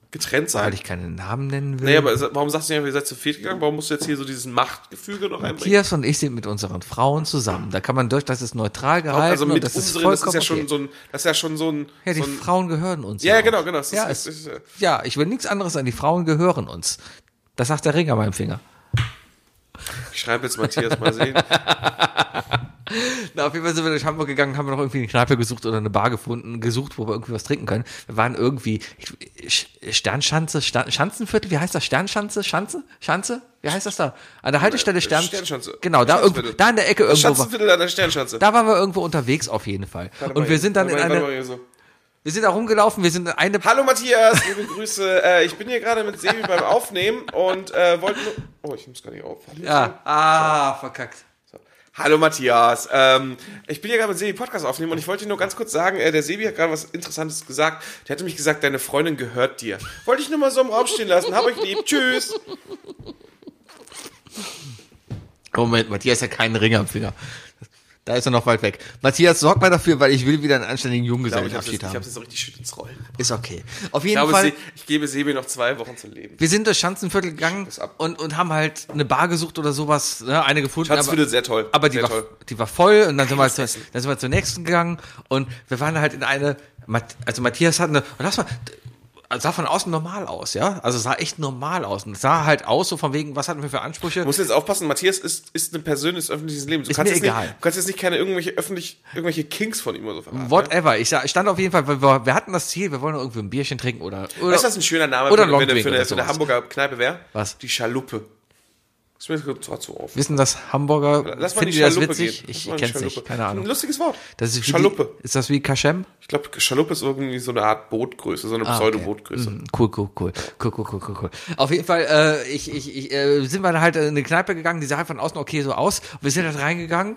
[SPEAKER 1] getrennt
[SPEAKER 2] weil
[SPEAKER 1] sein?
[SPEAKER 2] ich keinen Namen nennen will.
[SPEAKER 1] Nee, aber ist- warum sagst du nicht einfach, ihr seid zu viert gegangen? Warum musst du jetzt hier so dieses Machtgefüge noch einbringen?
[SPEAKER 2] Matthias und ich sind mit unseren Frauen zusammen. Da kann man durch, das ist neutral gehalten.
[SPEAKER 1] Also mit
[SPEAKER 2] und das ist
[SPEAKER 1] unseren, das ist ja
[SPEAKER 2] vollkommen
[SPEAKER 1] schon
[SPEAKER 2] okay.
[SPEAKER 1] so ein, das ist ja schon so ein,
[SPEAKER 2] Ja, die
[SPEAKER 1] so ein
[SPEAKER 2] Frauen gehören uns.
[SPEAKER 1] ja,
[SPEAKER 2] auch.
[SPEAKER 1] genau, genau. Das
[SPEAKER 2] Ja,
[SPEAKER 1] ist,
[SPEAKER 2] es-
[SPEAKER 1] ist, ist,
[SPEAKER 2] ja, ich will nichts anderes an. Die Frauen gehören uns. Das sagt der Ring an meinem Finger.
[SPEAKER 1] ich schreibe jetzt Matthias mal
[SPEAKER 2] [laughs]
[SPEAKER 1] sehen.
[SPEAKER 2] Na, auf jeden Fall sind wir durch Hamburg gegangen, haben wir noch irgendwie eine Kneipe gesucht oder eine Bar gefunden, gesucht, wo wir irgendwie was trinken können. Wir waren irgendwie ich, Sch- Sternschanze, Stern, Schanzenviertel, wie heißt das? Sternschanze, Schanze, Schanze? Wie heißt das da? An der Haltestelle Stern,
[SPEAKER 1] Äh, Sternschanze.
[SPEAKER 2] Genau, da irgendwo,
[SPEAKER 1] Sternschanzenviertel.
[SPEAKER 2] da in der Ecke
[SPEAKER 1] Das
[SPEAKER 2] irgendwo. war-
[SPEAKER 1] Schatzenviertel an der Sternschanze.
[SPEAKER 2] Da waren wir irgendwo unterwegs auf jeden Fall.
[SPEAKER 1] Warte mal
[SPEAKER 2] Und wir
[SPEAKER 1] hier.
[SPEAKER 2] sind dann in
[SPEAKER 1] Warte mal hier,
[SPEAKER 2] eine,
[SPEAKER 1] warte mal hier so.
[SPEAKER 2] wir sind da rumgelaufen, wir sind in eine
[SPEAKER 1] Hallo Matthias, liebe Grüße. Äh, ich bin hier gerade mit Sebi beim Aufnehmen und äh, wollte nur. Oh, ich nehme es gar nicht auf.
[SPEAKER 2] Ja, ah, verkackt.
[SPEAKER 1] Hallo Matthias, ähm, ich bin ja gerade mit Sebi Podcast aufnehmen und ich wollte dir nur ganz kurz sagen, äh, der Sebi hat gerade was Interessantes gesagt. Der hatte mich gesagt, deine Freundin gehört dir. Wollte ich nur mal so im Raum stehen lassen. Hab euch lieb. Tschüss.
[SPEAKER 2] Moment, Matthias hat keinen Ring am Finger. Da ist er noch weit weg. Matthias, sorg mal dafür, weil ich will wieder einen anständigen
[SPEAKER 1] Ich glaube, ich habe
[SPEAKER 2] Junggesellenabschied
[SPEAKER 1] jetzt, ich
[SPEAKER 2] haben.
[SPEAKER 1] hab's jetzt so richtig schön ins Rollen. gebracht.
[SPEAKER 2] Ist okay. Auf
[SPEAKER 1] Ich,
[SPEAKER 2] jeden
[SPEAKER 1] glaube,
[SPEAKER 2] Fall.
[SPEAKER 1] Se- ich gebe Sebi noch zwei Wochen zu leben.
[SPEAKER 2] Wir sind durch Schanzenviertel gegangen
[SPEAKER 1] ab.
[SPEAKER 2] und, und haben halt eine Bar gesucht oder sowas, ne, eine gefunden.
[SPEAKER 1] Schatz
[SPEAKER 2] aber,
[SPEAKER 1] findet sehr toll.
[SPEAKER 2] aber die,
[SPEAKER 1] sehr
[SPEAKER 2] war,
[SPEAKER 1] toll.
[SPEAKER 2] die war voll und dann sind, wir
[SPEAKER 1] Geiles
[SPEAKER 2] zur,
[SPEAKER 1] Essen.
[SPEAKER 2] dann sind wir zur nächsten gegangen und wir waren halt in eine, Mat- also Matthias hat eine, und lass mal, also sah von außen normal aus, ja? Also sah echt normal aus und sah halt aus, so von wegen, was hatten wir für Ansprüche?
[SPEAKER 1] Du musst jetzt aufpassen, Matthias ist, ist eine Person des öffentlichen Lebens. Du
[SPEAKER 2] Ist
[SPEAKER 1] kannst
[SPEAKER 2] mir
[SPEAKER 1] jetzt
[SPEAKER 2] egal.
[SPEAKER 1] Nicht, du kannst jetzt nicht keine irgendwelche öffentlich, irgendwelche Kings von ihm oder so verraten. ne?
[SPEAKER 2] Whatever. Ich sa- stand auf jeden Fall, weil wir, wir hatten das Ziel, wir wollen irgendwie ein Bierchen trinken oder, oder
[SPEAKER 1] Weißt du, was ein schöner Name
[SPEAKER 2] oder
[SPEAKER 1] für, für,
[SPEAKER 2] Longdrink
[SPEAKER 1] für, eine,
[SPEAKER 2] oder
[SPEAKER 1] für eine
[SPEAKER 2] sowas.
[SPEAKER 1] Hamburger Kneipe wäre?
[SPEAKER 2] Was?
[SPEAKER 1] Die Schaluppe. Ist mir gerade so auf.
[SPEAKER 2] Wissen das Hamburger?
[SPEAKER 1] Lass mal
[SPEAKER 2] Finden
[SPEAKER 1] die
[SPEAKER 2] die das
[SPEAKER 1] Schaluppe
[SPEAKER 2] witzig?
[SPEAKER 1] gehen.
[SPEAKER 2] Ich
[SPEAKER 1] Lass mal die
[SPEAKER 2] kenn's nicht,
[SPEAKER 1] Schaluppe.
[SPEAKER 2] keine Ahnung.
[SPEAKER 1] Ein lustiges Wort.
[SPEAKER 2] Das ist wie
[SPEAKER 1] Schaluppe.
[SPEAKER 2] Die, ist das wie Kaschem?
[SPEAKER 1] Ich glaube, Schaluppe ist irgendwie so eine Art Bootgröße, so eine
[SPEAKER 2] Ah, okay.
[SPEAKER 1] Pseudo-Bootgröße.
[SPEAKER 2] Mhm, Cool, cool, cool. Cool, cool, cool, cool, cool. Auf jeden Fall, äh, ich, ich, ich, äh, sind wir dann halt in eine Kneipe gegangen, die sah halt von außen okay so aus. Und wir sind halt reingegangen,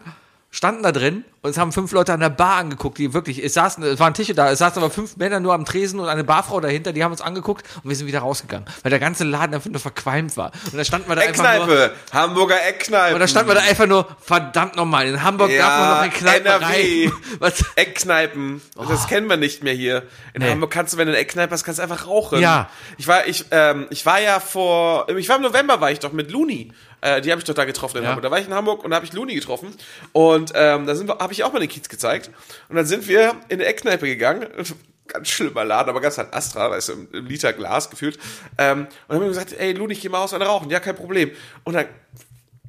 [SPEAKER 2] standen da drin und es haben fünf Leute an der Bar angeguckt, die wirklich, es saßen, es waren Tische da, es saßen aber fünf Männer nur am Tresen und eine Barfrau dahinter, die haben uns angeguckt und wir sind wieder rausgegangen, weil der ganze Laden einfach nur verqualmt war. Und da standen wir da einfach nur.
[SPEAKER 1] Eckkneipe, Hamburger Eckkneipe.
[SPEAKER 2] Und da standen wir
[SPEAKER 1] Mhm.
[SPEAKER 2] da einfach nur, verdammt nochmal, in Hamburg darf man noch eine Kneipe
[SPEAKER 1] NRW.
[SPEAKER 2] rein. [laughs] Was,
[SPEAKER 1] [laughs] Eckkneipen. Das kennen wir nicht mehr hier. In Hamburg kannst du, wenn du eine Eckkneipe hast, kannst du einfach rauchen.
[SPEAKER 2] Ja.
[SPEAKER 1] Ich war, ich, ähm, ich war ja vor, ich war im November, war ich doch mit Luni. Äh, die habe ich doch da getroffen in Hamburg. Da war ich in Hamburg und da habe ich Luni getroffen. Und ähm, da sind wir, habe ich auch mal den Kiez gezeigt. Und dann sind wir in eine Eckkneipe gegangen. [laughs] Ganz schlimmer Laden, aber ganz halt Astra, weißt du, im, im Liter Glas gefühlt. Ähm, und dann haben wir gesagt, ey Luni, ich geh mal aus und rauchen. Ja, kein Problem. Und dann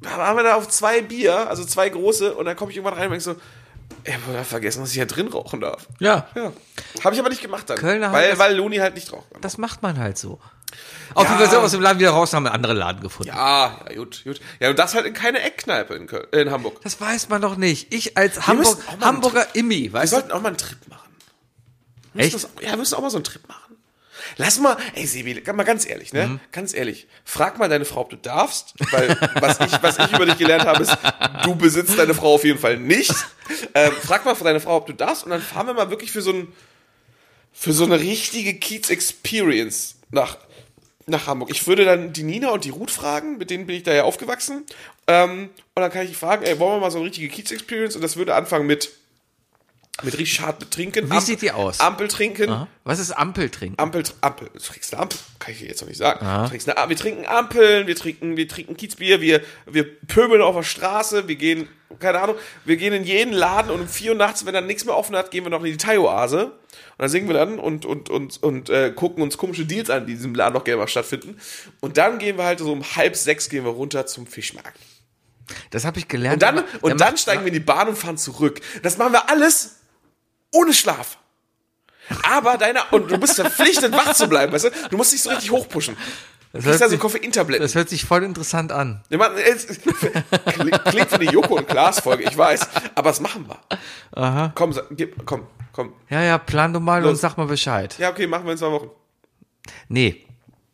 [SPEAKER 1] waren wir da auf zwei Bier, also zwei große, und dann komme ich irgendwann rein und denk so, ich habe ja vergessen, dass ich hier drin rauchen darf.
[SPEAKER 2] ja.
[SPEAKER 1] Ja. Habe ich aber nicht gemacht dann.
[SPEAKER 2] Kölner haben
[SPEAKER 1] weil,
[SPEAKER 2] das-
[SPEAKER 1] weil Loni halt nicht raucht.
[SPEAKER 2] Das macht man halt so. Auf jeden Fall sind wir aus dem Laden wieder raus, haben einen anderen Laden gefunden.
[SPEAKER 1] Ah, ja, gut, gut. Ja, und das halt in keine Eckkneipe in, Köln, äh, in Hamburg.
[SPEAKER 2] Das weiß man doch nicht. Ich als Hamburg,
[SPEAKER 1] müssen auch mal
[SPEAKER 2] Hamburger Immi,
[SPEAKER 1] Wir
[SPEAKER 2] weißt du?
[SPEAKER 1] sollten auch mal einen Trip machen. Wir
[SPEAKER 2] Echt?
[SPEAKER 1] müssen das- ja, wir müssen auch mal so einen Trip machen. Lass mal, ey Sebi, mal ganz ehrlich, ne?
[SPEAKER 2] Mhm.
[SPEAKER 1] Ganz ehrlich. Frag mal deine Frau, ob du darfst, weil was ich, was ich über dich gelernt habe, ist, du besitzt deine Frau auf jeden Fall
[SPEAKER 2] [laughs]
[SPEAKER 1] nicht. Ähm, frag mal deine Frau, ob du darfst und dann fahren wir mal wirklich für so ein, für so eine richtige Kiez-Experience nach, nach Hamburg. Ich würde dann die Nina und die Ruth fragen, mit denen bin ich da ja aufgewachsen. Ähm, und dann kann ich die fragen, ey, wollen wir mal so eine richtige Kiez-Experience? Und das würde anfangen mit, mit Richard betrinken.
[SPEAKER 2] Wie sieht die aus?
[SPEAKER 1] Ampel trinken.
[SPEAKER 2] Aha. ne? Was ist Ampel trinken?
[SPEAKER 1] Ampel, Ampel, du trinkst eine Ampel, kann ich dir jetzt noch nicht sagen. Du trinkst eine, Am- wir trinken Ampeln, wir trinken, wir trinken Kiezbier, wir, wir pöbeln auf der Straße, wir gehen, keine Ahnung, wir gehen in jeden Laden und um 4 Uhr nachts, wenn dann nichts mehr offen hat, gehen wir noch in die Thai-Oase. Und dann singen wir dann und, und, und, und äh, gucken uns komische Deals an, die in diesem Laden noch gerne mal stattfinden. Und dann gehen wir halt so um halb sechs gehen wir runter zum Fischmarkt.
[SPEAKER 2] Das habe ich gelernt.
[SPEAKER 1] Und dann,
[SPEAKER 2] aber- der
[SPEAKER 1] und dann
[SPEAKER 2] macht-
[SPEAKER 1] steigen wir in die Bahn und fahren zurück. Das machen wir alles ohne Schlaf. Aber deine, und du bist verpflichtet, wach zu bleiben, weißt du? Du musst dich so richtig hochpushen. Du also- kriegst
[SPEAKER 2] hört
[SPEAKER 1] da so
[SPEAKER 2] sich-
[SPEAKER 1] Koffeintabletten.
[SPEAKER 2] Das hört sich voll interessant an.
[SPEAKER 1] Wir machen- es- es- Klingt klingt wie eine Joko und Glas Folge, ich weiß. Aber das machen wir. Aha. Komm, sag- gib, komm, komm.
[SPEAKER 2] Ja, ja, plan du mal und
[SPEAKER 1] Los.
[SPEAKER 2] sag mal Bescheid.
[SPEAKER 1] Ja, okay, machen wir in zwei Wochen.
[SPEAKER 2] Nee.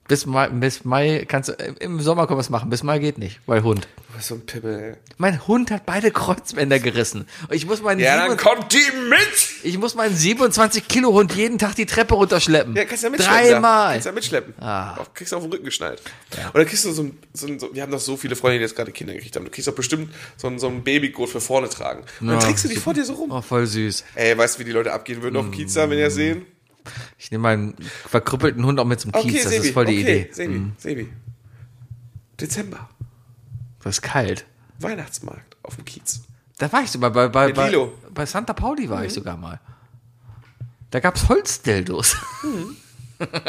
[SPEAKER 2] Bis Mai, bis Mai kannst du, im- im Sommer können wir es machen. Bis Mai geht nicht, weil Hund.
[SPEAKER 1] Du bist so ein Pimmel, ey.
[SPEAKER 2] Mein Hund hat beide Kreuzbänder gerissen. Und Ich muss meinen,
[SPEAKER 1] Ja, dann
[SPEAKER 2] 27
[SPEAKER 1] kommt die mit!
[SPEAKER 2] ich muss meinen 27 Kilo Hund jeden Tag die Treppe runterschleppen.
[SPEAKER 1] Ja, kannst ja mitschleppen. Da.
[SPEAKER 2] Dreimal. Ah.
[SPEAKER 1] Kannst ja mitschleppen. Auch, kriegst du auf den Rücken geschnallt. Und dann kriegst du so ein, so ein so, wir haben doch so viele Freunde, die jetzt gerade Kinder gekriegt haben. Du kriegst doch bestimmt so ein, so ein Babygurt für vorne tragen. Und dann trägst du die vor dir so rum.
[SPEAKER 2] Oh, Mm. voll süß.
[SPEAKER 1] Ey, weißt du, wie die Leute abgehen würden auf dem Kiez da, wenn ihr das sehen?
[SPEAKER 2] Ich nehme meinen verkrüppelten Hund auch mit zum Kiez.
[SPEAKER 1] Okay,
[SPEAKER 2] das
[SPEAKER 1] Sebi.
[SPEAKER 2] ist voll die
[SPEAKER 1] okay,
[SPEAKER 2] Idee. Mm.
[SPEAKER 1] Sebi, Sebi. Dezember.
[SPEAKER 2] Das ist kalt.
[SPEAKER 1] Weihnachtsmarkt auf dem Kiez.
[SPEAKER 2] Da war ich sogar bei, bei,
[SPEAKER 1] Mit
[SPEAKER 2] bei,
[SPEAKER 1] Lilo. Mhm.
[SPEAKER 2] bei Santa Pauli war ich sogar mal. Da gab es Holzdildos.
[SPEAKER 1] Mhm.
[SPEAKER 2] [laughs]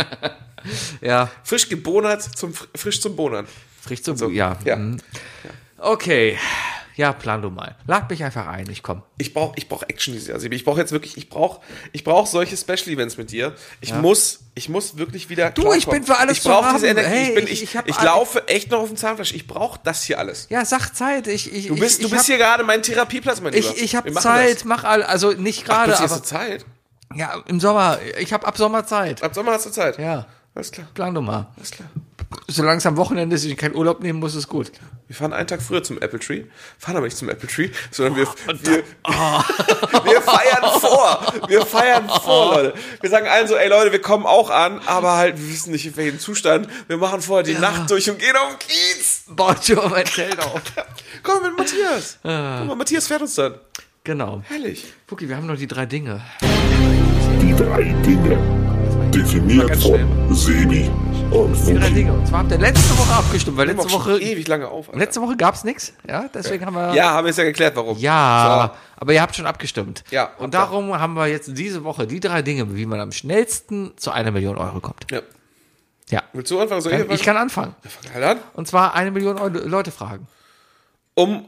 [SPEAKER 2] ja,
[SPEAKER 1] Frisch gebonert zum, frisch zum Bonern.
[SPEAKER 2] frisch zum so, ja.
[SPEAKER 1] Also, ja.
[SPEAKER 2] mhm. Okay. Ja, plan du mal. Lad mich einfach ein, ich komm.
[SPEAKER 1] ich brauche ich brauch Action dieses Jahr, Sebi. Ich brauche jetzt wirklich, ich brauche ich brauch solche Special Events mit dir. Ich muss, ich muss wirklich wieder. Du,
[SPEAKER 2] ich bin für alles
[SPEAKER 1] Ich brauche
[SPEAKER 2] zu
[SPEAKER 1] diese
[SPEAKER 2] haben.
[SPEAKER 1] Energie.
[SPEAKER 2] Hey,
[SPEAKER 1] ich bin,
[SPEAKER 2] ich-
[SPEAKER 1] ich,
[SPEAKER 2] ich
[SPEAKER 1] ich,
[SPEAKER 2] hab alle-
[SPEAKER 1] laufe echt noch auf dem Zahnfleisch. Ich brauche das hier alles.
[SPEAKER 2] Ja, sag Zeit. Ich, ich,
[SPEAKER 1] Du bist,
[SPEAKER 2] ich,
[SPEAKER 1] du bist
[SPEAKER 2] ich
[SPEAKER 1] hier gerade mein Therapieplatz, mein
[SPEAKER 2] hab,
[SPEAKER 1] Lieber.
[SPEAKER 2] ich, ich
[SPEAKER 1] Wir
[SPEAKER 2] hab
[SPEAKER 1] machen
[SPEAKER 2] Zeit,
[SPEAKER 1] das.
[SPEAKER 2] mach all, also nicht gerade,
[SPEAKER 1] Plötzlich hast
[SPEAKER 2] aber
[SPEAKER 1] du Zeit.
[SPEAKER 2] ja, im Sommer. Ich hab ab Sommer Zeit.
[SPEAKER 1] Ab Sommer hast du Zeit.
[SPEAKER 2] Ja,
[SPEAKER 1] Alles klar,
[SPEAKER 2] plan du mal.
[SPEAKER 1] alles klar.
[SPEAKER 2] Solange es am Wochenende ist und ich keinen Urlaub nehmen muss, ist gut.
[SPEAKER 1] Wir fahren einen Tag früher zum Apple Tree, fahren aber nicht zum Apple Tree, sondern wir,
[SPEAKER 2] Oh,
[SPEAKER 1] wir, [laughs] wir feiern vor. Wir feiern
[SPEAKER 2] Oh.
[SPEAKER 1] vor, Leute. Wir sagen allen so, ey Leute, wir kommen auch an, aber halt, wir wissen nicht, in welchem Zustand. Wir machen vorher die Nacht durch und gehen auf den Kiez.
[SPEAKER 2] Baut schon mal mein Zelt auf.
[SPEAKER 1] Komm mit Matthias. Guck
[SPEAKER 2] Ah.
[SPEAKER 1] mal, Matthias fährt uns dann.
[SPEAKER 2] Genau.
[SPEAKER 1] Herrlich.
[SPEAKER 2] Gucki, wir haben noch die drei Dinge.
[SPEAKER 6] Die drei Dinge. Definiert von Sebi und
[SPEAKER 2] Die drei
[SPEAKER 6] Wookie.
[SPEAKER 2] Dinge. Und zwar habt ihr letzte Woche abgestimmt, weil
[SPEAKER 1] Wir haben
[SPEAKER 2] letzte
[SPEAKER 1] auch schon
[SPEAKER 2] Woche,
[SPEAKER 1] ewig lange auf. Alter.
[SPEAKER 2] letzte Woche gab's nix. Ja, deswegen haben wir.
[SPEAKER 1] ja, haben wir jetzt ja geklärt, warum.
[SPEAKER 2] Ja, aber ihr habt schon abgestimmt.
[SPEAKER 1] Ja, habt
[SPEAKER 2] Und darum haben wir jetzt diese Woche die drei Dinge, wie man am schnellsten zu einer Million Euro kommt.
[SPEAKER 1] So. Ja.
[SPEAKER 2] Ja.
[SPEAKER 1] Willst du anfangen? Soll ich,
[SPEAKER 2] Ich kann anfangen.
[SPEAKER 1] anfangen. Halt an.
[SPEAKER 2] Und zwar eine Million Euro Leute fragen.
[SPEAKER 1] Um,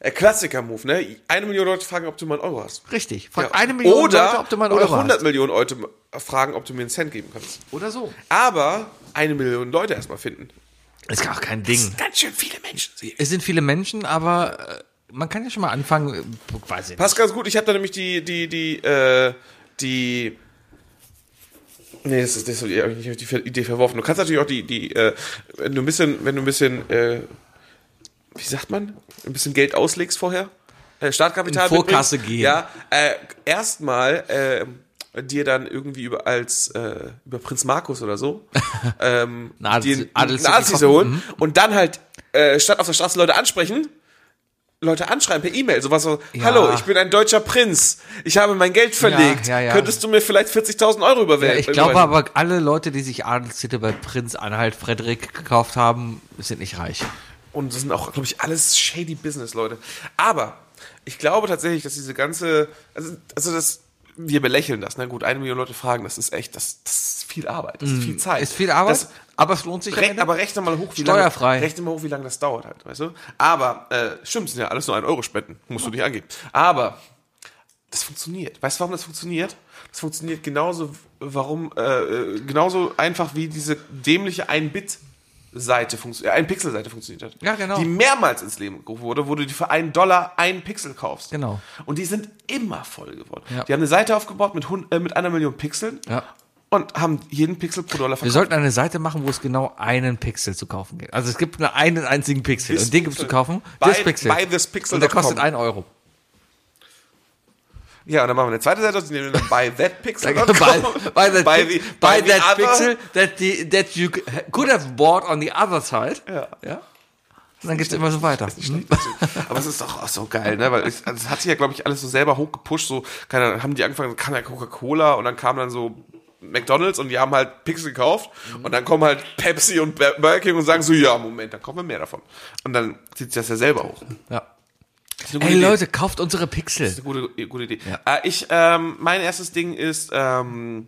[SPEAKER 1] äh, Klassiker-Move, ne? Eine Million Leute fragen, ob du mal einen Euro hast.
[SPEAKER 2] Richtig. Frag
[SPEAKER 1] Ja.
[SPEAKER 2] eine Million
[SPEAKER 1] oder,
[SPEAKER 2] Leute, ob du mal einen
[SPEAKER 1] oder
[SPEAKER 2] Euro
[SPEAKER 1] 100
[SPEAKER 2] hast.
[SPEAKER 1] Millionen Leute fragen, ob du mir einen Cent geben kannst.
[SPEAKER 2] Oder so.
[SPEAKER 1] Aber eine Million Leute erstmal finden.
[SPEAKER 2] Ist gar kein Ding.
[SPEAKER 1] Ganz schön viele Menschen. Sie-
[SPEAKER 2] Es sind viele Menschen, aber äh, man kann ja schon mal anfangen, äh, weiß ich nicht.
[SPEAKER 1] Passt ganz gut. Ich habe da nämlich die, die, die, äh, die. Nee, das ist, das ist ich hab die Ver- Idee verworfen. Du kannst natürlich auch die, die, äh, wenn du ein bisschen, wenn du ein bisschen, äh, wie sagt man, ein bisschen Geld auslegst vorher, äh, Startkapital.
[SPEAKER 2] In Vorkasse
[SPEAKER 1] mitbringen.
[SPEAKER 2] gehen.
[SPEAKER 1] Ja, äh, erstmal äh, dir dann irgendwie über als äh, über Prinz Markus oder so ähm,
[SPEAKER 2] Eine Adels- Mhm.
[SPEAKER 1] dir einen
[SPEAKER 2] Adelstitel
[SPEAKER 1] Nazi
[SPEAKER 2] kaufen.
[SPEAKER 1] holen und dann halt äh, statt auf der Straße Leute ansprechen, Leute anschreiben per E-Mail, sowas so, hallo, ich bin ein deutscher Prinz, ich habe mein Geld verlegt,
[SPEAKER 2] ja, ja.
[SPEAKER 1] könntest du mir vielleicht 40.000 Euro
[SPEAKER 2] Ja,
[SPEAKER 1] überweisen?
[SPEAKER 2] ich glaube aber, alle Leute, die sich Adelstitel bei Prinz Anhalt Frederik gekauft haben, sind nicht reich.
[SPEAKER 1] Und das sind auch, glaube ich, alles shady Business, Leute. Aber ich glaube tatsächlich, dass diese ganze, also, also das, wir belächeln das, na gut, eine Million Leute fragen, das ist echt, das, das ist viel Arbeit, das ist viel Zeit.
[SPEAKER 2] Mhm. Ist viel Arbeit,
[SPEAKER 1] Das,
[SPEAKER 2] aber es lohnt sich. am
[SPEAKER 1] Rechn,
[SPEAKER 2] Ende.
[SPEAKER 1] aber rechne mal hoch, wie
[SPEAKER 2] Steuerfrei.
[SPEAKER 1] lange. Rechne mal hoch, wie lange das dauert halt, weißt du? Aber, äh, stimmt, sind ja alles nur ein Euro spenden. Musst du nicht angeben. Aber, das funktioniert. Weißt du, warum das funktioniert? Das funktioniert genauso, warum, äh, äh, genauso einfach wie diese dämliche Ein-Bit- Seite funktioniert, ein Pixel-Seite funktioniert hat.
[SPEAKER 2] Ja, genau.
[SPEAKER 1] Die mehrmals ins Leben gerufen wurde, wo du die für einen Dollar einen Pixel kaufst.
[SPEAKER 2] Genau.
[SPEAKER 1] Und die sind immer voll geworden.
[SPEAKER 2] Ja.
[SPEAKER 1] Die haben eine Seite aufgebaut mit, hun- äh, mit einer Million Pixeln
[SPEAKER 2] Ja.
[SPEAKER 1] und haben jeden Pixel pro Dollar verkauft.
[SPEAKER 2] Wir sollten eine Seite machen, wo es genau einen Pixel zu kaufen gibt. Also es gibt nur einen einzigen Pixel
[SPEAKER 1] This
[SPEAKER 2] und den gibt es zu
[SPEAKER 1] Pixel.
[SPEAKER 2] kaufen.
[SPEAKER 1] Buy-
[SPEAKER 2] This Pixel.
[SPEAKER 1] buy this Pixel
[SPEAKER 2] und der
[SPEAKER 1] dot com.
[SPEAKER 2] kostet 1 Euro.
[SPEAKER 1] Ja, und dann machen wir eine zweite Seite, die nehmen wir dann by that pixel.
[SPEAKER 2] [laughs] By, by that,
[SPEAKER 1] Oh, By
[SPEAKER 2] pi-
[SPEAKER 1] the-
[SPEAKER 2] by
[SPEAKER 1] by the
[SPEAKER 2] that
[SPEAKER 1] other.
[SPEAKER 2] Pixel that, the, that you could have bought on the other side.
[SPEAKER 1] Ja.
[SPEAKER 2] Und dann geht es immer so weiter.
[SPEAKER 1] [laughs]
[SPEAKER 2] Mhm.
[SPEAKER 1] Aber es ist doch auch so geil, ne? Weil es, also es hat sich ja, glaube ich, alles so selber hochgepusht. So, keine Ahnung, haben die angefangen, kam ja Coca-Cola und dann kam dann so McDonalds und die haben halt Pixel gekauft und dann kommen halt Pepsi und Bur- Burger King und sagen so, ja, Moment, dann kommen wir mehr davon. Und dann zieht sich das ja selber hoch.
[SPEAKER 2] Ja.
[SPEAKER 1] Das ist eine gute
[SPEAKER 2] Hey
[SPEAKER 1] Idee.
[SPEAKER 2] Leute, kauft unsere Pixel.
[SPEAKER 1] Das ist eine gute, gute Idee. Äh, ich, ähm, mein erstes Ding ist ähm,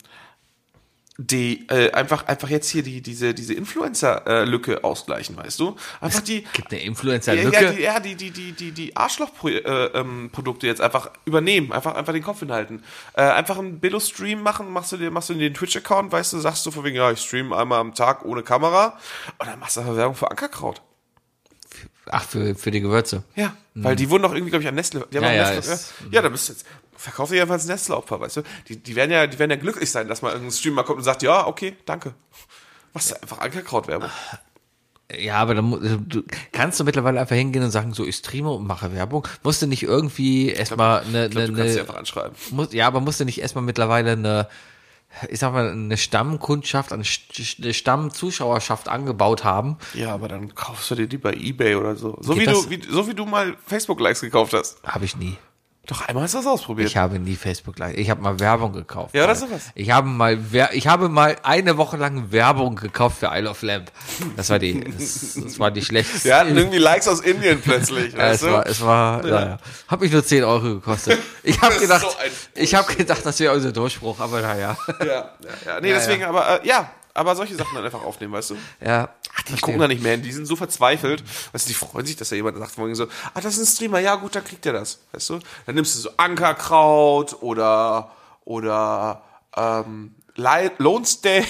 [SPEAKER 1] die äh, einfach einfach jetzt hier die diese diese Influencer-Lücke ausgleichen, weißt du? Einfach die
[SPEAKER 2] Gibt eine
[SPEAKER 1] ja,
[SPEAKER 2] Influencer-Lücke.
[SPEAKER 1] ja, die, ja, die, die, die, die, die Arschloch-Produkte ähm, Produkte jetzt einfach übernehmen, einfach, einfach den Kopf hinhalten. Äh, einfach einen Billo-Stream machen, machst du dir, machst du dir den Twitch-Account, weißt du, sagst du von wegen, ja, ich stream einmal am Tag ohne Kamera und dann machst du einfach Werbung für Ankerkraut.
[SPEAKER 2] Ach, für, für die Gewürze.
[SPEAKER 1] Ja, weil die wurden doch irgendwie, glaube ich, an Nestle. Die haben
[SPEAKER 2] Mhm. Ja,
[SPEAKER 1] an
[SPEAKER 2] ja,
[SPEAKER 1] Nestle
[SPEAKER 2] ist-
[SPEAKER 1] ja, ja, da bist du jetzt. Verkauf dich einfach als Nestle-Opfer, weißt du? Die, die, werden ja, die werden ja glücklich sein, dass mal irgendein Streamer kommt und sagt, ja, okay, danke. Machst du einfach Ankerkraut-Werbung.
[SPEAKER 2] Ja, aber dann mu- also, du, kannst du mittlerweile einfach hingehen und sagen, so, ich streame und mache Werbung. Musst du nicht irgendwie erstmal eine,
[SPEAKER 1] Ich glaub, du
[SPEAKER 2] eine,
[SPEAKER 1] kannst sie
[SPEAKER 2] eine
[SPEAKER 1] einfach anschreiben.
[SPEAKER 2] muss, ja, aber musst du nicht erstmal mittlerweile eine, ich sag mal, eine Stammkundschaft, eine Sch- eine Stammzuschauerschaft angebaut haben?
[SPEAKER 1] Ja, aber dann kaufst du dir die bei Ebay oder so. So,
[SPEAKER 2] Geht
[SPEAKER 1] wie
[SPEAKER 2] das?
[SPEAKER 1] du, wie, so wie du mal Facebook-Likes gekauft hast.
[SPEAKER 2] Habe ich nie.
[SPEAKER 1] Doch einmal hast du das ausprobiert.
[SPEAKER 2] Ich habe nie Facebook Live. Ich habe mal Werbung gekauft.
[SPEAKER 1] Ja, oder
[SPEAKER 2] Mal.
[SPEAKER 1] sowas.
[SPEAKER 2] Ich habe mal, Wer ich habe mal eine Woche lang Werbung gekauft für Isle of Lamp. Das war die, das, das war
[SPEAKER 1] [laughs]
[SPEAKER 2] die schlechteste.
[SPEAKER 1] Wir hatten irgendwie Likes aus Indien plötzlich,
[SPEAKER 2] [laughs] Ja,
[SPEAKER 1] weißt
[SPEAKER 2] es
[SPEAKER 1] du?
[SPEAKER 2] war, es war, ja. Ja, hat mich nur 10 Euro gekostet. Ich habe
[SPEAKER 1] [laughs] Das ist
[SPEAKER 2] gedacht,
[SPEAKER 1] so ein
[SPEAKER 2] ich habe gedacht, das wäre unser Durchbruch,
[SPEAKER 1] [laughs]
[SPEAKER 2] aber naja.
[SPEAKER 1] ja, ja, ja. Nee, deswegen, aber äh, ja, aber solche Sachen dann einfach aufnehmen, weißt du?
[SPEAKER 2] Ja,
[SPEAKER 1] Die gucken da nicht mehr hin, die sind so verzweifelt. Weißt du, die freuen sich, dass da jemand sagt, von wegen so, ah, das ist ein Streamer, ja gut, dann kriegt er das, weißt du? Dann nimmst du so Ankerkraut oder, oder, ähm, Li- Lone Stay.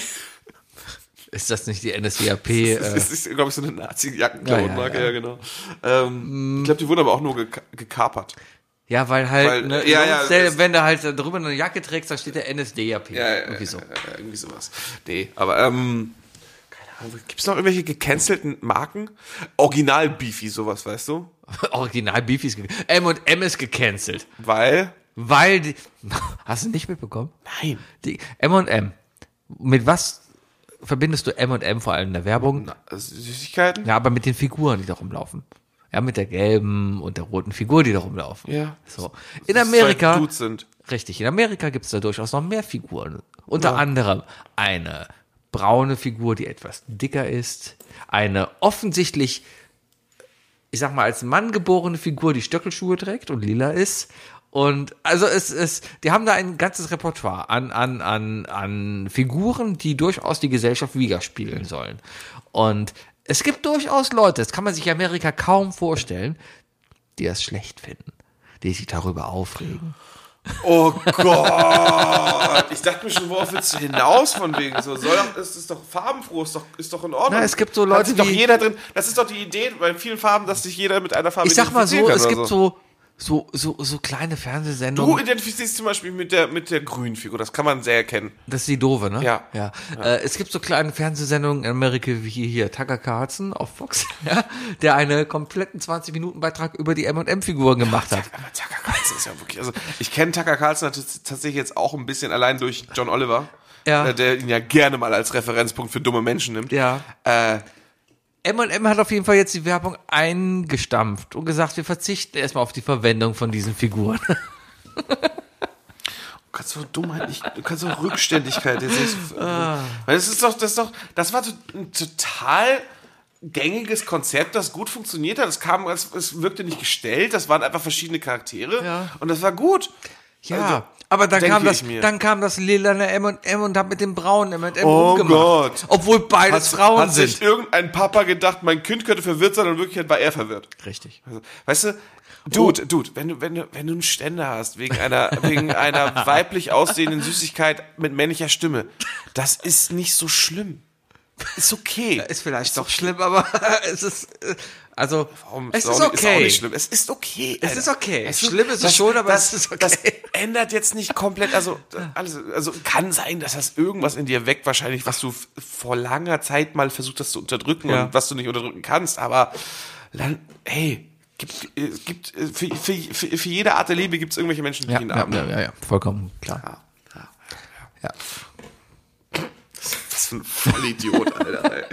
[SPEAKER 2] ist das nicht die NSDAP? äh,
[SPEAKER 1] [laughs] Das ist, glaube ich, so eine Nazi-Jackenklamottenmarke,
[SPEAKER 2] Ja,
[SPEAKER 1] ja,
[SPEAKER 2] ja,
[SPEAKER 1] genau. Ähm, ich glaube, die wurden aber auch nur geka gekapert.
[SPEAKER 2] ja, weil halt,
[SPEAKER 1] Weil,
[SPEAKER 2] ne,
[SPEAKER 1] ja, ja,
[SPEAKER 2] Lonsdale,
[SPEAKER 1] das-
[SPEAKER 2] wenn du halt da drüber eine Jacke trägst, da steht der NSDAP. Irgendwie so.
[SPEAKER 1] Äh, irgendwie sowas. Nee, aber ähm, keine Ahnung, gibt's noch irgendwelche gecancelten Marken? Original Beefy, sowas, weißt du?
[SPEAKER 2] [laughs] Original Beefies. ge- M&M ist gecancelt.
[SPEAKER 1] Weil.
[SPEAKER 2] Weil die, [laughs] hast du nicht mitbekommen?
[SPEAKER 1] Nein.
[SPEAKER 2] Die M&M. Mit was verbindest du M&M vor allem in der Werbung?
[SPEAKER 1] äh, Süßigkeiten?
[SPEAKER 2] Ja, aber mit den Figuren, die da rumlaufen. Ja, mit der gelben und der roten Figur, die da rumlaufen.
[SPEAKER 1] Ja.
[SPEAKER 2] So. In Amerika.
[SPEAKER 1] Zwei Dudes sind.
[SPEAKER 2] Richtig, in Amerika gibt's da durchaus noch mehr Figuren. Unter anderem eine braune Figur, die etwas dicker ist, eine offensichtlich, ich sag mal, als Mann geborene Figur, die Stöckelschuhe trägt und lila ist. Und also es ist, die haben da ein ganzes Repertoire an, an, an, an Figuren, die durchaus die Gesellschaft widerspiegeln sollen. Und es gibt durchaus Leute, das kann man sich in Amerika kaum vorstellen, die das schlecht finden, die sich darüber aufregen.
[SPEAKER 1] Oh Gott! aber ich dachte mir schon, worauf willst du hinaus von wegen so? Soll doch, ist, ist doch farbenfroh, ist doch, ist doch in Ordnung.
[SPEAKER 2] Na, es gibt so
[SPEAKER 1] Kann
[SPEAKER 2] Leute
[SPEAKER 1] sich doch
[SPEAKER 2] wie-
[SPEAKER 1] jeder drin. Das ist doch die Idee bei vielen Farben, dass sich jeder mit einer Farbe
[SPEAKER 2] Ich sag mal so,
[SPEAKER 1] identifizieren
[SPEAKER 2] es
[SPEAKER 1] kann
[SPEAKER 2] gibt
[SPEAKER 1] oder
[SPEAKER 2] so, so, so, so kleine
[SPEAKER 1] Du
[SPEAKER 2] Fernsehsendungen.
[SPEAKER 1] identifizierst zum Beispiel mit der, mit der grünen Figur, das kann man sehr erkennen.
[SPEAKER 2] Das ist die doofe, ne?
[SPEAKER 1] Ja.
[SPEAKER 2] ja. Äh, es gibt so kleine Fernsehsendungen in Amerika wie hier, hier Tucker Carlson auf Fox, [laughs] ja, der einen kompletten 20-Minuten-Beitrag über die MM-Figuren gemacht hat.
[SPEAKER 1] Aber Tucker Carlson ist ja wirklich. Also ich kenne Tucker Carlson tats- tatsächlich jetzt auch ein bisschen allein durch John Oliver,
[SPEAKER 2] Ja.
[SPEAKER 1] äh, der ihn ja gerne mal als Referenzpunkt für dumme Menschen nimmt.
[SPEAKER 2] Ja.
[SPEAKER 1] Äh,
[SPEAKER 2] MM hat auf jeden Fall jetzt die Werbung eingestampft und gesagt, wir verzichten erstmal auf die Verwendung von diesen Figuren. [laughs]
[SPEAKER 1] Du kannst so Dummheit nicht, du kannst so Rückständigkeit jetzt nicht.
[SPEAKER 2] [laughs]
[SPEAKER 1] so-
[SPEAKER 2] Ah.
[SPEAKER 1] Weil das ist doch, das ist doch, das war to- ein total gängiges Konzept, das gut funktioniert hat. Es kam, es, es wirkte nicht gestellt, das waren einfach verschiedene Charaktere
[SPEAKER 2] Ja.
[SPEAKER 1] und das war gut.
[SPEAKER 2] Ja.
[SPEAKER 1] Also,
[SPEAKER 2] aber dann
[SPEAKER 1] denke
[SPEAKER 2] kam, das,
[SPEAKER 1] ich mir.
[SPEAKER 2] dann kam das lilane M&M und hat mit dem braunen M&M
[SPEAKER 1] Oh
[SPEAKER 2] rumgemacht.
[SPEAKER 1] Gott.
[SPEAKER 2] Obwohl beides Frauen
[SPEAKER 1] hat
[SPEAKER 2] sind.
[SPEAKER 1] sich irgendein Papa gedacht, mein Kind könnte verwirrt sein und in Wirklichkeit war er verwirrt.
[SPEAKER 2] Richtig.
[SPEAKER 1] Also, weißt du,
[SPEAKER 2] Oh.
[SPEAKER 1] Dude, Dude, wenn du, wenn du, wenn du einen Ständer hast, wegen einer, wegen
[SPEAKER 2] [laughs]
[SPEAKER 1] einer weiblich aussehenden Süßigkeit mit männlicher Stimme, das ist nicht so schlimm. Ist okay.
[SPEAKER 2] Ist vielleicht doch schlimm, aber [laughs] es ist, äh, also,
[SPEAKER 1] auch nicht-
[SPEAKER 2] es ist
[SPEAKER 1] Oh, Ist auch
[SPEAKER 2] okay.
[SPEAKER 1] nicht schlimm. Es ist okay.
[SPEAKER 2] Es ist okay.
[SPEAKER 1] Es
[SPEAKER 2] Schlimm ist es schon, aber
[SPEAKER 1] das,
[SPEAKER 2] es ist okay.
[SPEAKER 1] [laughs] Das ändert jetzt nicht komplett, also, alles, also kann sein, dass das irgendwas in dir weckt, wahrscheinlich, was du f- vor langer Zeit mal versucht hast zu unterdrücken
[SPEAKER 2] Ja.
[SPEAKER 1] und was du nicht unterdrücken kannst, aber dann, hey, gibt, äh, gibt, äh, für, für, für, für jede Art der Liebe gibt es irgendwelche Menschen, die
[SPEAKER 2] Ja,
[SPEAKER 1] ihn
[SPEAKER 2] ja,
[SPEAKER 1] haben.
[SPEAKER 2] ja, ja, ja, vollkommen klar. Ja.
[SPEAKER 1] Das ist ein Vollidiot, Alter. Ey.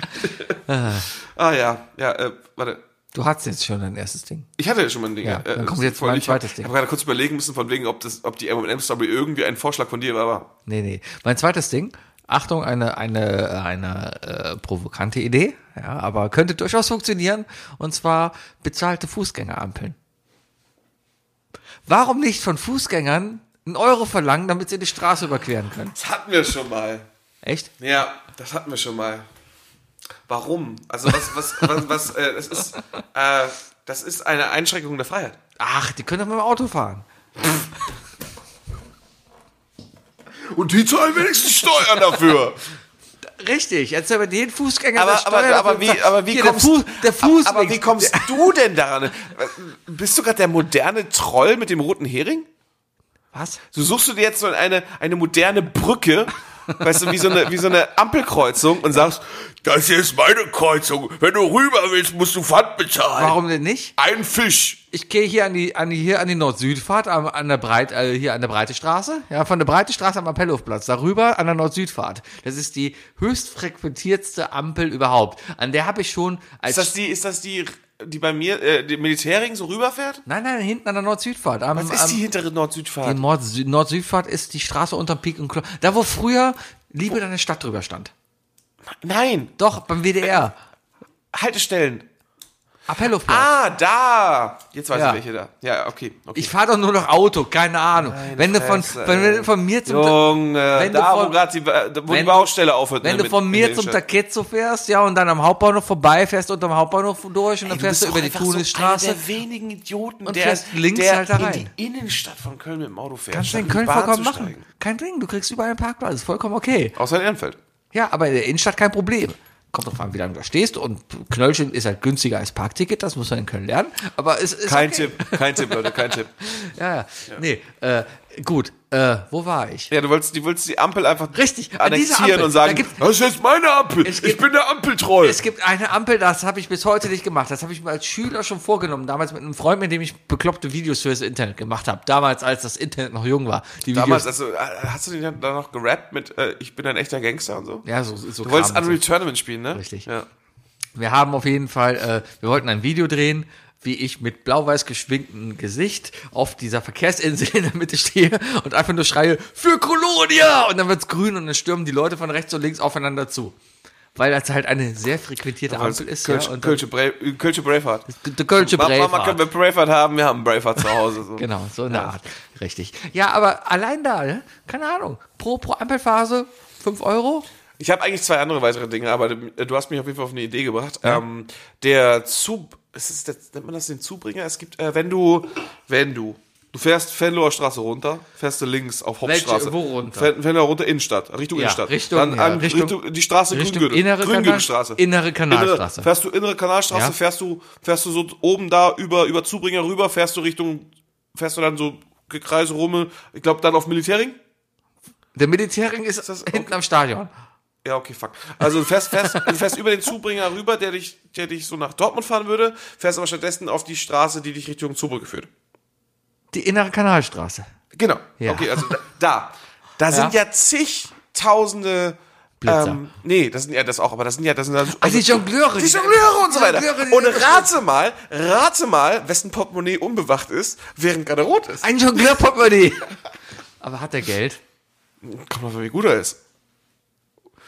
[SPEAKER 1] ah ja, ja, äh, warte.
[SPEAKER 2] Du hattest jetzt schon dein erstes Ding.
[SPEAKER 1] Ich hatte ja schon mal ein Ding. äh,
[SPEAKER 2] Ja, dann kommt jetzt
[SPEAKER 1] voll-
[SPEAKER 2] mein
[SPEAKER 1] ich hab-
[SPEAKER 2] zweites Ding.
[SPEAKER 1] Ich habe gerade kurz überlegen müssen, von wegen, ob, das, ob die MM-Story irgendwie ein Vorschlag von dir war. aber-
[SPEAKER 2] Nee, nee. Mein zweites Ding. Achtung, eine, eine, eine äh, provokante Idee, ja, aber könnte durchaus funktionieren. Und zwar bezahlte Fußgängerampeln. Warum nicht von Fußgängern einen Euro verlangen, damit sie die Straße überqueren können?
[SPEAKER 1] Das hatten wir schon mal.
[SPEAKER 2] Echt?
[SPEAKER 1] Ja, das hatten wir schon mal. Warum? Also was, was, [laughs] was, was, äh, das ist, äh, das ist eine Einschränkung der Freiheit.
[SPEAKER 2] Ach, die können doch mit dem Auto fahren.
[SPEAKER 1] Und die zahlen wenigstens Steuern [laughs] dafür.
[SPEAKER 2] Richtig, jetzt aber den Fußgänger
[SPEAKER 1] aber,
[SPEAKER 2] das
[SPEAKER 1] aber,
[SPEAKER 2] Steuer-
[SPEAKER 1] aber wie, aber wie
[SPEAKER 2] Hier,
[SPEAKER 1] kommst,
[SPEAKER 2] der Fuß, der Fuß
[SPEAKER 1] aber wie kommst du denn daran? Bist du gerade der moderne Troll mit dem roten Hering?
[SPEAKER 2] Was?
[SPEAKER 1] Du suchst du dir jetzt so eine, eine moderne Brücke, weißt du, wie so eine, wie so eine Ampelkreuzung und sagst, das hier ist meine Kreuzung. Wenn du rüber willst, musst du Pfand bezahlen.
[SPEAKER 2] Warum denn nicht?
[SPEAKER 1] Ein Fisch.
[SPEAKER 2] ich gehe hier an die, an die, hier an die Nord-Süd-Fahrt, an, an der Breit, äh, hier an der Breitestraße, ja, von der Breitestraße am Appellhofplatz, darüber an der Nord-Süd-Fahrt. Das ist die höchst frequentiertste Ampel überhaupt. An der habe ich schon als,
[SPEAKER 1] Ist das die, ist das die, die bei mir, äh, die Militärring so rüberfährt?
[SPEAKER 2] nein, nein, hinten an der Nord-Süd-Fahrt. Am,
[SPEAKER 1] Was ist
[SPEAKER 2] am,
[SPEAKER 1] die hintere
[SPEAKER 2] die
[SPEAKER 1] Nord-Süd-Fahrt?
[SPEAKER 2] Nord- Sü- Nord-Süd-Fahrt ist die Straße unterm Peak und Klo da wo früher Liebe deine Stadt drüber stand.
[SPEAKER 1] Nein,
[SPEAKER 2] Doch, beim WDR.
[SPEAKER 1] Haltestellen.
[SPEAKER 2] Appellhofplatz.
[SPEAKER 1] Ah, da. Jetzt weiß
[SPEAKER 2] Ja.
[SPEAKER 1] ich welche da. Ja, okay. okay.
[SPEAKER 2] Ich fahre doch nur noch Auto, keine Ahnung. wenn du von,
[SPEAKER 1] Fresse,
[SPEAKER 2] wenn du von mir zum,
[SPEAKER 1] Junge,
[SPEAKER 2] äh, wenn du
[SPEAKER 1] da wo
[SPEAKER 2] von-
[SPEAKER 1] gerade die, äh, wo die
[SPEAKER 2] wenn-
[SPEAKER 1] Baustelle aufhört.
[SPEAKER 2] Wenn
[SPEAKER 1] ne,
[SPEAKER 2] du
[SPEAKER 1] mit-
[SPEAKER 2] von
[SPEAKER 1] in
[SPEAKER 2] mir
[SPEAKER 1] der
[SPEAKER 2] zum
[SPEAKER 1] Innenstadt.
[SPEAKER 2] Taketzo fährst, ja, und dann am Hauptbahnhof vorbei fährst und am Hauptbahnhof durch und dann fährst du
[SPEAKER 1] bist
[SPEAKER 2] über
[SPEAKER 1] doch
[SPEAKER 2] die
[SPEAKER 1] einfach So
[SPEAKER 2] Tunisstraße.
[SPEAKER 1] einer der wenigen Idioten,
[SPEAKER 2] und
[SPEAKER 1] der,
[SPEAKER 2] fährst links
[SPEAKER 1] der
[SPEAKER 2] halt da
[SPEAKER 1] in
[SPEAKER 2] rein.
[SPEAKER 1] die Innenstadt von Köln mit dem Auto fährt.
[SPEAKER 2] Kannst du
[SPEAKER 1] statt
[SPEAKER 2] in Köln
[SPEAKER 1] um die Bahn
[SPEAKER 2] vollkommen
[SPEAKER 1] zu
[SPEAKER 2] machen.
[SPEAKER 1] steigen.
[SPEAKER 2] Kein Ding, du kriegst überall einen Parkplatz, ist vollkommen okay.
[SPEAKER 1] Außer in Ehrenfeld.
[SPEAKER 2] Ja, aber in der Innenstadt kein Problem. Kommt drauf an, wie lange du da stehst und Knöllchen ist halt günstiger als Parkticket, das muss man in Köln lernen. Aber es ist
[SPEAKER 1] Kein
[SPEAKER 2] okay.
[SPEAKER 1] Tipp, kein Tipp, Leute, kein Tipp.
[SPEAKER 2] [laughs] Ja, ja. Nee, äh, gut, äh, wo war ich?
[SPEAKER 1] Ja, du wolltest, die wolltest die Ampel einfach
[SPEAKER 2] Richtig, an dieser
[SPEAKER 1] annexieren
[SPEAKER 2] Ampel,
[SPEAKER 1] und sagen,
[SPEAKER 2] da gibt's-
[SPEAKER 1] das ist jetzt meine Ampel,
[SPEAKER 2] Es
[SPEAKER 1] ich
[SPEAKER 2] gibt-
[SPEAKER 1] bin der Ampeltroll.
[SPEAKER 2] Es gibt eine Ampel, das habe ich bis heute nicht gemacht. Das habe ich mir als Schüler schon vorgenommen. Damals mit einem Freund, mit dem ich bekloppte Videos fürs Internet gemacht habe. Damals, als das Internet noch jung war. Die
[SPEAKER 1] Damals,
[SPEAKER 2] Videos,
[SPEAKER 1] also, äh, hast du den dann da noch gerappt mit äh, Ich bin ein echter Gangster und so?
[SPEAKER 2] ja, so, so
[SPEAKER 1] Du wolltest
[SPEAKER 2] kam das.
[SPEAKER 1] Unreal Tournament spielen, ne?
[SPEAKER 2] Richtig.
[SPEAKER 1] Ja.
[SPEAKER 2] Wir haben auf jeden Fall, äh, wir wollten ein Video drehen, wie ich mit blau-weiß geschminktem Gesicht auf dieser Verkehrsinsel in der Mitte stehe und einfach nur schreie, für Kolonia! Und dann wird's grün und dann stürmen die Leute von rechts und links aufeinander zu. Weil das halt eine sehr frequentierte
[SPEAKER 1] Also,
[SPEAKER 2] Ampel ist.
[SPEAKER 1] Kölsch,
[SPEAKER 2] ja, und
[SPEAKER 1] Kölsche, Bra äh, Kölsche Braveheart.
[SPEAKER 2] der Kölsche
[SPEAKER 1] Mama, können wir
[SPEAKER 2] Brave.
[SPEAKER 1] Braveheart haben? Wir haben Braveheart zu Hause.
[SPEAKER 2] [laughs]
[SPEAKER 1] So.
[SPEAKER 2] Genau, so eine Art. Richtig. Ja, aber allein da, ne? keine Ahnung. Pro, pro Ampelphase 5 Euro.
[SPEAKER 1] Ich habe eigentlich zwei andere weitere Dinge, aber äh, du hast mich auf jeden Fall auf eine Idee gebracht. Ähm, der Zub, ist es, der, nennt man das den Zubringer? Es gibt, äh, wenn du, wenn du Du fährst Venloer Straße runter, fährst du links auf Hauptstraße.
[SPEAKER 2] Welche- wo runter?
[SPEAKER 1] Ven- Venloer runter, Innenstadt, Richtung
[SPEAKER 2] Ja,
[SPEAKER 1] Innenstadt.
[SPEAKER 2] Richtung-
[SPEAKER 1] Dann
[SPEAKER 2] ja,
[SPEAKER 1] an,
[SPEAKER 2] Richtung-
[SPEAKER 1] die Straße
[SPEAKER 2] Richtung
[SPEAKER 1] Grüngürtel.
[SPEAKER 2] innere Kanal-
[SPEAKER 1] Grüngürtelstraße.
[SPEAKER 2] innere Kanalstraße.
[SPEAKER 1] Innere, fährst du innere Kanalstraße,
[SPEAKER 2] Ja.
[SPEAKER 1] fährst du, fährst du so oben da über, über Zubringer rüber, fährst du Richtung, fährst du dann so Gekreise rum, ich glaube dann auf Militärring?
[SPEAKER 2] Der Militärring ist,
[SPEAKER 1] das
[SPEAKER 2] hinten am Stadion.
[SPEAKER 1] Ja, okay, fuck. Also du fährst, fährst, du fährst über den Zubringer rüber, der dich, der dich so nach Dortmund fahren würde, fährst aber stattdessen auf die Straße, die dich Richtung Zubrücke führt.
[SPEAKER 2] Die innere Kanalstraße.
[SPEAKER 1] Genau.
[SPEAKER 2] Ja.
[SPEAKER 1] Okay, also da- da. Da sind ja zigtausende
[SPEAKER 2] Blitzer.
[SPEAKER 1] Ähm, nee, das sind ja das auch, aber das sind ja das sind dann, also,
[SPEAKER 2] die Jongleure,
[SPEAKER 1] Die
[SPEAKER 2] die-
[SPEAKER 1] Jongleure und so
[SPEAKER 2] die
[SPEAKER 1] weiter.
[SPEAKER 2] Jongleure, die-
[SPEAKER 1] Und rate mal, rate mal, wessen Portemonnaie unbewacht ist, während gerade rot ist. [laughs]
[SPEAKER 2] Ein Jongleurportemonnaie. Aber hat er Geld?
[SPEAKER 1] Kommt mal, wie gut er ist.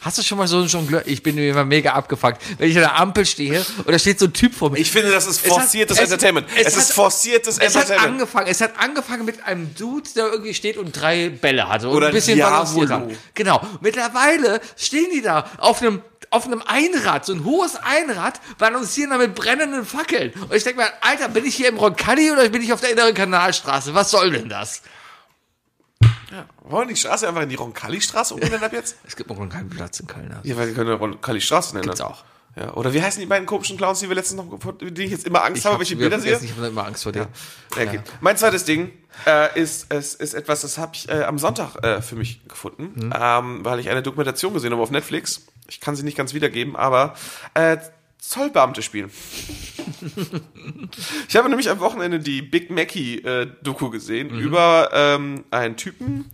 [SPEAKER 2] Hast du schon mal so einen Jongleur? Ich bin immer mega abgefuckt. Wenn ich an der Ampel stehe und da steht so ein Typ vor mir.
[SPEAKER 1] Ich finde, das ist
[SPEAKER 2] Es hat-
[SPEAKER 1] forciertes
[SPEAKER 2] es-
[SPEAKER 1] Entertainment. Es,
[SPEAKER 2] hat-
[SPEAKER 1] ist forciertes
[SPEAKER 2] es hat
[SPEAKER 1] Entertainment.
[SPEAKER 2] angefangen. Es hat angefangen mit einem Dude, der irgendwie steht und drei Bälle hatte und
[SPEAKER 1] Oder
[SPEAKER 2] ein bisschen
[SPEAKER 1] Diabolo.
[SPEAKER 2] balanciert hat. Genau. Mittlerweile stehen die da auf einem auf einem Einrad, so ein hohes Einrad, balancieren da mit brennenden Fackeln. Und ich denke mir, Alter, bin ich hier im Roncalli oder bin ich auf der inneren Kanalstraße? Was soll denn das?
[SPEAKER 1] Wollen wir die Straße einfach in die Roncalli-Straße umbenennen ab jetzt?
[SPEAKER 2] Es gibt noch keinen Platz in Köln. Also.
[SPEAKER 1] Ja, weil wir können ja Roncalli-Straße nennen.
[SPEAKER 2] Gibt's auch.
[SPEAKER 1] Ja, oder wie heißen die beiden komischen Clowns, die wir letztens noch, vor denen ich jetzt immer Angst habe, welche
[SPEAKER 2] wieder
[SPEAKER 1] Bilder sehe?
[SPEAKER 2] vergessen, Ich habe immer Angst vor dir.
[SPEAKER 1] Ja, okay. Mein zweites Ding äh, ist, ist, ist etwas, das habe ich äh, am Sonntag äh, für mich gefunden, ähm, weil ich eine Dokumentation gesehen habe auf Netflix. Ich kann sie nicht ganz wiedergeben, aber äh, Zollbeamte [laughs] spielen. ich habe nämlich am Wochenende die Big Mackey-Doku gesehen über ähm, einen Typen,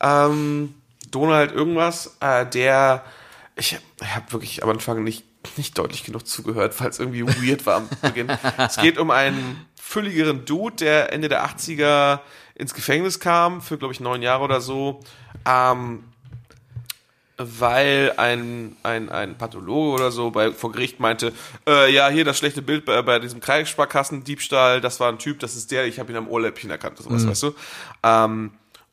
[SPEAKER 1] ähm, Donald irgendwas, äh, der ich habe wirklich am Anfang nicht, nicht deutlich genug zugehört, falls irgendwie weird war am [laughs] Beginn. es geht um einen fülligeren Dude, der Ende der 80er ins Gefängnis kam, für glaube ich neun Jahre oder so, ähm, weil ein, ein, ein Pathologe oder so bei, vor Gericht meinte, äh, ja, hier das schlechte Bild bei, bei diesem Kreissparkassendiebstahl, das war ein Typ, das ist der, ich habe ihn am Ohrläppchen erkannt, sowas, weißt du. Ähm,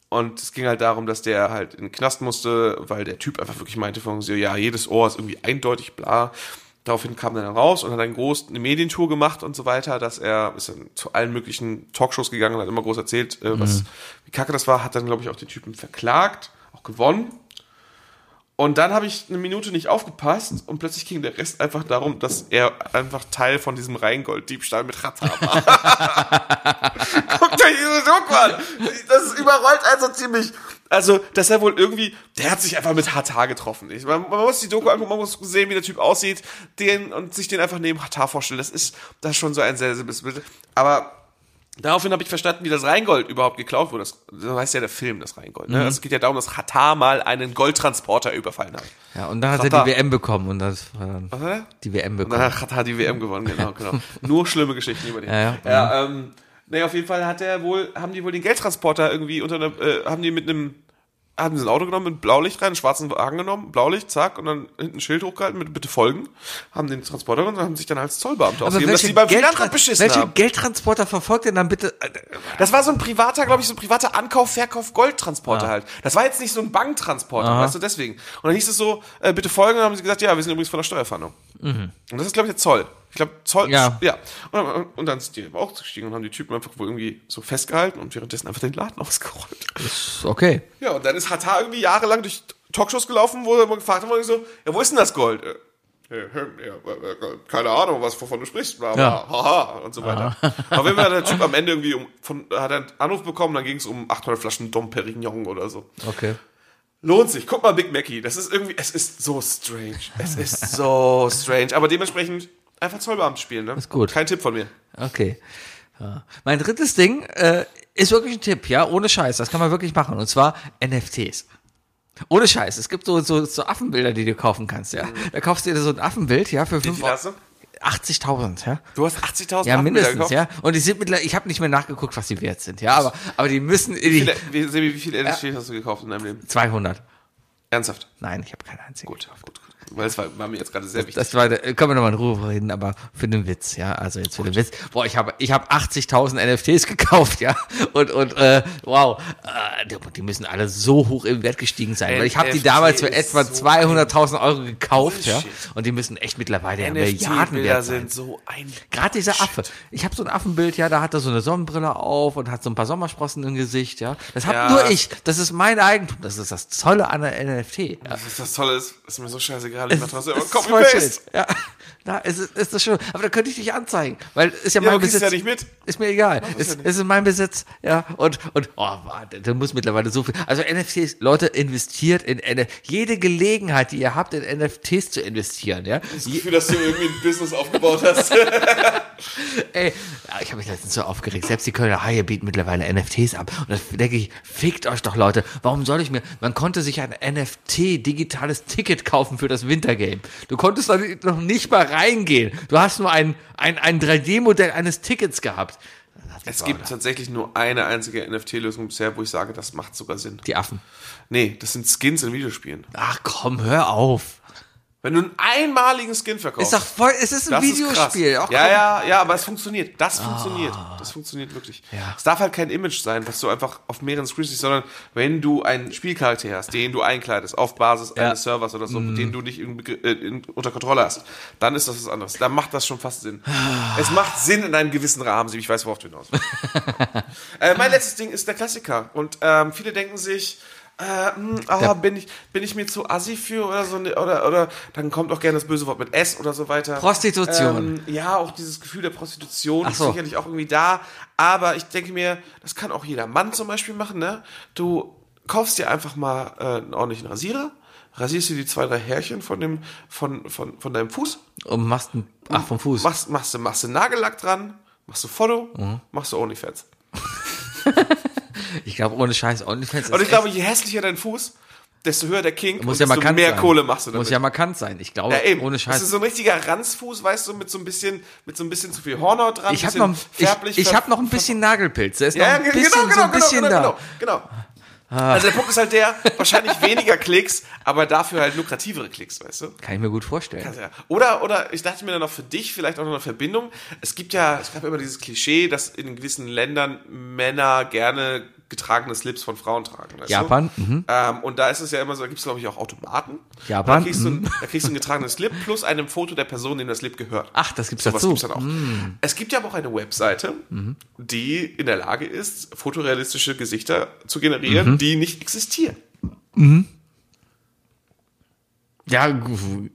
[SPEAKER 1] und es ging halt darum, dass der halt in den Knast musste, weil der Typ einfach wirklich meinte von so, ja, jedes Ohr ist irgendwie eindeutig bla. Daraufhin kam er dann raus und hat dann groß eine Medientour gemacht und so weiter, dass er ist dann zu allen möglichen Talkshows gegangen und hat immer groß erzählt, äh, was, wie kacke das war, hat dann, glaube ich, auch den Typen verklagt, auch gewonnen. Und dann habe ich eine Minute nicht aufgepasst und plötzlich ging der Rest einfach darum, dass er einfach Teil von diesem Rheingold-Diebstahl mit Ratter war. Guckt euch diese Doku an! Das überrollt also ziemlich. Also, dass er wohl irgendwie, der hat sich einfach mit Hatar getroffen. Ich, man, man muss die Doku angucken, man muss sehen, wie der Typ aussieht, den und sich den einfach neben Hatar vorstellen. Das ist, das ist schon so ein sehr simples Bild. Aber Daraufhin habe ich verstanden, wie das Rheingold überhaupt geklaut wurde. Das, das heißt ja der Film, das Rheingold. Ne? Es geht ja darum, dass Hatar mal einen Goldtransporter überfallen hat.
[SPEAKER 2] Ja, und dann hat er
[SPEAKER 1] Vater.
[SPEAKER 2] die WM bekommen und das war dann
[SPEAKER 1] Was hat er?
[SPEAKER 2] die WM
[SPEAKER 1] Und dann
[SPEAKER 2] bekommen.
[SPEAKER 1] hat Hatar die WM gewonnen, genau,
[SPEAKER 2] [laughs]
[SPEAKER 1] genau. Nur schlimme Geschichten über den.
[SPEAKER 2] Ja, ja.
[SPEAKER 1] ja ähm, naja, auf jeden Fall hat er wohl, haben die wohl den Geldtransporter irgendwie unter einer, äh, haben die mit einem, haben sie ein Auto genommen, mit Blaulicht rein, einen schwarzen Wagen genommen, Blaulicht, zack, und dann hinten ein Schild hochgehalten mit bitte folgen, haben den Transporter genommen und haben sich dann als Zollbeamte ausgegeben, dass die beim
[SPEAKER 2] Geldtran-
[SPEAKER 1] Finanzamt beschissen
[SPEAKER 2] welchen
[SPEAKER 1] haben.
[SPEAKER 2] Geldtransporter verfolgt denn dann bitte?
[SPEAKER 1] Das war so ein privater, glaube ich, so ein privater Ankauf, Verkauf, Goldtransporter halt. Das war jetzt nicht so ein Banktransporter, weißt du, deswegen. Und dann hieß es so, äh, bitte folgen, und haben sie gesagt, ja, wir sind übrigens von der Steuerfahndung. Und das ist, glaube ich, der Zoll. Ich glaube, Zoll,
[SPEAKER 2] Ja.
[SPEAKER 1] ja. Und, dann- und dann sind die eben auch gestiegen und haben die Typen einfach wohl irgendwie so festgehalten und währenddessen einfach den Laden [laughs] ausgerollt.
[SPEAKER 2] Okay.
[SPEAKER 1] Ja, und dann ist Hatar irgendwie jahrelang durch Talkshows gelaufen, wo er immer gefragt wurde, so, ja, wo ist denn das Gold? Äh, äh, äh, äh, Keine Ahnung, was wovon du sprichst, bla, bla,
[SPEAKER 2] Ja.
[SPEAKER 1] haha, und so weiter. Aber wenn der
[SPEAKER 2] [laughs]
[SPEAKER 1] Typ am Ende irgendwie um, von, hat er einen Anruf bekommen, dann ging es um 800 Flaschen Dom Perignon oder so.
[SPEAKER 2] Okay.
[SPEAKER 1] Lohnt sich, guck mal Big Mackey, das ist irgendwie, es ist so strange, es ist so strange, aber dementsprechend einfach Zollbeamt spielen, ne? Ist
[SPEAKER 2] gut.
[SPEAKER 1] Kein Tipp von mir.
[SPEAKER 2] Okay. Ja. Mein drittes Ding äh, ist wirklich ein Tipp, ja, ohne Scheiß. Das kann man wirklich machen. Und zwar NFTs. Ohne Scheiß. Es gibt so, so, so Affenbilder, die du kaufen kannst, ja.
[SPEAKER 1] Mhm.
[SPEAKER 2] Da kaufst du dir so ein Affenbild, ja, für
[SPEAKER 1] Wie
[SPEAKER 2] 5
[SPEAKER 1] viel hast du?
[SPEAKER 2] 80.000, ja.
[SPEAKER 1] Du hast 80.000
[SPEAKER 2] Ja,
[SPEAKER 1] Affenbilder
[SPEAKER 2] mindestens,
[SPEAKER 1] gekauft?
[SPEAKER 2] ja. Und die sind mittlerweile, ich habe nicht mehr nachgeguckt, was die wert sind, ja, aber, aber die müssen in die
[SPEAKER 1] Wie viele, Sebi, wie viele NFTs hast du gekauft in deinem Leben?
[SPEAKER 2] Wie- 200.
[SPEAKER 1] Ernsthaft?
[SPEAKER 2] Nein, ich habe keine einzige.
[SPEAKER 1] Gut, gut, gut. weil es war, war mir jetzt gerade sehr wichtig.
[SPEAKER 2] Das war, der- können wir nochmal in Ruhe reden, aber für den Witz, ja, also jetzt für den Witz. Boah, ich habe, ich habe 80.000 NFTs [laughs] gekauft, ja, und, und, äh, wow, äh, die, die müssen alle so hoch im Wert gestiegen sein, weil ich habe die
[SPEAKER 1] NFT
[SPEAKER 2] damals für
[SPEAKER 1] ist
[SPEAKER 2] etwa
[SPEAKER 1] so
[SPEAKER 2] 200.000 Euro gekauft, ja,
[SPEAKER 1] Bullshit.
[SPEAKER 2] und die müssen echt mittlerweile ja Milliarden
[SPEAKER 1] NFT-Bilder
[SPEAKER 2] wert sein.
[SPEAKER 1] sind so ein.
[SPEAKER 2] Gerade dieser Affe. Ich habe so ein Affenbild, ja, da hat er so eine Sonnenbrille auf und hat so ein paar Sommersprossen im Gesicht, ja. Das hab
[SPEAKER 1] Ja.
[SPEAKER 2] nur ich. Das ist mein Eigentum. Das ist das Tolle an der NFT. Ja.
[SPEAKER 1] Das ist das Tolle, ist, ist mir so scheißegal. Ich mach trotzdem immer
[SPEAKER 2] Das ist voll
[SPEAKER 1] Copy-Paste.
[SPEAKER 2] schön. Ja. Na, es ist, ist das schön. Aber da könnte ich dich anzeigen, weil ist ja,
[SPEAKER 1] Ja,
[SPEAKER 2] mein
[SPEAKER 1] du kriegst
[SPEAKER 2] Besitz.
[SPEAKER 1] ja nicht mit.
[SPEAKER 2] Ist mir egal.
[SPEAKER 1] ist ja
[SPEAKER 2] Es,
[SPEAKER 1] nicht.
[SPEAKER 2] es ist mein Besitz. Ja. Und, und, oh, warte, da muss mittlerweile so viel. Also NFTs, Leute, investiert in NFTs. Jede Gelegenheit, die ihr habt, in NFTs zu investieren, ja.
[SPEAKER 1] Das Gefühl, dass du irgendwie ein Business aufgebaut hast.
[SPEAKER 2] Ey, ja, ich habe mich letztens so aufgeregt. Selbst die Kölner Haie bieten mittlerweile NFTs ab. Und da denke ich, fickt euch doch, Leute. Warum soll ich mir? Man konnte sich ein NFT-digitales Ticket kaufen für das Wintergame. Du konntest da noch nicht mal reingehen. Du hast nur ein, ein, ein 3D-Modell eines Tickets gehabt.
[SPEAKER 1] es gibt tatsächlich nur eine einzige NFT-Lösung bisher, wo ich sage, das macht sogar Sinn.
[SPEAKER 2] Die Affen.
[SPEAKER 1] Nee, das sind Skins in Videospielen.
[SPEAKER 2] Ach komm, hör auf.
[SPEAKER 1] Wenn du einen einmaligen Skin verkaufst,
[SPEAKER 2] Ist doch voll, es ist ein
[SPEAKER 1] das ist krass.
[SPEAKER 2] Videospiel. Ach,
[SPEAKER 1] ja,
[SPEAKER 2] komm. Ah.
[SPEAKER 1] ja, ja, aber es funktioniert. Das funktioniert. Das funktioniert wirklich.
[SPEAKER 2] Ja.
[SPEAKER 1] Es darf halt kein Image sein, was du einfach auf mehreren Screens siehst, sondern wenn du einen Spielcharakter hast, den du einkleidest, auf Basis eines Servers oder so,
[SPEAKER 2] Mm.
[SPEAKER 1] mit dem du nicht in, Begr- äh, in, unter Kontrolle hast, dann ist das was anderes. Dann macht das schon fast Sinn. es macht Sinn in einem gewissen Rahmen, Sieb. ich weiß, worauf du hinaus willst. Äh,
[SPEAKER 2] Ah.
[SPEAKER 1] mein letztes Ding ist der Klassiker. Und ähm, viele denken sich, äh, mh, ah, bin, ich, bin ich mir zu assi für oder so, ne, oder, oder dann kommt auch gerne das böse Wort mit S oder so weiter.
[SPEAKER 2] Prostitution.
[SPEAKER 1] Ähm, ja, auch dieses Gefühl der Prostitution ist
[SPEAKER 2] so.
[SPEAKER 1] sicherlich auch irgendwie da. Aber ich denke mir, das kann auch jeder Mann zum Beispiel machen. Ne? Du kaufst dir einfach mal äh, einen ordentlichen Rasierer, rasierst dir die zwei, drei Härchen von, dem, von, von, von deinem Fuß,
[SPEAKER 2] Und machst ein, ach, vom Fuß.
[SPEAKER 1] machst, machst, du- machst du Nagellack dran, machst du Follow,
[SPEAKER 2] Mhm.
[SPEAKER 1] machst du Onlyfans.
[SPEAKER 2] Ich glaube, ohne Scheiß OnlyFans
[SPEAKER 1] Und
[SPEAKER 2] ist
[SPEAKER 1] ich glaube, je hässlicher dein Fuß, desto höher der Kink
[SPEAKER 2] muss
[SPEAKER 1] und
[SPEAKER 2] ja
[SPEAKER 1] desto
[SPEAKER 2] markant
[SPEAKER 1] mehr
[SPEAKER 2] sein.
[SPEAKER 1] Kohle machst du damit.
[SPEAKER 2] Muss ja markant sein. Ich glaube,
[SPEAKER 1] ja, eben.
[SPEAKER 2] ohne Scheiß.
[SPEAKER 1] Das ist so ein richtiger Ranzfuß, weißt du, mit so ein bisschen, mit so ein bisschen zu viel Hornhaut dran.
[SPEAKER 2] Ich habe
[SPEAKER 1] bisschen
[SPEAKER 2] noch, ich,
[SPEAKER 1] färblich
[SPEAKER 2] ich
[SPEAKER 1] ver-
[SPEAKER 2] hab noch ein bisschen Nagelpilz. Da ist
[SPEAKER 1] Ja,
[SPEAKER 2] noch
[SPEAKER 1] genau,
[SPEAKER 2] ein bisschen,
[SPEAKER 1] genau,
[SPEAKER 2] so
[SPEAKER 1] genau,
[SPEAKER 2] ein bisschen
[SPEAKER 1] genau,
[SPEAKER 2] da. Ah.
[SPEAKER 1] genau, genau. Also der Punkt ist halt der, wahrscheinlich weniger Klicks, aber dafür halt lukrativere Klicks, weißt du?
[SPEAKER 2] Kann ich mir gut vorstellen.
[SPEAKER 1] Also, ja. Oder, oder ich dachte mir dann noch für dich vielleicht auch noch eine Verbindung. Es gibt ja, es gab immer dieses Klischee, dass in gewissen Ländern Männer gerne getragene Slips von Frauen tragen. Weißt
[SPEAKER 2] Japan,
[SPEAKER 1] Du?
[SPEAKER 2] mhm.
[SPEAKER 1] Ähm, und da ist es ja immer so, da gibt es glaube ich auch Automaten.
[SPEAKER 2] Japan, mhm.
[SPEAKER 1] Da kriegst, du, ein- da kriegst du einen getragenen Slip plus einem Foto der Person, dem der Slip gehört.
[SPEAKER 2] Ach, das gibt's
[SPEAKER 1] Sowas
[SPEAKER 2] dazu.
[SPEAKER 1] gibt's dann auch.
[SPEAKER 2] Mhm.
[SPEAKER 1] Es gibt ja aber auch eine Webseite, die in der Lage ist, fotorealistische Gesichter zu generieren,
[SPEAKER 2] Mhm.
[SPEAKER 1] die nicht existieren.
[SPEAKER 2] Ja, gu-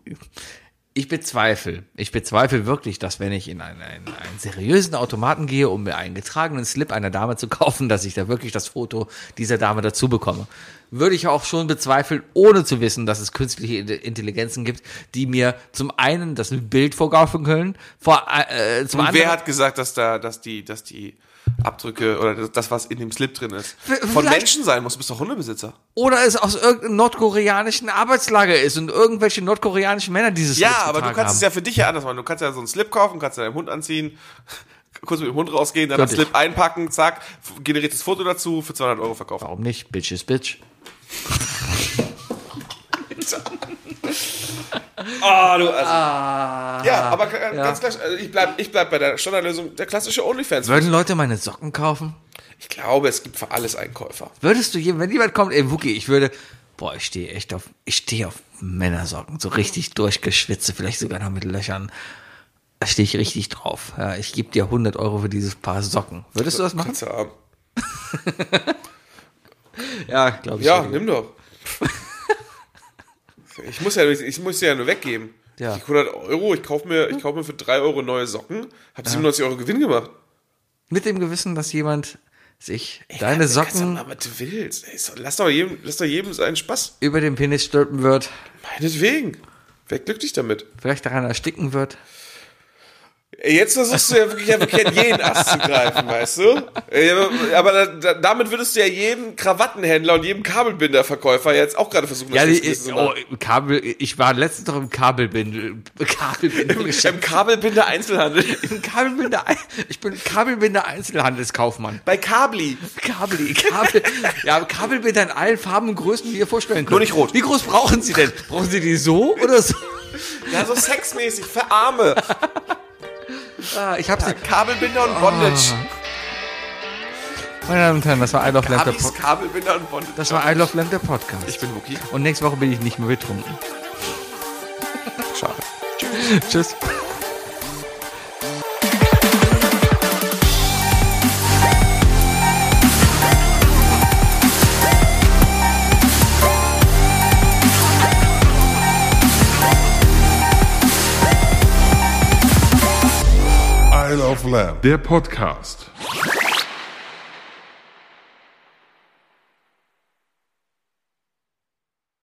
[SPEAKER 2] ich bezweifle. Ich bezweifle wirklich, dass wenn ich in einen, einen, einen seriösen Automaten gehe, um mir einen getragenen Slip einer Dame zu [laughs] kaufen, dass ich da wirklich das Foto dieser Dame dazu bekomme. Würde ich auch schon bezweifeln, ohne zu wissen, dass es künstliche Inte- Intelligenzen gibt, die mir zum einen das Bild vorgaufeln können, vor, äh, zum
[SPEAKER 1] Und
[SPEAKER 2] anderen.
[SPEAKER 1] wer hat gesagt, dass da, dass die, dass die Abdrücke oder das- das, was in dem Slip drin ist,
[SPEAKER 2] V-
[SPEAKER 1] von
[SPEAKER 2] vielleicht-
[SPEAKER 1] Menschen sein muss? Du bist doch Hundebesitzer.
[SPEAKER 2] Oder es aus irgendeinem nordkoreanischen Arbeitslager ist und irgendwelche nordkoreanischen Männer dieses
[SPEAKER 1] Ja,
[SPEAKER 2] Slips
[SPEAKER 1] aber du
[SPEAKER 2] getragen
[SPEAKER 1] kannst es
[SPEAKER 2] haben.
[SPEAKER 1] ja für dich ja anders machen. Du kannst ja so einen Slip kaufen, kannst ja deinem Hund anziehen, [laughs] kurz mit dem Hund rausgehen, dann den
[SPEAKER 2] Könnte
[SPEAKER 1] Slip einpacken, zack, f- generiertes Foto dazu, für 200 Euro verkaufen.
[SPEAKER 2] Warum nicht? Bitch is bitch.
[SPEAKER 1] Ah, du, also. ja, aber ga- ganz gleich, also ich bleib, ich bleib bei der Standardlösung, der klassische OnlyFans.
[SPEAKER 2] Würden Leute meine Socken kaufen?
[SPEAKER 1] Ich glaube, es gibt für alles Einkäufer.
[SPEAKER 2] Würdest du jemand, wenn jemand kommt, ey Wookie, ich würde, boah, ich stehe echt auf, ich stehe auf Männersocken, so richtig durchgeschwitze, vielleicht sogar noch mit Löchern. Da stehe ich richtig drauf. Ja, ich gebe dir 100 Euro für dieses Paar Socken. Würdest du das machen?
[SPEAKER 1] Kannst du haben.
[SPEAKER 2] Ja, glaube
[SPEAKER 1] [laughs]
[SPEAKER 2] ich.
[SPEAKER 1] Ja,
[SPEAKER 2] würde
[SPEAKER 1] nimm
[SPEAKER 2] ich. [laughs]
[SPEAKER 1] doch. Ich muss, ja, ich muss sie ja nur weggeben.
[SPEAKER 2] Ja. Hm?
[SPEAKER 1] Ich krieg 100 Euro, ich kaufe mir, ich kauf mir für 3 Euro neue Socken, hab 97 Euro Gewinn gemacht.
[SPEAKER 2] Mit dem Gewissen, dass jemand sich deine
[SPEAKER 1] Kannst du
[SPEAKER 2] Socken
[SPEAKER 1] machen, was du willst. Ey, so, lass, doch jedem, lass doch jedem seinen Spaß.
[SPEAKER 2] über den Penis stülpen wird,
[SPEAKER 1] Meinetwegen. Wer glücklich damit?
[SPEAKER 2] vielleicht daran ersticken wird.
[SPEAKER 1] Jetzt versuchst du ja wirklich einfach an jeden Ast zu greifen, weißt du? Äh, Aber da, da, damit würdest du ja jedem Krawattenhändler und jedem Kabelbinderverkäufer jetzt auch gerade versuchen,
[SPEAKER 2] Ja,
[SPEAKER 1] das
[SPEAKER 2] die,
[SPEAKER 1] Schiff zu
[SPEAKER 2] oh,
[SPEAKER 1] machen.
[SPEAKER 2] im Kabel, ich war letztens doch im Kabelbindel. Kabelbindel.
[SPEAKER 1] Im Kabelbinder Einzelhandel.
[SPEAKER 2] Im Kabelbinder, ich bin Kabelbinder Einzelhandelskaufmann.
[SPEAKER 1] Bei Kabli.
[SPEAKER 2] Kabel, Kabel, ja, Kabelbinder in allen Farben und Größen, die ihr vorstellen könnt.
[SPEAKER 1] Nur nicht rot.
[SPEAKER 2] Wie groß brauchen Sie denn? Brauchen Sie die so oder so?
[SPEAKER 1] Ja, so sexmäßig, für Arme.
[SPEAKER 2] Ah, ich habe sie.
[SPEAKER 1] Kabelbinder und Bondage.
[SPEAKER 2] Meine Damen und Herren, das war I Love Lamp der
[SPEAKER 1] Kabis,
[SPEAKER 2] Podcast.
[SPEAKER 1] Kabelbinder und Bondage.
[SPEAKER 2] Das war I Love Lamp der Podcast.
[SPEAKER 1] Ah. ich bin Wookie.
[SPEAKER 2] Und nächste Woche bin ich nicht mehr [laughs] betrunken.
[SPEAKER 1] Schade.
[SPEAKER 2] Tschüss.
[SPEAKER 7] Isle of Lamb, der Podcast.